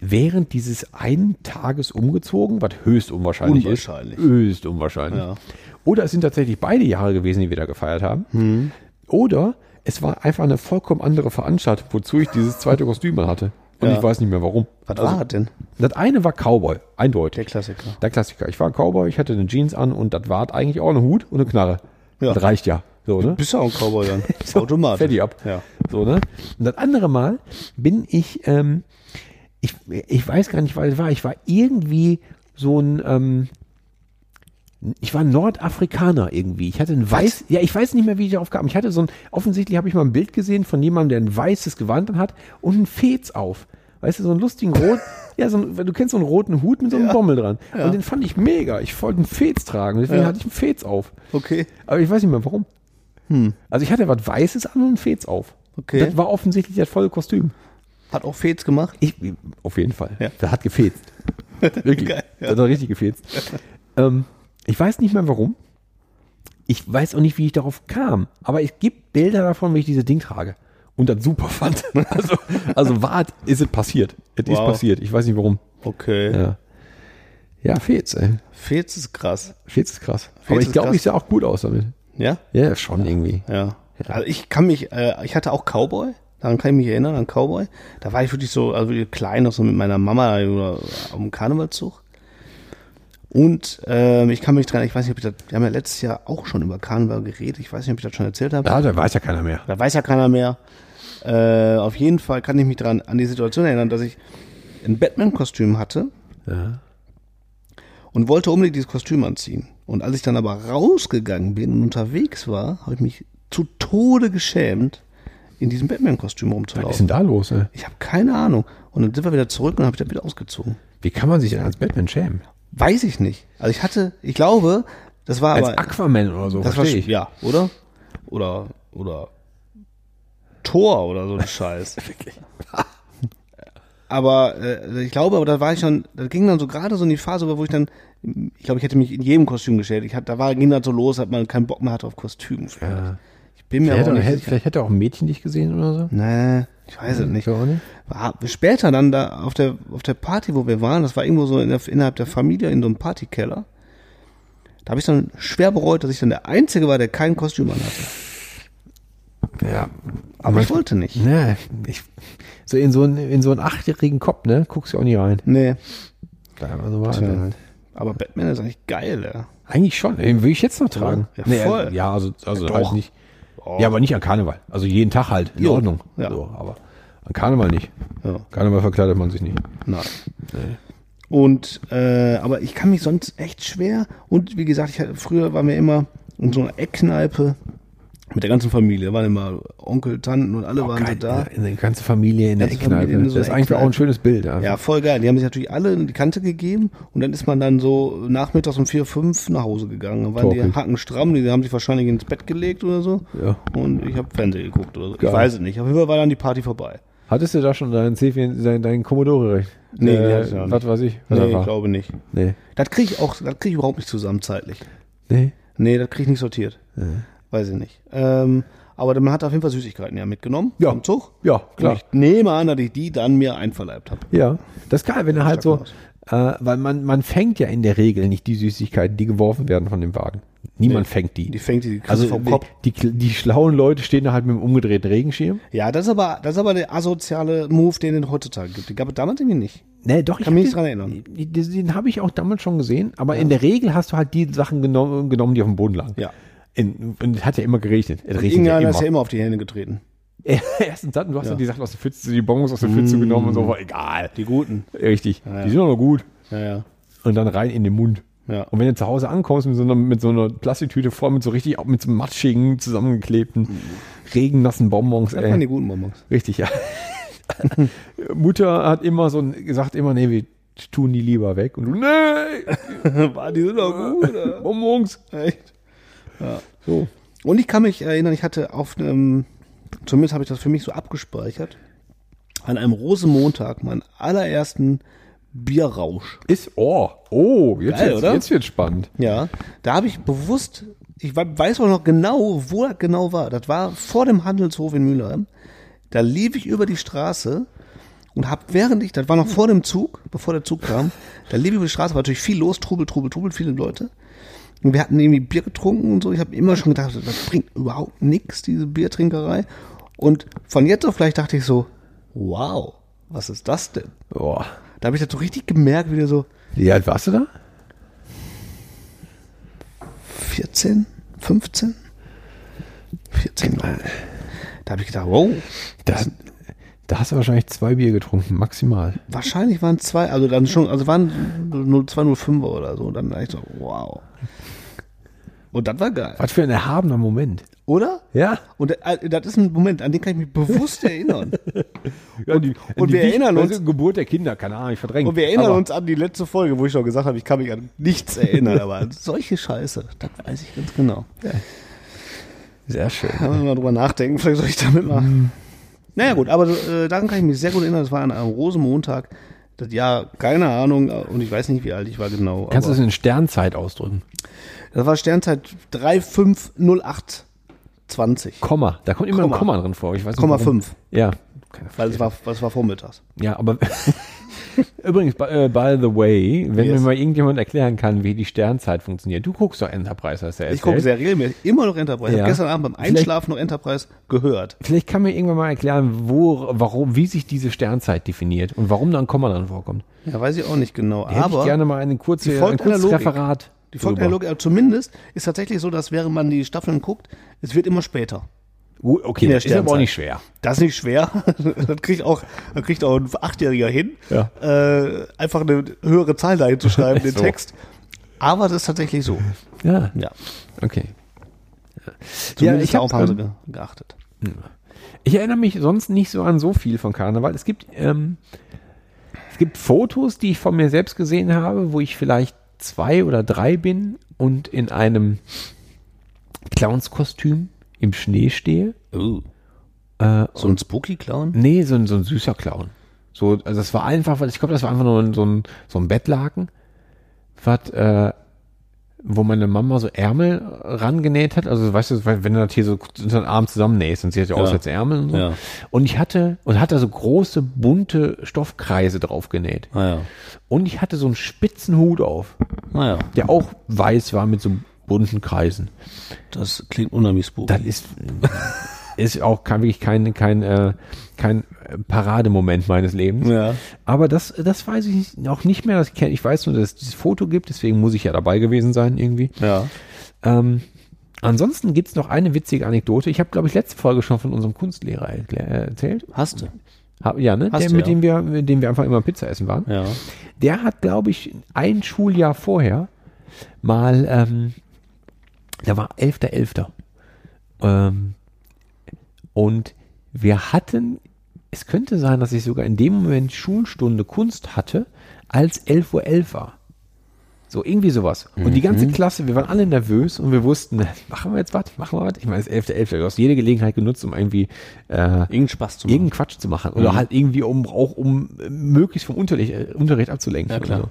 während dieses einen Tages umgezogen, was höchst unwahrscheinlich, Unwahrscheinlich. ist. Höchst unwahrscheinlich. Ja. Oder es sind tatsächlich beide Jahre gewesen, die wir da gefeiert haben. Oder es war einfach eine vollkommen andere Veranstaltung, wozu ich dieses zweite Kostüm mal hatte. Und Ja. ich weiß nicht mehr warum. Was Also, war das denn? Das eine war Cowboy, eindeutig. Der Klassiker. Der Klassiker. Ich war Cowboy, ich hatte eine Jeans an und das war eigentlich auch ein Hut und eine Knarre. Ja. Das reicht ja. So, ne? Bist du auch ein Cowboy dann? Automatisch. Fertig ab. Ja. So, ne? Und das andere Mal bin ich, ähm, ich, ich weiß gar nicht, was es war. Ich war irgendwie so ein, ähm, ich war Nordafrikaner irgendwie. Ich hatte ein weiß, ja, ich weiß nicht mehr, wie ich darauf kam. Ich hatte so ein, offensichtlich habe ich mal ein Bild gesehen von jemandem, der ein weißes Gewand anhat und einen Fez auf. Weißt du, so einen lustigen rot, ja, so einen, du kennst so einen roten Hut mit so einem Bommel dran. Und den fand ich mega. Ich wollte einen Fez tragen. Deswegen hatte ich einen Fez auf. Okay. Aber ich weiß nicht mehr warum. Also ich hatte was Weißes an und einen Fez auf. Hm. Okay. Das war offensichtlich das volle Kostüm. Hat auch Fez gemacht? Ich, auf jeden Fall. Ja. Da hat gefetzt. Wirklich. Geil, Da hat er richtig gefetzt. ähm, ich weiß nicht mehr warum. Ich weiß auch nicht, wie ich darauf kam. Aber es gibt Bilder davon, wie ich dieses Ding trage. Und das super fand. Also, also war, es- ist es passiert. Es ist Wow. passiert. Ich weiß nicht warum. Okay. Ja. Ja, Fez, ey. Fez ist krass. Fez ist krass. Fez Aber ist ich glaube, krass. ich sah auch gut aus damit. Ja? Ja, schon irgendwie. Ja. Also ich kann mich, äh, ich hatte auch Cowboy, daran kann ich mich erinnern, an Cowboy. Da war ich wirklich so, also wirklich klein, noch so mit meiner Mama oder am Karnevalzug. Und ähm, ich kann mich dran, ich weiß nicht, ob ich das, wir haben ja letztes Jahr auch schon über Karneval geredet, ich weiß nicht, ob ich das schon erzählt habe. Ja, da weiß ja keiner mehr. Da weiß ja keiner mehr. Äh, auf jeden Fall kann ich mich dran an die Situation erinnern, dass ich ein Batman-Kostüm hatte und wollte unbedingt dieses Kostüm anziehen. Und als ich dann aber rausgegangen bin und unterwegs war, habe ich mich zu Tode geschämt, in diesem Batman-Kostüm Was ist denn rumzulaufen. da los? Ey? Ich habe keine Ahnung. Und dann sind wir wieder zurück und habe ich das wieder ausgezogen. Wie kann man sich denn als Batman schämen? Weiß ich nicht. Also ich hatte, ich glaube, das war Als aber Aquaman oder so, das war verstehe ich. ja, oder? Oder oder Tor oder so ein Scheiß. Wirklich. Aber äh, ich glaube, aber da war ich schon, da ging dann so gerade so in die Phase, wo ich dann, ich glaube, ich hätte mich in jedem Kostüm gestellt. Ich hatte, da war, ging dann so los, hat man keinen Bock mehr hatte auf Kostüm. Ich bin mir Vielleicht auch hätte, nicht hätte, sicher. vielleicht hätte auch ein Mädchen dich gesehen oder so. Nee, ich weiß es nicht. Ich auch nicht. War- Später dann da auf der, auf der Party, wo wir waren, das war irgendwo so in der, innerhalb der Familie in so einem Partykeller. Da habe ich dann schwer bereut, dass ich dann der Einzige war, der kein Kostüm anhatte. Ja. Aber ich wollte nicht. Ne, ich, so in so einen, in so einen achtjährigen Kopf, ne? Guckst du auch nie rein. Nee. Ja, also war Tja. einer halt. Aber Batman ist eigentlich geil, ja. Eigentlich schon. Den will ich jetzt noch tragen. Ja, voll. Ja, also, also Ja, halt doch. Oh. nicht. Ja, aber nicht an Karneval. Also jeden Tag halt. In Jo. Ordnung. Ja. So, aber an Karneval nicht. Ja. Karneval verkleidet man sich nicht. Nein. Und, äh, aber ich kann mich sonst echt schwer. Und wie gesagt, ich hatte, früher waren wir immer in so einer Eckkneipe. Mit der ganzen Familie. Waren immer Onkel, Tanten und alle waren so da. In der ganze Familie in der Ganze Eckkneipe. Familie in so das ist einer eigentlich auch ein Eckkneipe. schönes Bild. Also. Ja, voll geil. Die haben sich natürlich alle in die Kante gegeben und dann ist man dann so nachmittags um vier, fünf nach Hause gegangen. Dann waren die Torkel. Hacken stramm, die haben sich wahrscheinlich ins Bett gelegt oder so. Ja. Und ich habe Fernsehen geguckt oder so. Geil. Ich weiß es nicht. Auf jeden Fall war dann die Party vorbei. Hattest du da schon deinen Zefien, dein, dein Commodore-Recht? Nee, nee, hatte äh, ich noch was nicht. weiß ich. Nee, was das Also, ich war. glaube nicht. nee. Das kriege ich auch, das kriege ich überhaupt nicht zusammen zeitlich. Nee. Nee, das kriege ich nicht sortiert. Weiß ich nicht. Ähm, aber man hat auf jeden Fall Süßigkeiten ja mitgenommen Ja. vom Zug. Ja, Und klar. ich nehme an, dass ich die dann mir einverleibt habe. Ja, das ist geil, wenn er halt so, stark äh, weil man, man fängt ja in der Regel nicht die Süßigkeiten, die geworfen werden von dem Wagen. Niemand fängt die. Die fängt die, die kriegst also du vom Kopf. Die, die, die schlauen Leute stehen da halt mit dem umgedrehten Regenschirm. Ja, das ist aber, das ist aber der asoziale Move, den es heutzutage gibt. Den gab es damals irgendwie nicht. Nee, doch, ich Kann mich hab nicht dran erinnern. Den, den, den habe ich auch damals schon gesehen, aber in der Regel hast du halt die Sachen genommen, genommen die auf dem Boden lagen. Ja. In, und es hat ja immer geregnet. Es regnet Also ja Irgendeiner ist ja immer. immer auf die Hände getreten. Äh, Erstens dann, du hast dann die Sachen aus der Pfütze, die Bonbons aus der Pfütze genommen und so, war egal. Die Guten. Richtig. Die sind auch noch gut. Ja, ja. Und dann rein in den Mund. Ja. Und wenn du zu Hause ankommst mit so einer, mit so einer Plastiktüte voll, mit so richtig, mit so matschigen, zusammengeklebten, regennassen Bonbons, Das waren die ey. guten Bonbons. Richtig, ja. Mutter hat immer so ein- gesagt, immer, nee, wir tun die lieber weg. Und du, nee, War die sind doch gut. oder? Bonbons. Echt. So. Und ich kann mich erinnern, ich hatte auf einem, zumindest habe ich das für mich so abgespeichert, an einem Rosenmontag meinen allerersten Bierrausch. Ist, oh, oh, jetzt, Geil, jetzt, oder? jetzt wird's spannend. Ja, da habe ich bewusst, ich we- weiß auch noch genau, wo das genau war. Das war vor dem Handelshof in Mülheim. Da lief ich über die Straße und habe während ich, das war noch vor dem Zug, bevor der Zug kam, da lief ich über die Straße, war natürlich viel los, Trubel, Trubel, Trubel, viele Leute. Und wir hatten irgendwie Bier getrunken und so. Ich habe immer schon gedacht, das bringt überhaupt nichts, diese Biertrinkerei. Und von jetzt auf gleich dachte ich so, wow, was ist das denn? Boah. Da habe ich das so richtig gemerkt, wieder so Wie alt warst du da? 14, 15? 14 Mal. Da habe ich gedacht, wow, Das, da hast du wahrscheinlich zwei Bier getrunken, maximal. wahrscheinlich waren zwei, also dann schon, also waren 0205er oder so. Dann dachte ich so, wow. Und das war geil. Was für ein erhabener Moment. Oder? Ja. Und äh, das ist ein Moment, an den kann ich mich bewusst erinnern. Ja, die, und wir erinnern weißt uns- du, Geburt der Kinder, keine Ahnung, ich verdrängt. Und wir erinnern Aber uns an die letzte Folge, wo ich noch gesagt habe, ich kann mich an nichts erinnern, aber an solche Scheiße, das weiß ich ganz genau. Sehr schön. Kann man mal drüber nachdenken, vielleicht soll ich damit mal. Mhm. Naja, gut, aber äh, daran kann ich mich sehr gut erinnern. Das war an einem Rosenmontag. Das Jahr, keine Ahnung, und ich weiß nicht, wie alt ich war genau. Kannst du aber das in Sternzeit ausdrücken? das war Sternzeit 350820, Komma. Da kommt immer Komma. ein Komma drin vor. Ich weiß nicht, Komma warum. 5, Ja. weil es war, es war vormittags. Ja, aber. Übrigens, by, äh, by the way, wenn Yes. mir mal irgendjemand erklären kann, wie die Sternzeit funktioniert. Du guckst doch Enterprise, hast du ja Ich gucke erzählt. sehr regelmäßig, immer noch Enterprise. Ich Ja. habe gestern Abend beim Vielleicht- Einschlafen noch Enterprise gehört. Vielleicht kann mir irgendwann mal erklären, wo, warum, wie sich diese Sternzeit definiert und warum da ein Komma drin vorkommt. Ja, weiß ich auch nicht genau. Da Hätte aber ich gerne mal eine kurze, die folgt ein einer kurzes Logik. Referat. Die folgt drüber. der Logik, aber zumindest ist tatsächlich so, dass während man die Staffeln guckt, es wird immer später. Oh, Okay, in der das ist aber auch Sternzeit. nicht schwer. Das ist nicht schwer. das kriegt auch, das kriegt auch ein Achtjähriger hin, Ja. äh, einfach eine höhere Zahl dahin zu schreiben, den So. Text. Aber das ist tatsächlich so. Ja, Ja. okay. Zumindest ich hab, darauf haben sie ähm, ge geachtet. Ich erinnere mich sonst nicht so an so viel von Karneval. Es gibt, ähm, es gibt Fotos, die ich von mir selbst gesehen habe, wo ich vielleicht zwei oder drei bin und in einem Clownskostüm im Schnee stehe. Uh. Äh, so ein Spooky Clown? Nee, so ein, so ein süßer Clown. So, also das war einfach, weil ich glaube, das war einfach nur ein, so, ein, so ein Bettlaken, was, äh, wo meine Mama so Ärmel rangenäht hat. Also weißt du, wenn wenn du das hier so unter den Arm zusammennähst und sieht das ja aus als Ärmel und so. Ja. Und ich hatte, und hat da so große, bunte Stoffkreise drauf genäht. Ah ja. Und ich hatte so einen spitzen Hut auf, Ah ja. der auch weiß war mit so bunten Kreisen. Das klingt unheimlich spooky. Das ist, ist auch kein, wirklich kein, kein, äh, kein Parademoment meines Lebens. Ja. Aber das, das weiß ich auch nicht mehr. Das kenn, ich weiß nur, dass es dieses Foto gibt, deswegen muss ich ja dabei gewesen sein irgendwie. Ja. Ähm, ansonsten gibt's noch eine witzige Anekdote. Ich habe, glaube ich, letzte Folge schon von unserem Kunstlehrer erklär- äh, erzählt. Hast du. Hab, ja, ne? Hast Der, du, mit, ja. Dem wir, mit dem wir einfach immer Pizza essen waren. Ja. Der hat, glaube ich, ein Schuljahr vorher mal, ähm, da war 11.11. Ähm, und wir hatten, es könnte sein, dass ich sogar in dem Moment Schulstunde Kunst hatte, als 11.11 Uhr war. So, irgendwie sowas. Und die ganze Mhm. Klasse, wir waren alle nervös und wir wussten, machen wir jetzt was, machen wir was. Ich meine, es ist 11.11. Du hast jede Gelegenheit genutzt, um irgendwie äh, Irgendeinen Spaß zu machen. Mhm. irgendeinen Quatsch zu machen. Oder halt irgendwie um auch um äh, möglichst vom Unterricht, äh, Unterricht abzulenken. Ja, klar. Oder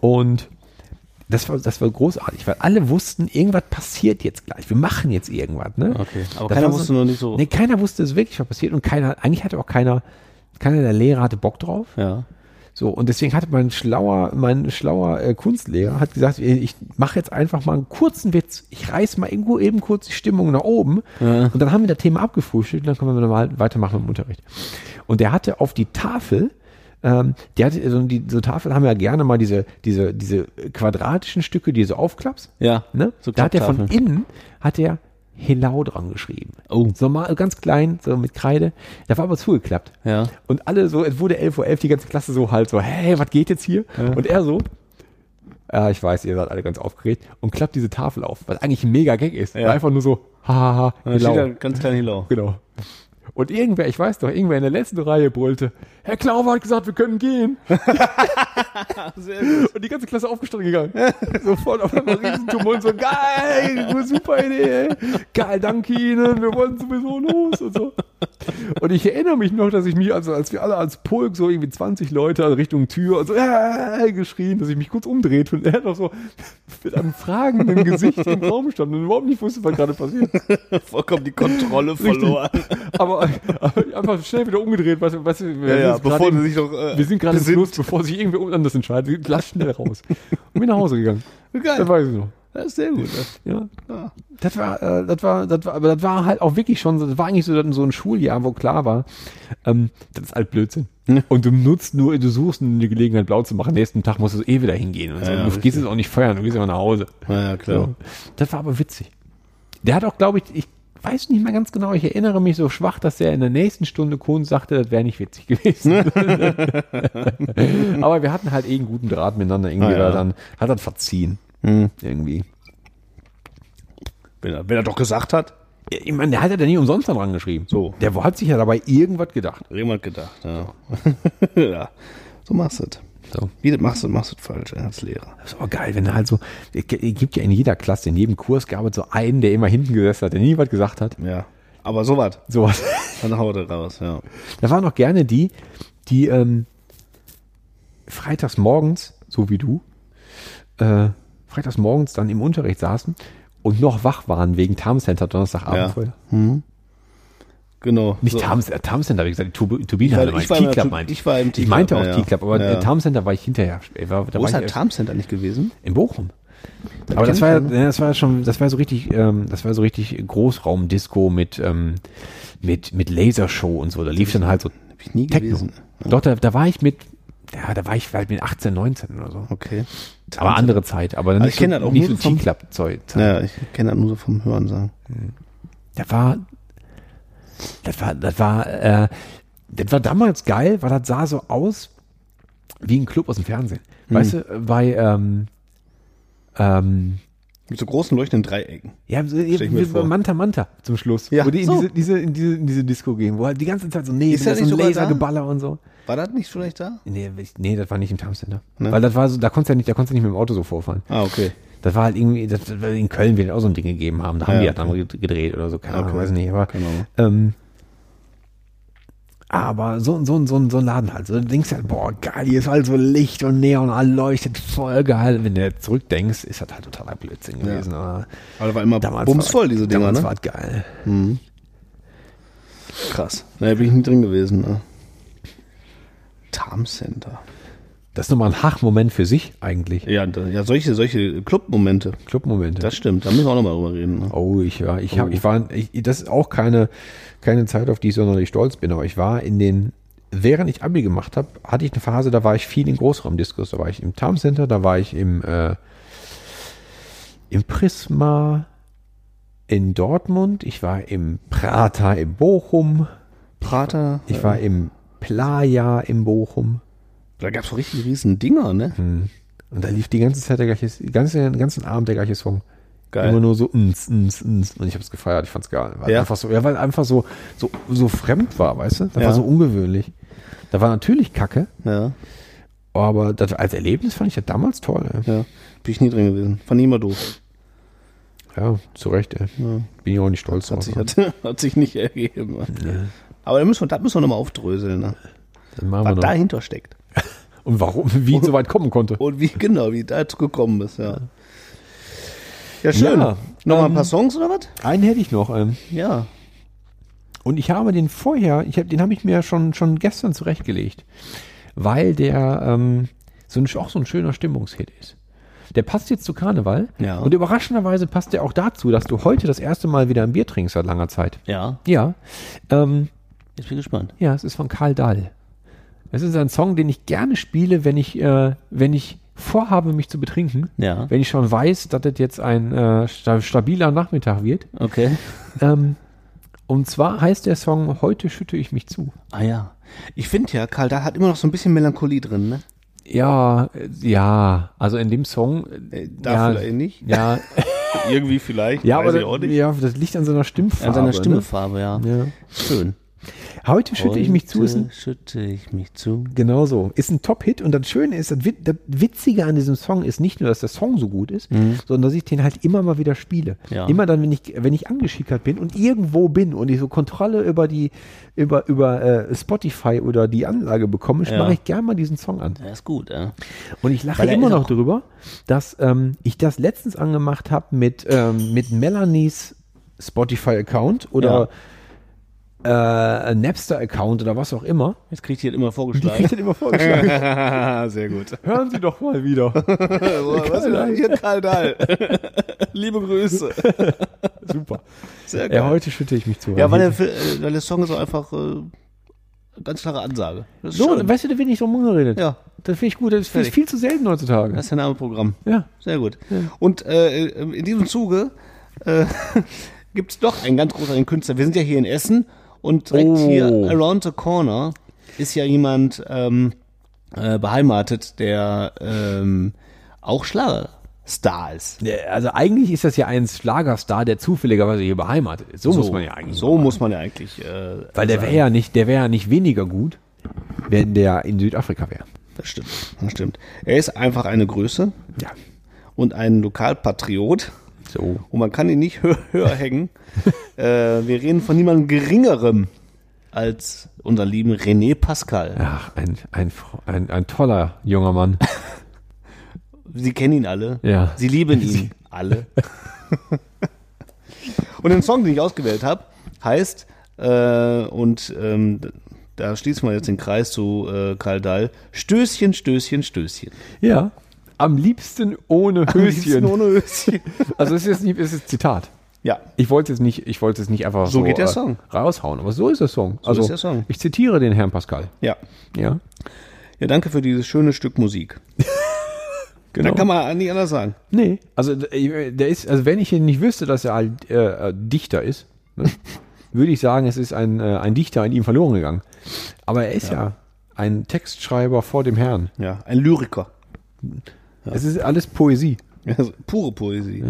so. Und das war, das war großartig, weil alle wussten, irgendwas passiert jetzt gleich. Wir machen jetzt irgendwas. Ne? Okay, aber Das keiner war so- wusste noch nicht so. Nee, keiner wusste es wirklich, was passiert. Und keiner, eigentlich hatte auch keiner, keiner der Lehrer hatte Bock drauf. Ja. So, und deswegen hatte mein schlauer, mein schlauer äh, Kunstlehrer hat gesagt, äh, ich mache jetzt einfach mal einen kurzen Witz. Ich reiß mal irgendwo eben kurz die Stimmung nach oben. Und dann haben wir das Thema abgefrühstückt und dann können wir normal weitermachen mit dem Unterricht. Und der hatte auf die Tafel, ähm, der hatte, so die so Tafeln haben ja gerne mal diese, diese, diese quadratischen Stücke, die du so aufklappst. Ja. Ne? So da hat er von Klapptafeln. innen, hat er Helau dran geschrieben. Oh. So mal ganz klein, so mit Kreide. Da war aber zugeklappt. Ja. Und alle so, es wurde 11.11 Uhr, die ganze Klasse so halt so, hey, was geht jetzt hier? Und er so, ja, ich weiß, ihr seid alle ganz aufgeregt und klappt diese Tafel auf, was eigentlich ein mega Gag ist. Einfach nur so, hahaha, Da steht Helau. da ganz klein Hilau. Genau. Und irgendwer, ich weiß doch, irgendwer in der letzten Reihe brüllte, Herr Klauber hat gesagt, wir können gehen. Und die ganze Klasse aufgestanden gegangen. Sofort auf einmal Riesentumult, so geil, super Idee, ey. geil, danke Ihnen, wir wollen sowieso los und so. Und ich erinnere mich noch, dass ich mich, also als wir alle als Pulk, so irgendwie 20 Leute also Richtung Tür und so äh, geschrien, dass ich mich kurz umdrehte und er noch so mit einem fragenden Gesicht im Raum stand und überhaupt nicht wusste, was gerade passiert. Vollkommen die Kontrolle verloren. Aber, aber einfach schnell wieder umgedreht, weißt du, weißt du wir, sind gerade im- sich noch. äh, wir sind gerade im Fluss, bevor sich irgendwer anders entscheidet, lass schnell raus. Und bin nach Hause gegangen. Geil. Das weiß ich noch. Das ist sehr gut. Ja. Das war, äh, das war, das war, aber das war halt auch wirklich schon, so- das war eigentlich so, so ein Schuljahr, wo klar war, ähm, das ist halt Blödsinn. Und du nutzt nur, du suchst nur eine Gelegenheit, blau zu machen. Nächsten Tag musst du eh wieder hingehen. Und so. ja, du gehst jetzt auch nicht feiern, du gehst immer nach Hause. Ja, ja, klar. So. Das war aber witzig. Der hat auch, glaube ich, ich weiß nicht mehr ganz genau, ich erinnere mich so schwach, dass er in der nächsten Stunde Kohn sagte, das wäre nicht witzig gewesen. aber wir hatten halt eh einen guten Draht miteinander. Irgendwie Ah, ja. Hm. war dann, hat das verziehen. Irgendwie. Wenn, er, wenn er doch gesagt hat, Ja, Ich meine, der hat ja da nicht umsonst dran geschrieben. So. Der hat sich ja dabei irgendwas gedacht. hat jemand gedacht. Ja. ja. So machst du es. So. Wie du machst, du machst es falsch als Lehrer. Das ist aber geil, wenn er halt so, es gibt ja in jeder Klasse, in jedem Kurs gab es so einen, der immer hinten gesessen hat, der nie was gesagt hat. Ja. Aber sowas, Sowas. dann haut er raus, ja. Da waren auch gerne die, die ähm, freitags morgens, so wie du, äh, freitags morgens dann im Unterricht saßen und noch wach waren wegen Tarmcenter Ja. Donnerstagabend. vorher. Genau. Nicht so. Tarmcenter, Tarmcenter habe ich gesagt, Turb- Turbine hatte ich ich, war in der T-Club Tur- meinte ich war im Ich meinte T-Club, auch ja, ja. T-Club, aber Ja, ja. äh, Tarmcenter war ich hinterher. Äh, War, da Wo war ist ich der erst- Tarmcenter nicht gewesen? In Bochum. Aber das war, ja, das war schon, das war so richtig, ähm, das war so richtig Großraumdisco mit, ähm, mit, mit Lasershow und so. Da lief dann halt so Hab ich nie Techno. gewesen. Doch, da, da war ich mit, ja, da war ich halt mit 18, 19 oder so. Okay. Aber andere Zeit, aber dann Also nicht ich kenn das so, auch nicht nur so vom- T-Club-Zeug. Ja, ich kenne das nur so vom Hören sagen. Das war, das war, das war, äh, das war damals geil, weil das sah so aus wie ein Club aus dem Fernsehen. Hm. Weißt du, bei, ähm, ähm, Mit so großen leuchtenden Dreiecken. Ja, so, ich mir wie vor. bei Manta Manta zum Schluss. Ja, wo die in, so. diese, diese, in, diese, in diese Disco gehen, wo halt die ganze Zeit so Nebel Ist das ist nicht und sogar da? Lasergeballer und so. War das nicht vielleicht da? Nee, ich- nee, das war nicht im Towncenter. Ne? Weil das war so, da konntest du ja nicht, da konntest du nicht mit dem Auto so vorfahren. Ah, okay. Das war halt irgendwie, das, das war in Köln wird auch so ein Ding gegeben haben. Da haben Ja, die halt dann gedreht oder so, keine Ahnung, Okay. Genau. weiß nicht. Aber, Keine Ahnung. ähm, aber so, so, so, so ein Laden halt. So, du denkst halt, boah, geil, hier ist halt so Licht und Neon, all leuchtet voll geil. Wenn du jetzt zurückdenkst, ist das halt totaler Blödsinn gewesen. Aber Aber da war immer damals war, bumsvoll, diese Dinger, damals ne? Mhm. war das geil. Krass. Naja, bin ich nie drin gewesen, ne? Tarmcenter. Das ist nochmal ein Hach-Moment für sich eigentlich. Ja, da, ja solche, solche Clubmomente. Clubmomente. Das stimmt, da müssen wir auch nochmal drüber reden. Ne? oh, ich war, ich habe, ich war, ich, das ist auch keine, keine Zeit, auf die ich sonderlich stolz bin, aber ich war in den, während ich Abi gemacht habe, hatte ich eine Phase, da war ich viel in Großraumdiskos. Da war ich im Tarm Center, da war ich im, äh, im Prisma in Dortmund, ich war im Prater in Bochum, Prater, ich war im Playa in Bochum. da gab's so richtig riesen Dinger, ne? Und da lief die ganze Zeit der gleiche, die ganze, den ganzen Abend der gleiche Song. Geil. Immer nur so uns, uns, uns. Und ich habe es gefeiert, ich fand's geil. Weil Ja. einfach so, ja, weil einfach so, so, so fremd war, weißt du? Das Ja. war so ungewöhnlich. Da war natürlich Kacke, Ja, aber das als Erlebnis fand ich ja damals toll. Ey. ja. Bin ich nie drin gewesen. Fand ich immer doof. Ja, zu Recht, ey. Bin ich auch nicht stolz Hat drauf. sich, hat, hat sich nicht ergeben. Aber da müssen wir, das müssen wir nochmal aufdröseln, ne? Dann machen wir was noch. dahinter steckt. Und warum, wie es so weit kommen konnte. Und wie, genau, wie dazu gekommen ist, ja. Ja, schön. Ja, nochmal ein ähm, paar Songs oder was? Einen hätte ich noch. Ähm, Ja. Und ich habe den vorher, ich hab, den habe ich mir schon, schon gestern zurechtgelegt, weil der ähm, so ein, auch so ein schöner Stimmungshit ist. Der passt jetzt zu Karneval Ja. und überraschenderweise passt der auch dazu, dass du heute das erste Mal wieder ein Bier trinkst seit langer Zeit. Ja, Ja, ähm, jetzt bin ich gespannt. ja, es ist von Karl Dahl. Es ist ein Song, den ich gerne spiele, wenn ich, äh, wenn ich vorhabe, mich zu betrinken. Ja, Wenn ich schon weiß, dass das jetzt ein äh, sta- stabiler Nachmittag wird. okay. Ähm, und zwar heißt der Song Heute schütte ich mich zu. Ah ja. Ich finde ja, Karl, da hat immer noch so ein bisschen Melancholie drin, ne? Ja, äh, ja, also in dem Song. äh, Äh, da ja, vielleicht nicht. Ja, Irgendwie vielleicht, ja aber weiß das, ich auch nicht. ja, das liegt an seiner Stimmfarbe. An seiner Stimmefarbe, ja. Ne? Ja. Schön. Heute schütte ich mich zu ist Heute ein, Schütte ich mich zu. genau so. Ist ein Top-Hit und das Schöne ist, das, Wit- das Witzige an diesem Song ist nicht nur, dass der Song so gut ist, sondern dass ich den halt immer mal wieder spiele. Mhm. Ja. Immer dann, wenn ich, wenn ich angeschickert bin und irgendwo bin und ich so Kontrolle über die, über, über äh, Spotify oder die Anlage bekomme, Ja. mache ich gerne mal diesen Song an. Ja, ist gut, ja. Und ich lache Weil er immer ist noch auch- drüber, dass ähm, ich das letztens angemacht habe mit, ähm, mit Melanies Spotify-Account oder äh, Napster-Account oder was auch immer. Jetzt kriegt ihr das immer Die vorgeschlagen. kriegt dann immer vorgeschlagen. Ah, sehr gut. Hören Sie doch mal wieder. Was ist denn hier, Karl Dahl? Liebe Grüße. Super. Sehr Ja, heute schütte ich mich zu. Ja, weil der, Fi- äh, weil der Song ist auch einfach äh, ganz klare Ansage. Das ist so, schön. weißt du, da bin ich drum rumgeredet. Ja, Das finde ich gut. Das ist viel, Fertig. viel zu selten heutzutage. das ist der Name Programm. ja. Sehr gut. Und äh, in diesem Zuge äh, gibt es doch einen ganz großartigen Künstler. Wir sind ja hier in Essen und direkt hier around the corner ist ja jemand ähm, äh, beheimatet, der ähm, auch Schlagerstar ist. Ja, Also eigentlich ist das ja ein Schlagerstar, der zufälligerweise hier beheimatet ist. So, muss man ja eigentlich So muss man ja eigentlich. Äh, Weil der wäre sagen. ja nicht, der wäre ja nicht weniger gut, wenn der in Südafrika wäre. Das stimmt. Das stimmt. Er ist einfach eine Größe Ja. und ein Lokalpatriot. So. Und man kann ihn nicht hö höher hängen. äh, wir reden von niemandem Geringerem als unseren lieben René Pascal. Ach, ein, ein, Fr- ein, ein toller junger Mann. Sie kennen ihn alle. Ja. Sie lieben ihn alle. und den Song, den ich ausgewählt habe, heißt, äh, und ähm, da schließen wir jetzt den Kreis zu äh, Karl Dahl, Stößchen, Stößchen, Stößchen. Ja. Am liebsten ohne Höschen. Liebsten ohne Höschen. also es ist, nicht, es ist Zitat. ja, Ich wollte es nicht, ich wollte es nicht einfach so, So geht der äh, Song. raushauen, aber so ist der Song. also ist der Song. ich zitiere den Herrn Pascal. ja. Ja. Ja, danke für dieses schöne Stück Musik. Genau. Da kann man nicht anders sagen. Nee, also äh, der ist, also wenn ich ihn nicht wüsste, dass er halt äh, äh, Dichter ist, ne, würde ich sagen, es ist ein, äh, ein Dichter in ihm verloren gegangen. Aber er ist ja, ein Textschreiber vor dem Herrn. Ja, ein Lyriker. Es ist alles Poesie. Also, pure Poesie.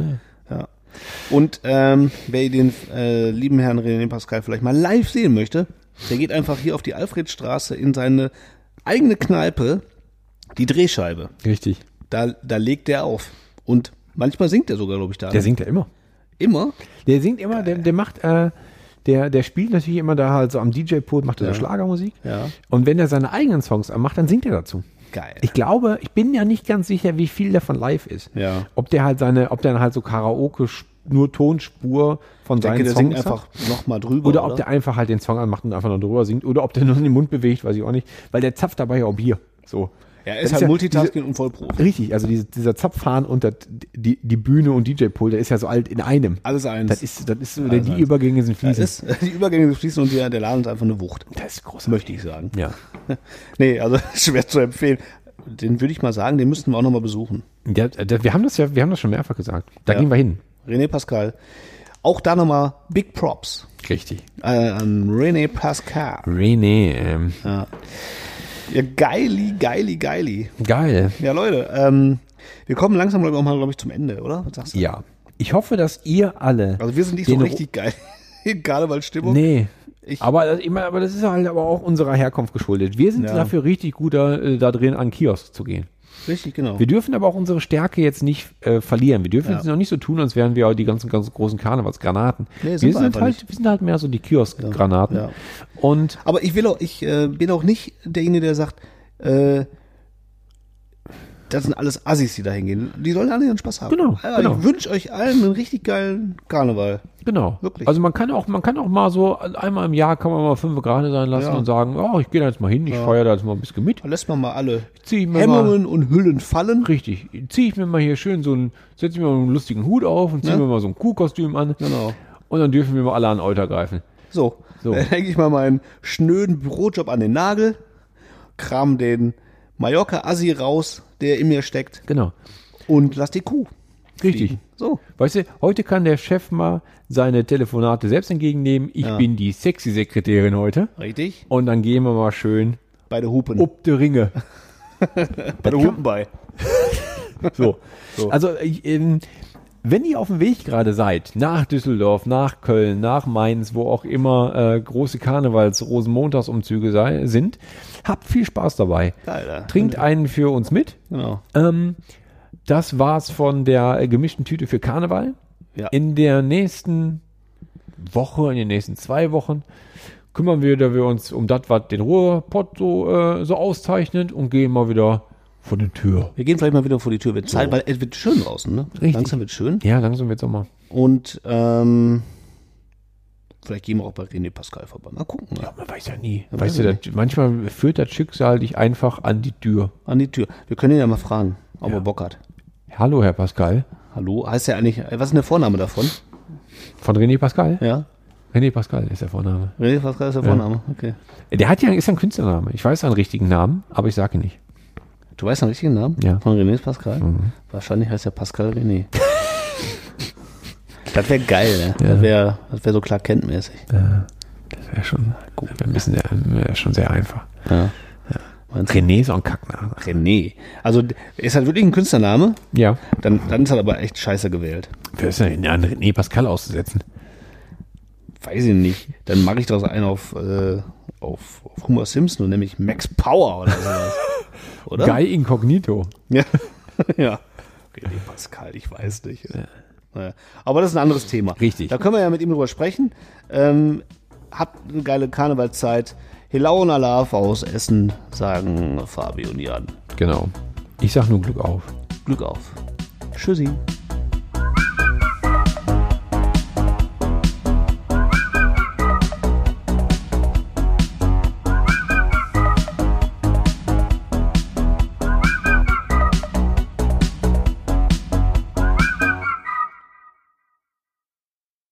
Ja. Und ähm, wer den äh, lieben Herrn René Pascal vielleicht mal live sehen möchte, der geht einfach hier auf die Alfredstraße in seine eigene Kneipe, die Drehscheibe. Richtig. Da, da legt er auf. Und manchmal singt er sogar, glaube ich, da. Der singt ja immer. immer. Also Der singt immer, der, der macht, äh, der, der spielt natürlich immer da halt so am DJ-Pult, macht er so Schlagermusik. Ja. Und wenn er seine eigenen Songs anmacht, dann singt er dazu. Geil. Ich glaube, ich bin ja nicht ganz sicher, wie viel davon live ist. Ja. Ob der halt seine, ob der dann halt so Karaoke sch- nur Tonspur von denke, seinen der Songs singt hat. einfach nochmal drüber. Oder, ob der einfach halt den Song anmacht und einfach nur drüber singt. Oder ob der nur in den Mund bewegt, weiß ich auch nicht. Weil der zapft dabei ja auch Bier. So. er Das ist halt ja Multitasking und Vollprofi. Diese, richtig, also diese, dieser Zapfhahn und das, die, die Bühne und DJ-Pool, der ist ja so alt in einem. Alles eins. Das ist, das ist so, Alles die eins. Übergänge sind Das fließend. ist, die Übergänge fließen und der, der Laden ist einfach eine Wucht. das ist großartig. Möchte ich sagen. Ja. Nee, also schwer zu empfehlen. Den würde ich mal sagen, den müssten wir auch nochmal besuchen. Der, der, wir haben das ja, wir haben das schon mehrfach gesagt. Da Ja. gehen wir hin. René Pascal. Auch da nochmal Big Props Richtig. äh, an René Pascal. René, ähm, Ja, geili, geili, geili. geil. Ja, Leute, ähm, wir kommen langsam, glaube ich, auch mal, glaube ich, zum Ende, oder? Was sagst du? Ja. ich hoffe, dass ihr alle. Also wir sind nicht so den Ru- richtig geil in Karnevalstimmung. Nee. Ich- aber, das, ich meine, aber das ist halt aber auch unserer Herkunft geschuldet. Wir sind Ja. dafür richtig gut da, äh, da drin, an Kiosk zu gehen. Richtig, genau. Wir dürfen aber auch unsere Stärke jetzt nicht äh, verlieren. Wir dürfen Ja. jetzt noch nicht so tun, als wären wir auch die ganzen, ganz großen Karnevalsgranaten. Nee, wir, sind wir sind einfach halt, nicht. wir sind halt mehr so die Kioskgranaten. Ja, ja. Und Aber ich will auch, ich äh, bin auch nicht derjenige, der sagt, äh, das sind alles Assis, die da hingehen. Die sollen alle ihren Spaß haben. Genau, Aber genau. Ich wünsche euch allen einen richtig geilen Karneval. genau. Wirklich. Also man kann auch, man kann auch mal so, einmal im Jahr kann man mal fünf gerade sein lassen Ja. und sagen, oh, ich gehe da jetzt mal hin, ich feiere da jetzt mal ein bisschen mit. Da lässt man mal alle Zieh ich mir mal, Hemmungen und Hüllen fallen. Richtig. Ziehe ich mir mal hier schön so einen, setze ich mir mal einen lustigen Hut auf und ziehe Ne? mir mal so ein Kuhkostüm an. Genau. Und dann dürfen wir mal alle an Euter greifen. So, So. dann hänge ich mal meinen schnöden Bürojob an den Nagel, kram den Mallorca-Assi raus, der in mir steckt Genau. und lass die Kuh. Richtig. So, Weißt du, heute kann der Chef mal seine Telefonate selbst entgegennehmen. Ich bin die sexy Sekretärin heute. richtig. Und dann gehen wir mal schön Bei der Hupen. up de Ringe. bei der Hupen bei. So. Also, ich, ähm, wenn ihr auf dem Weg gerade seid, nach Düsseldorf, nach Köln, nach Mainz, wo auch immer äh, große Karnevals-Rosenmontagsumzüge sei, sind, habt viel Spaß dabei. Alter. Trinkt einen für uns mit. Genau. Ähm, das war's von der äh, gemischten Tüte für Karneval. Ja. In der nächsten Woche, in den nächsten zwei Wochen, kümmern wir, da wir uns um das, was den Ruhrpott so, äh, so auszeichnet und gehen mal wieder vor die Tür. Wir gehen vielleicht mal wieder vor die Tür. Wird Zeit, weil es wird schön draußen, ne? Richtig. Langsam wird schön. Ja, langsam wird's auch mal. Und ähm, vielleicht gehen wir auch bei René Pascal vorbei. Mal gucken. ne? Man weiß ja nie. weiß weißt du, das, manchmal führt das Schicksal dich einfach an die Tür. An die Tür. Wir können ihn ja mal fragen, ob er Bock hat. Hallo, Herr Pascal. Hallo? Heißt er eigentlich, äh, was ist denn der Vorname davon? Von René Pascal? Ja? René Pascal ist der Vorname. René Pascal ist der Vorname. Okay. Der hat ja, ist ja ein Künstlername. Ich weiß seinen richtigen Namen, aber ich sage ihn nicht. Du weißt den richtigen Namen? Ja. Von René Pascal? Wahrscheinlich heißt er Pascal René. das wäre geil, ne? Das wäre das wär so Clark Kent-mäßig. Das wäre schon, wär ein bisschen sehr, wär schon sehr einfach. Ja. Meinst du? René ist ne? auch ein Kackname. René. Also ist halt wirklich ein Künstlername, Ja. dann, dann ist er aber echt scheiße gewählt. Wer ist denn an René Pascal auszusetzen? Weiß ich nicht. Dann mache ich daraus einen auf, äh, auf, auf Homer Simpson, nämlich Max Power oder sowas. oder? Guy Incognito. Ja. ja. René Pascal, ich weiß nicht. Naja. Aber das ist ein anderes Thema. Richtig. Da können wir ja mit ihm drüber sprechen. Ähm, habt eine geile Karnevalszeit. Hilau und Alaf aus Essen, sagen Fabi und Jan. Genau. Ich sag nur Glück auf. Glück auf. Tschüssi.